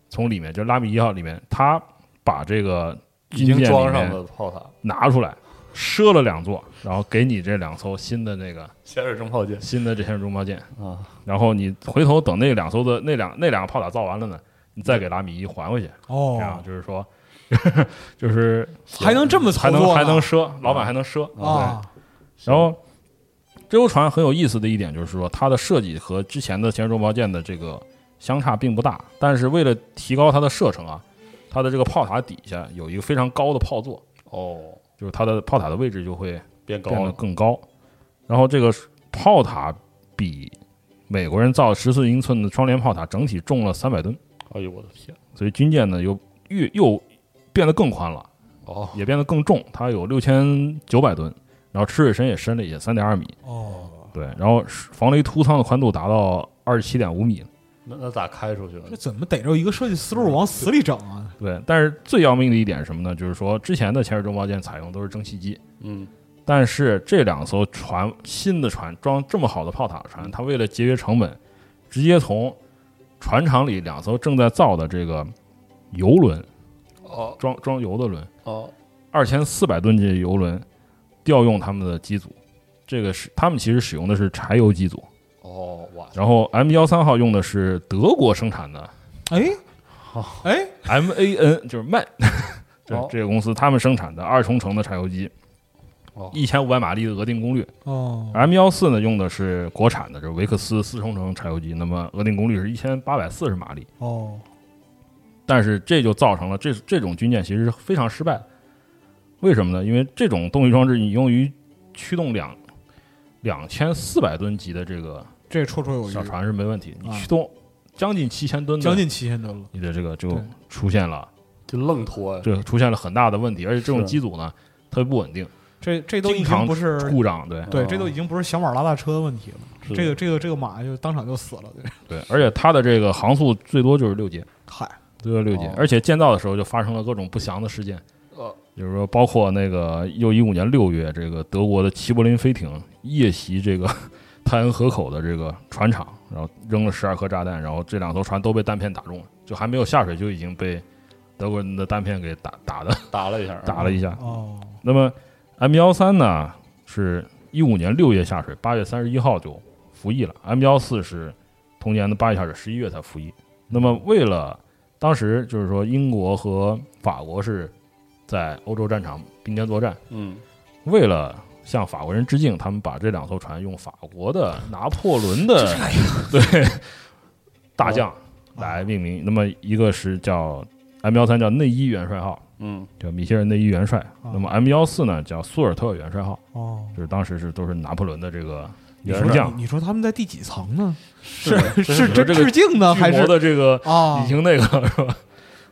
[SPEAKER 4] 从里面就拉米一号里面，它把这个
[SPEAKER 2] 已
[SPEAKER 4] 军舰
[SPEAKER 2] 经
[SPEAKER 4] 里
[SPEAKER 2] 装上
[SPEAKER 4] 面
[SPEAKER 2] 了炮塔，
[SPEAKER 4] 拿出来，赊了两座，然后给你这两艘新的那个
[SPEAKER 2] 潜水中炮舰
[SPEAKER 4] 新的这些中炮舰，
[SPEAKER 2] 啊，
[SPEAKER 4] 然后你回头等那两艘的那两那两个炮塔造完了呢，你再给拉米一还回去，这样
[SPEAKER 3] 哦，
[SPEAKER 4] 就是说， 就是
[SPEAKER 3] 还能这么操
[SPEAKER 4] 还能
[SPEAKER 3] 作呢？嗯
[SPEAKER 4] 还能赊，老板还能赊，
[SPEAKER 3] 啊？
[SPEAKER 4] 然后这艘船很有意思的一点就是说，它的设计和之前的潜水中炮舰的这个相差并不大，但是为了提高它的射程啊，它的这个炮塔底下有一个非常高的炮座，
[SPEAKER 2] 哦，
[SPEAKER 4] 就是它的炮塔的位置就会
[SPEAKER 2] 变高
[SPEAKER 4] 变得
[SPEAKER 2] 了，
[SPEAKER 4] 更高。然后这个炮塔比美国人造十四英寸的双联炮塔整体重了三百吨，
[SPEAKER 2] 哎呦我的天，
[SPEAKER 4] 所以军舰呢又越又变得更宽了，
[SPEAKER 2] 哦，
[SPEAKER 4] 也变得更重，它有六千九百吨，然后吃水深也深了也三点二米。
[SPEAKER 3] 哦，
[SPEAKER 4] 对，然后防雷突舱的宽度达到二十七点五米。
[SPEAKER 2] 那那咋开出去
[SPEAKER 3] 这
[SPEAKER 2] 了？
[SPEAKER 3] 怎么逮着一个设计思路往死里整啊？
[SPEAKER 4] 对，但是最要命的一点是什么呢？就是说之前的潜水中炮舰采用都是蒸汽机，
[SPEAKER 2] 嗯，
[SPEAKER 4] 但是这两艘船新的船装这么好的炮塔的船，它为了节约成本，直接从船厂里两艘正在造的这个油轮
[SPEAKER 2] 哦
[SPEAKER 4] 装装油的轮，
[SPEAKER 2] 哦，
[SPEAKER 4] 二千四百吨级油轮调用他们的机组。这个是他们其实使用的是柴油机组，
[SPEAKER 2] 哦，哇，
[SPEAKER 4] 然后 M 幺三号用的是德国生 产的
[SPEAKER 3] 哎，哎，
[SPEAKER 4] M A N 就是 MAN，这
[SPEAKER 2] 哦
[SPEAKER 4] 这个公司他们生产的二冲程的柴油机
[SPEAKER 2] 哦，
[SPEAKER 4] 一千五百马力的额定功率。
[SPEAKER 3] 哦，
[SPEAKER 4] M 幺四呢用的是国产的，就是维克斯四冲程柴油机，那么额定功率是一千八百四十马力。
[SPEAKER 3] 哦，
[SPEAKER 4] 但是这就造成了这这种军舰其实是非常失败的。为什么呢？因为这种动力装置你用于驱动两两千四百吨级的这个
[SPEAKER 3] 这绰绰有余
[SPEAKER 4] 小，船是没问题，你
[SPEAKER 3] 啊
[SPEAKER 4] 驱动将近七千吨的，
[SPEAKER 3] 将近七千吨了。
[SPEAKER 4] 你的这个就
[SPEAKER 3] 对
[SPEAKER 4] 出现了。
[SPEAKER 2] 就愣拖呀，
[SPEAKER 4] 这出现了很大的问题，而且这种
[SPEAKER 2] 是
[SPEAKER 4] 机组呢特别不稳定，
[SPEAKER 3] 这这都已
[SPEAKER 4] 经常
[SPEAKER 3] 经不是
[SPEAKER 4] 故障，对
[SPEAKER 3] 对，这都已经不是小马拉大车的问题了。
[SPEAKER 2] 是
[SPEAKER 3] 这个这个这个马就当场就死了。对，
[SPEAKER 4] 对，而且它的这个航速最多就是六节，
[SPEAKER 3] 嗨，
[SPEAKER 4] 最多六节
[SPEAKER 2] 哦，
[SPEAKER 4] 而且建造的时候就发生了各种不祥的事件，
[SPEAKER 2] 呃，
[SPEAKER 4] 比如说包括那个又一五年六月，这个德国的齐柏林飞艇夜袭这个 泰恩河口的这个船厂，然后扔了十二颗炸弹，然后这两艘船都被弹片打中了，就还没有下水就已经被德国人的弹片给打打的
[SPEAKER 2] 打了一下，
[SPEAKER 4] 打了一下，
[SPEAKER 3] 哦，
[SPEAKER 4] 那么 M 幺三呢，是一五年六月下水，八月三十一号就服役了。M 幺四是同年的八月下水，十一月才服役。那么为了当时就是说，英国和法国是在欧洲战场并肩作战，
[SPEAKER 2] 嗯，
[SPEAKER 4] 为了。向法国人致敬，他们把这两艘船用法国的拿破仑的 对大将来命名。那么一个是叫 M 幺三叫内伊元帅号，
[SPEAKER 2] 嗯
[SPEAKER 4] 叫米歇尔内伊元帅。
[SPEAKER 3] 啊
[SPEAKER 4] 那么 M 幺四呢，叫苏尔特元帅号，
[SPEAKER 3] 哦，
[SPEAKER 4] 就是当时是都是拿破仑的这个
[SPEAKER 2] 元
[SPEAKER 4] 副
[SPEAKER 2] 帅
[SPEAKER 4] 将，
[SPEAKER 3] 你说他们在第几层呢？
[SPEAKER 2] 是
[SPEAKER 3] 是
[SPEAKER 4] 这
[SPEAKER 3] 这
[SPEAKER 4] 这个
[SPEAKER 3] 致敬呢，还
[SPEAKER 4] 巨魔
[SPEAKER 3] 是
[SPEAKER 4] 的这个
[SPEAKER 3] 啊
[SPEAKER 4] 已？经那个了是吧？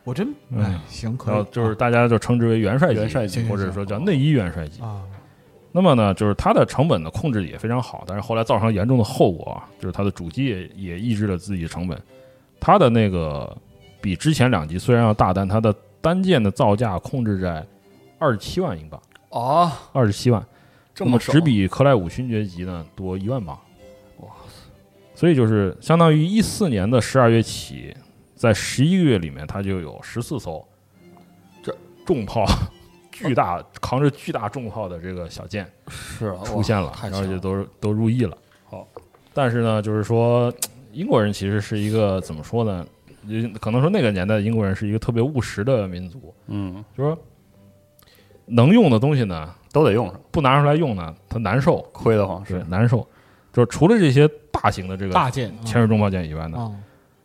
[SPEAKER 3] 我真
[SPEAKER 4] 嗯
[SPEAKER 3] 哎，行，可
[SPEAKER 4] 然后
[SPEAKER 3] 以，嗯
[SPEAKER 4] 就是大家就称之为元帅级，
[SPEAKER 2] 元帅级
[SPEAKER 4] 或者说叫内衣元帅级。
[SPEAKER 3] 啊，
[SPEAKER 4] 那么呢，就是它的成本的控制也非常好，但是后来造成了严重的后果啊，就是它的主机也也抑制了自己的成本。它的那个比之前两级虽然要大，但它的单件的造价控制在二十七万英镑，
[SPEAKER 2] 哦，
[SPEAKER 4] 二十七万，
[SPEAKER 2] 这
[SPEAKER 4] 那么
[SPEAKER 2] 么少
[SPEAKER 4] 嗯只比克莱五勋爵级呢多一万镑。
[SPEAKER 2] 哇
[SPEAKER 4] 所以就是相当于一四年的十二月起，在十一个月里面，它就有十四艘
[SPEAKER 2] 这
[SPEAKER 4] 重炮、巨大扛着巨大重炮的这个小舰。
[SPEAKER 2] 是啊
[SPEAKER 4] 出现了
[SPEAKER 2] 哇，太
[SPEAKER 4] 然
[SPEAKER 2] 强
[SPEAKER 4] 后就
[SPEAKER 2] 了
[SPEAKER 4] 都都入役了。
[SPEAKER 2] 好，
[SPEAKER 4] 但是呢，就是说英国人其实是一个怎么说呢？也可能说那个年代的英国人是一个特别务实的民族，
[SPEAKER 2] 嗯
[SPEAKER 4] 就是说能用的东西呢
[SPEAKER 2] 都得用上，
[SPEAKER 4] 不拿出来用呢，他难受，
[SPEAKER 2] 亏得慌
[SPEAKER 4] 是
[SPEAKER 2] 是
[SPEAKER 4] 难受。就是除了这些大型的这嗯个
[SPEAKER 3] 大件
[SPEAKER 4] 潜水重炮舰以外呢，
[SPEAKER 3] 啊，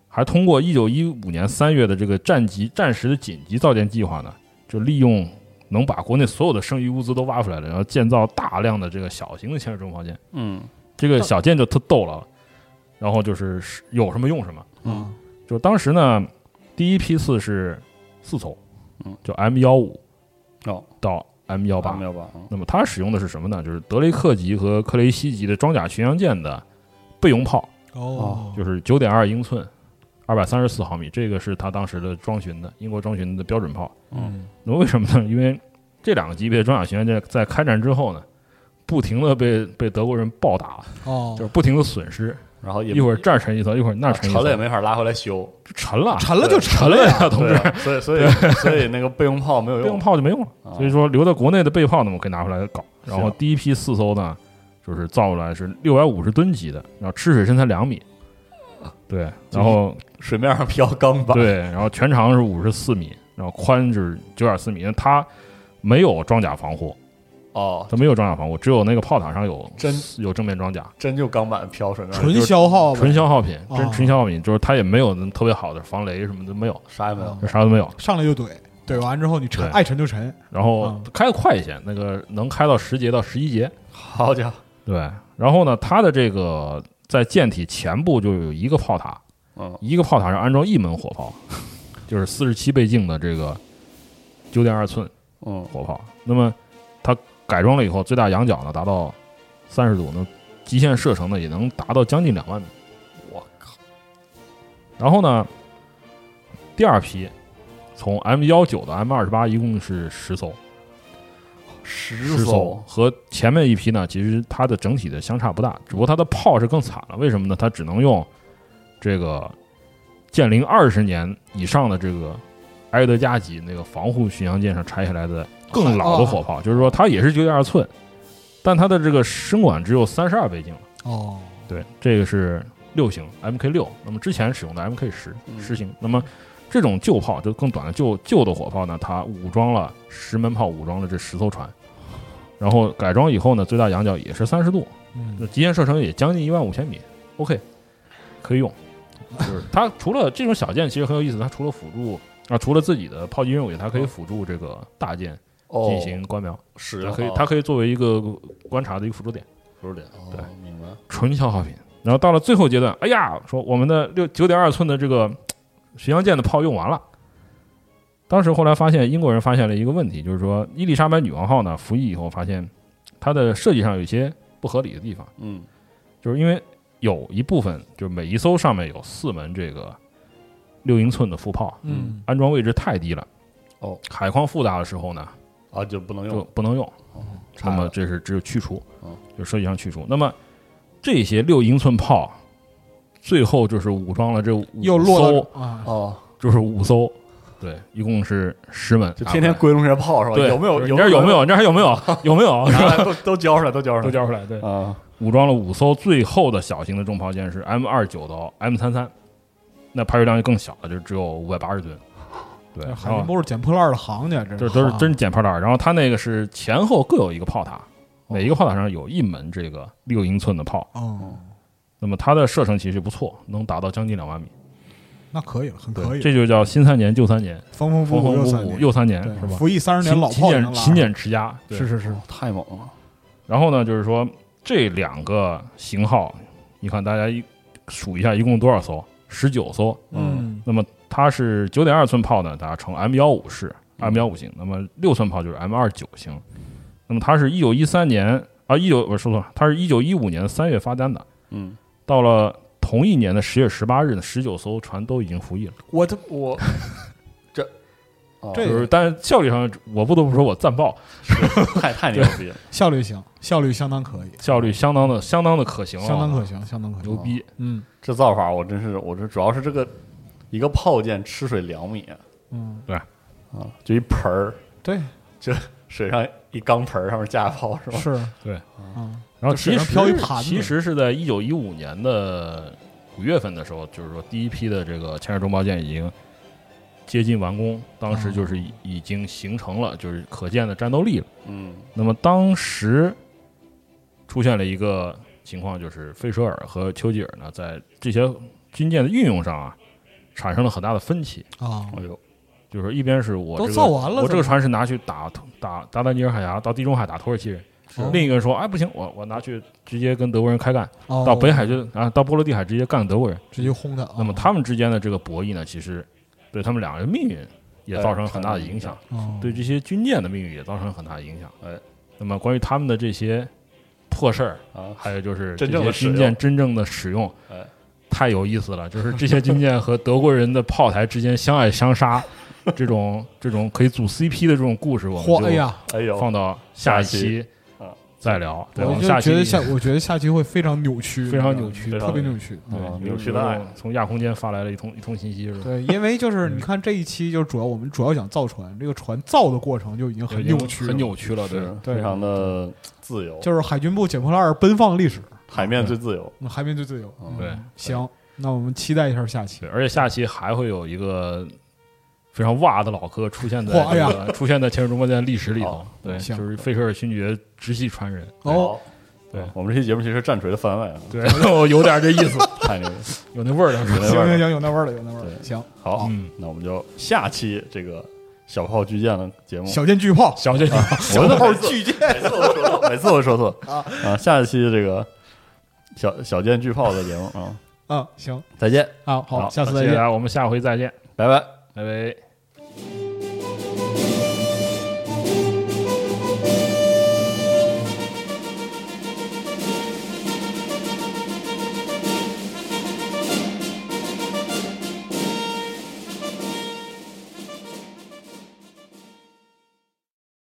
[SPEAKER 4] 还通过一九一五年三月的这个战级战时的紧急造舰计划呢，就利用能把国内所有的剩余物资都挖出来了，然后建造大量的这个小型的潜水重炮舰。
[SPEAKER 2] 嗯
[SPEAKER 4] 这个小舰就特逗了，然后就是是有什么用什么。
[SPEAKER 2] 嗯
[SPEAKER 4] 就当时呢，第一批次是四艘
[SPEAKER 2] 嗯，
[SPEAKER 4] 就 M 幺五
[SPEAKER 2] 哦
[SPEAKER 4] 到 M 幺八
[SPEAKER 2] 没。有吧嗯
[SPEAKER 4] 那么它使用的是什么呢？就是德雷克级和克雷西级的装甲巡洋舰的备用炮，
[SPEAKER 3] 哦，
[SPEAKER 4] 就是九点二英寸，二百三十四毫米，这个是它当时的装巡的英国装巡的标准炮。
[SPEAKER 2] 嗯
[SPEAKER 4] 那为什么呢？因为这两个级别的装甲巡洋舰在开战之后呢，不停的被被德国人暴打，
[SPEAKER 3] 哦
[SPEAKER 4] 嗯就，是不停的损失。
[SPEAKER 2] 然后也
[SPEAKER 4] 一会儿这儿沉一层，一会儿那儿
[SPEAKER 2] 哦啊
[SPEAKER 4] 沉
[SPEAKER 2] 沉
[SPEAKER 4] 一层，
[SPEAKER 2] 了也没法拉回来修，
[SPEAKER 4] 沉了，
[SPEAKER 3] 沉了就
[SPEAKER 4] 沉
[SPEAKER 3] 沉
[SPEAKER 4] 了
[SPEAKER 3] 了呀，
[SPEAKER 4] 呀，同
[SPEAKER 2] 对
[SPEAKER 4] 志，
[SPEAKER 2] 啊所以所以所以那个备用炮没有
[SPEAKER 4] 备
[SPEAKER 2] 用
[SPEAKER 4] 用，炮就没用了。
[SPEAKER 2] 啊
[SPEAKER 4] 所以说，留在国内的备炮呢，我们可以拿回来搞。然后
[SPEAKER 2] 是
[SPEAKER 4] 第一批四艘呢，就是造出来是六百五十吨级的，然后吃水深才两米，对，然后
[SPEAKER 2] 水面上飘钢板，
[SPEAKER 4] 对，然后全长是五十四米，然后宽是九点四米，因为它没有装甲防护，
[SPEAKER 2] 哦，
[SPEAKER 4] 它没有装甲防护，只有那个炮塔上有
[SPEAKER 2] 真
[SPEAKER 4] 有正面装甲，
[SPEAKER 2] 真就钢板飘水面上，
[SPEAKER 3] 纯消耗呗，
[SPEAKER 4] 纯消耗品，
[SPEAKER 3] 哦
[SPEAKER 4] 真纯消耗品，就是它也没有特别好的防雷什么的没有，
[SPEAKER 3] 哦
[SPEAKER 2] 啥也没有，
[SPEAKER 4] 啥都没有。
[SPEAKER 3] 上来就怼，怼完之后你沉
[SPEAKER 4] 对，
[SPEAKER 3] 爱沉就沉，
[SPEAKER 4] 然后
[SPEAKER 3] 嗯
[SPEAKER 4] 开的快一些，那个能开到十节到十一节。
[SPEAKER 2] 好家伙，
[SPEAKER 4] 对，然后呢，它的这个在舰体前部就有一个炮塔，
[SPEAKER 2] 嗯
[SPEAKER 4] 一个炮塔上安装一门火炮，就是四十七倍镜的这个九点二寸
[SPEAKER 2] 嗯
[SPEAKER 4] 火炮。那么它改装了以后，最大仰角呢达到三十度，那极限射程呢也能达到将近两万米。
[SPEAKER 2] 我靠，
[SPEAKER 4] 然后呢，第二批从 M 幺九到 M 二十八一共是十艘，
[SPEAKER 2] 十
[SPEAKER 4] 十
[SPEAKER 2] 艘
[SPEAKER 4] 艘，和前面一批呢，其实它的整体的相差不大，只不过它的炮是更惨了。为什么呢？它只能用这个建龄二十年以上的这个埃德加级那个防护巡洋舰上拆下来的更老的火炮，就是说它也是九点二寸，但它的这个升管只有三十二倍径了。
[SPEAKER 3] 哦，
[SPEAKER 4] 对，这个是六型 MK 六，那么之前使用的 MK 十
[SPEAKER 2] 嗯
[SPEAKER 4] 十型，那么这种旧炮就更短的旧旧的火炮呢，它武装了十门炮，武装了这十艘船，然后改装以后呢，最大仰角也是三十度，
[SPEAKER 3] 嗯
[SPEAKER 4] 那极限射程也将近一万五千米，OK，可以用。就是它除了这种小舰，其实很有意思，它除了辅助啊，除了自己的炮击任务以外，它可以辅助这个大舰
[SPEAKER 2] 嗯哦，
[SPEAKER 4] 进行观瞄，
[SPEAKER 2] 使
[SPEAKER 4] 它
[SPEAKER 2] 用
[SPEAKER 4] 可以
[SPEAKER 2] 哦
[SPEAKER 4] 它可以作为一个观察的一个辅助点。
[SPEAKER 2] 不是脸，哦
[SPEAKER 4] 对，
[SPEAKER 2] 明白，
[SPEAKER 4] 纯消耗品。然后到了最后阶段，哎呀，说我们的六九点二寸的这个嘖呃巡洋舰的炮用完了。当时后来发现，英国人发现了一个问题，就是说伊丽莎白女王号呢服役以后，发现它的设计上有一些不合理的地方，
[SPEAKER 2] 嗯
[SPEAKER 4] 就是因为有一部分就是每一艘上面有四门这个六英寸的副炮，
[SPEAKER 3] 嗯
[SPEAKER 4] 安装位置太低了。
[SPEAKER 2] 哦，
[SPEAKER 4] 海况复杂的时候呢，
[SPEAKER 2] 啊就不能
[SPEAKER 4] 就
[SPEAKER 2] 用，
[SPEAKER 4] 不能用。
[SPEAKER 2] 差
[SPEAKER 4] 那么
[SPEAKER 2] 了
[SPEAKER 4] 这是只有去除
[SPEAKER 2] 嗯，
[SPEAKER 4] 就设计上去除。那么这些六英寸炮，最后就是武装了这五
[SPEAKER 3] 又落
[SPEAKER 4] 艘，
[SPEAKER 3] 到啊，
[SPEAKER 2] 哦，
[SPEAKER 4] 就是五艘，对，一共是十门，
[SPEAKER 2] 就天天归拢这些炮是吧？
[SPEAKER 4] 对，
[SPEAKER 2] 有没有
[SPEAKER 4] 你这儿有没有？你这儿还有 没有？有没有？
[SPEAKER 2] 拿 来都都交出 来，都交出
[SPEAKER 4] 都
[SPEAKER 2] 来，
[SPEAKER 4] 交出来，对，
[SPEAKER 2] 啊，
[SPEAKER 4] 武装了五艘最后的小型的重炮舰是 M 二九到 M 三三，那排水量就更小了，就只有五百八十吨，对，
[SPEAKER 3] 这
[SPEAKER 4] 然
[SPEAKER 3] 海军
[SPEAKER 4] 后
[SPEAKER 3] 都是捡破烂的行家，这
[SPEAKER 4] 这都是
[SPEAKER 3] 啊
[SPEAKER 4] 真捡炮弹儿。然后它那个是前后各有一个炮塔，每一个炮塔上有一门这个六英寸的炮。
[SPEAKER 3] 哦，
[SPEAKER 4] 那么它的射程其实不错，能达到将近两万米。
[SPEAKER 3] 那可以了，很
[SPEAKER 4] 对
[SPEAKER 3] 可以了，
[SPEAKER 4] 这就叫新三年旧三年，
[SPEAKER 3] 缝缝补补
[SPEAKER 4] 缝缝
[SPEAKER 3] 又
[SPEAKER 4] 补
[SPEAKER 3] 三
[SPEAKER 4] 补
[SPEAKER 3] 年，
[SPEAKER 4] 又三年，是
[SPEAKER 3] 对，
[SPEAKER 4] 吧？
[SPEAKER 3] 服役三十年
[SPEAKER 4] 勤
[SPEAKER 3] 老
[SPEAKER 4] 勤
[SPEAKER 3] 炮啊也
[SPEAKER 4] 俭
[SPEAKER 3] 能拉
[SPEAKER 4] 勤俭持家，对
[SPEAKER 3] 是是是，
[SPEAKER 2] 太猛 了，
[SPEAKER 4] 然后呢，就是说这两个型号，你看大家一数一下，一共多少艘？十九艘。
[SPEAKER 3] 嗯
[SPEAKER 4] 它是九点二寸炮呢，大家称 M 幺五式 M 幺五型；那么六寸炮就是 M 二九型。那么它是一九一三年啊，一九我说错了，它是一九一五年三月发单的。
[SPEAKER 2] 嗯，
[SPEAKER 4] 到了同一年的十月十八日呢，十九艘船都已经服役了。
[SPEAKER 2] 我这 我这哦
[SPEAKER 3] 这
[SPEAKER 4] 就是，但是效率上，我不得不说我赞爆，
[SPEAKER 2] 太太牛逼了，
[SPEAKER 3] 效率行，效率相当可以，
[SPEAKER 4] 效率相当的相当的可行了，啊
[SPEAKER 3] 相当可行，相当可
[SPEAKER 4] 牛
[SPEAKER 3] 行，
[SPEAKER 4] 逼。
[SPEAKER 3] 嗯
[SPEAKER 2] 这造法我真是，我这主要是这个一个炮舰吃水两米
[SPEAKER 3] 嗯，
[SPEAKER 2] 啊，就一盆儿，
[SPEAKER 3] 对，
[SPEAKER 2] 水上一钢盆儿上面架炮是吧？
[SPEAKER 3] 是，嗯，
[SPEAKER 4] 然后
[SPEAKER 3] 就水
[SPEAKER 4] 其
[SPEAKER 3] 上
[SPEAKER 4] 实
[SPEAKER 3] 漂一盘子
[SPEAKER 4] 其实是在一九一五年的五月份的时候，就是说第一批的这个潜水中包舰已经接近完工，当时就是
[SPEAKER 3] 哦
[SPEAKER 4] 已已经形成了就是可见的战斗力了。
[SPEAKER 2] 嗯
[SPEAKER 4] 那么当时出现了一个情况，就是费舍尔和丘吉尔呢，在这些军舰的运用上啊，产生了很大的分歧。
[SPEAKER 3] 啊，
[SPEAKER 2] 哎呦，
[SPEAKER 4] 就是说一边是我、这
[SPEAKER 3] 都
[SPEAKER 4] 个、
[SPEAKER 3] 造完了
[SPEAKER 4] 我这
[SPEAKER 3] 怎么
[SPEAKER 4] 个船是拿去打打达达尼尔海峡到地中海打土耳其人，
[SPEAKER 3] 是
[SPEAKER 4] 另一个人说哎不行，我我拿去直接跟德国人开干，
[SPEAKER 3] 哦
[SPEAKER 4] 到北海去啊到波罗的海直接干德国人。
[SPEAKER 3] 直接轰啊他，
[SPEAKER 4] 那么他们之间的这个博弈呢，其实对他们两个人命运也造成
[SPEAKER 2] 哎
[SPEAKER 4] 了很大的影响，
[SPEAKER 3] 哦
[SPEAKER 4] 对这些军舰的命运也造成了很大的影响。
[SPEAKER 2] 哎，
[SPEAKER 4] 那么关于他们的这些破事儿，
[SPEAKER 2] 啊，
[SPEAKER 4] 还有就是这
[SPEAKER 2] 真正
[SPEAKER 4] 些
[SPEAKER 2] 的使
[SPEAKER 4] 军
[SPEAKER 2] 用
[SPEAKER 4] 舰真正的使用，
[SPEAKER 2] 哎
[SPEAKER 4] 太有意思了。就是这些军舰和德国人的炮台之间相爱相杀，这种这种可以组 CP 的这种故事，我
[SPEAKER 3] 嚯，哎
[SPEAKER 4] 们就
[SPEAKER 3] 呀，
[SPEAKER 2] 哎呦，
[SPEAKER 4] 放到下一
[SPEAKER 2] 下
[SPEAKER 4] 期
[SPEAKER 2] 啊
[SPEAKER 4] 再聊。对，我
[SPEAKER 3] 我
[SPEAKER 4] 们
[SPEAKER 3] 就
[SPEAKER 4] 下期
[SPEAKER 3] 觉得下，我觉得下期会非常扭曲，
[SPEAKER 4] 非常扭曲
[SPEAKER 2] 非常
[SPEAKER 3] 特别扭曲。
[SPEAKER 4] 对
[SPEAKER 2] 啊
[SPEAKER 4] 有
[SPEAKER 2] 扭曲的爱
[SPEAKER 4] 有种从亚空间发来了一通一通信息，是吧？
[SPEAKER 3] 对，因为就是
[SPEAKER 4] 嗯
[SPEAKER 3] 你看这一期，就是主要我们主要讲造船，这个船造的过程就已经很扭曲，
[SPEAKER 4] 很，扭曲了，对。
[SPEAKER 2] 是
[SPEAKER 3] 对
[SPEAKER 2] 非常的自由，
[SPEAKER 3] 就是海军部捡破烂儿奔放历史，
[SPEAKER 2] 海面最自由，
[SPEAKER 3] 嗯海面最自由。
[SPEAKER 2] 嗯
[SPEAKER 4] 对
[SPEAKER 3] 行，那我们期待一下下期。
[SPEAKER 4] 对，而且下期还会有一个非常哇的老哥出现在
[SPEAKER 3] 哇哎呀
[SPEAKER 4] 这个出现在《潜水中国舰》历史里头
[SPEAKER 2] 好，
[SPEAKER 4] 对，
[SPEAKER 3] 行
[SPEAKER 4] 就是费舍尔勋爵直系传人，
[SPEAKER 3] 哦，
[SPEAKER 2] 好
[SPEAKER 4] 对
[SPEAKER 2] 我们这期节目其实战锤的番外啊，
[SPEAKER 4] 对，我有点这意思，
[SPEAKER 2] 太牛逼了，
[SPEAKER 4] 哎有那味儿了。
[SPEAKER 2] 有那
[SPEAKER 3] 行
[SPEAKER 2] 味
[SPEAKER 3] 行
[SPEAKER 2] 儿了。
[SPEAKER 3] 行，有那味儿了，有那味儿了。
[SPEAKER 2] 对
[SPEAKER 3] 行，
[SPEAKER 2] 好
[SPEAKER 4] 嗯，
[SPEAKER 2] 那我们就下期这个小炮巨舰的节目，
[SPEAKER 3] 小箭巨炮，
[SPEAKER 4] 小姐姐，
[SPEAKER 2] 我小炮巨舰，每次我说错，每次我说错
[SPEAKER 3] 啊
[SPEAKER 2] 啊！下一期这个小小舰巨炮的节目啊，
[SPEAKER 3] 嗯，行，
[SPEAKER 2] 再见，
[SPEAKER 3] 啊，好，下次再
[SPEAKER 4] 谢谢
[SPEAKER 3] 见
[SPEAKER 4] 大。家，我们下回再见，
[SPEAKER 2] 拜拜。
[SPEAKER 4] 拜拜。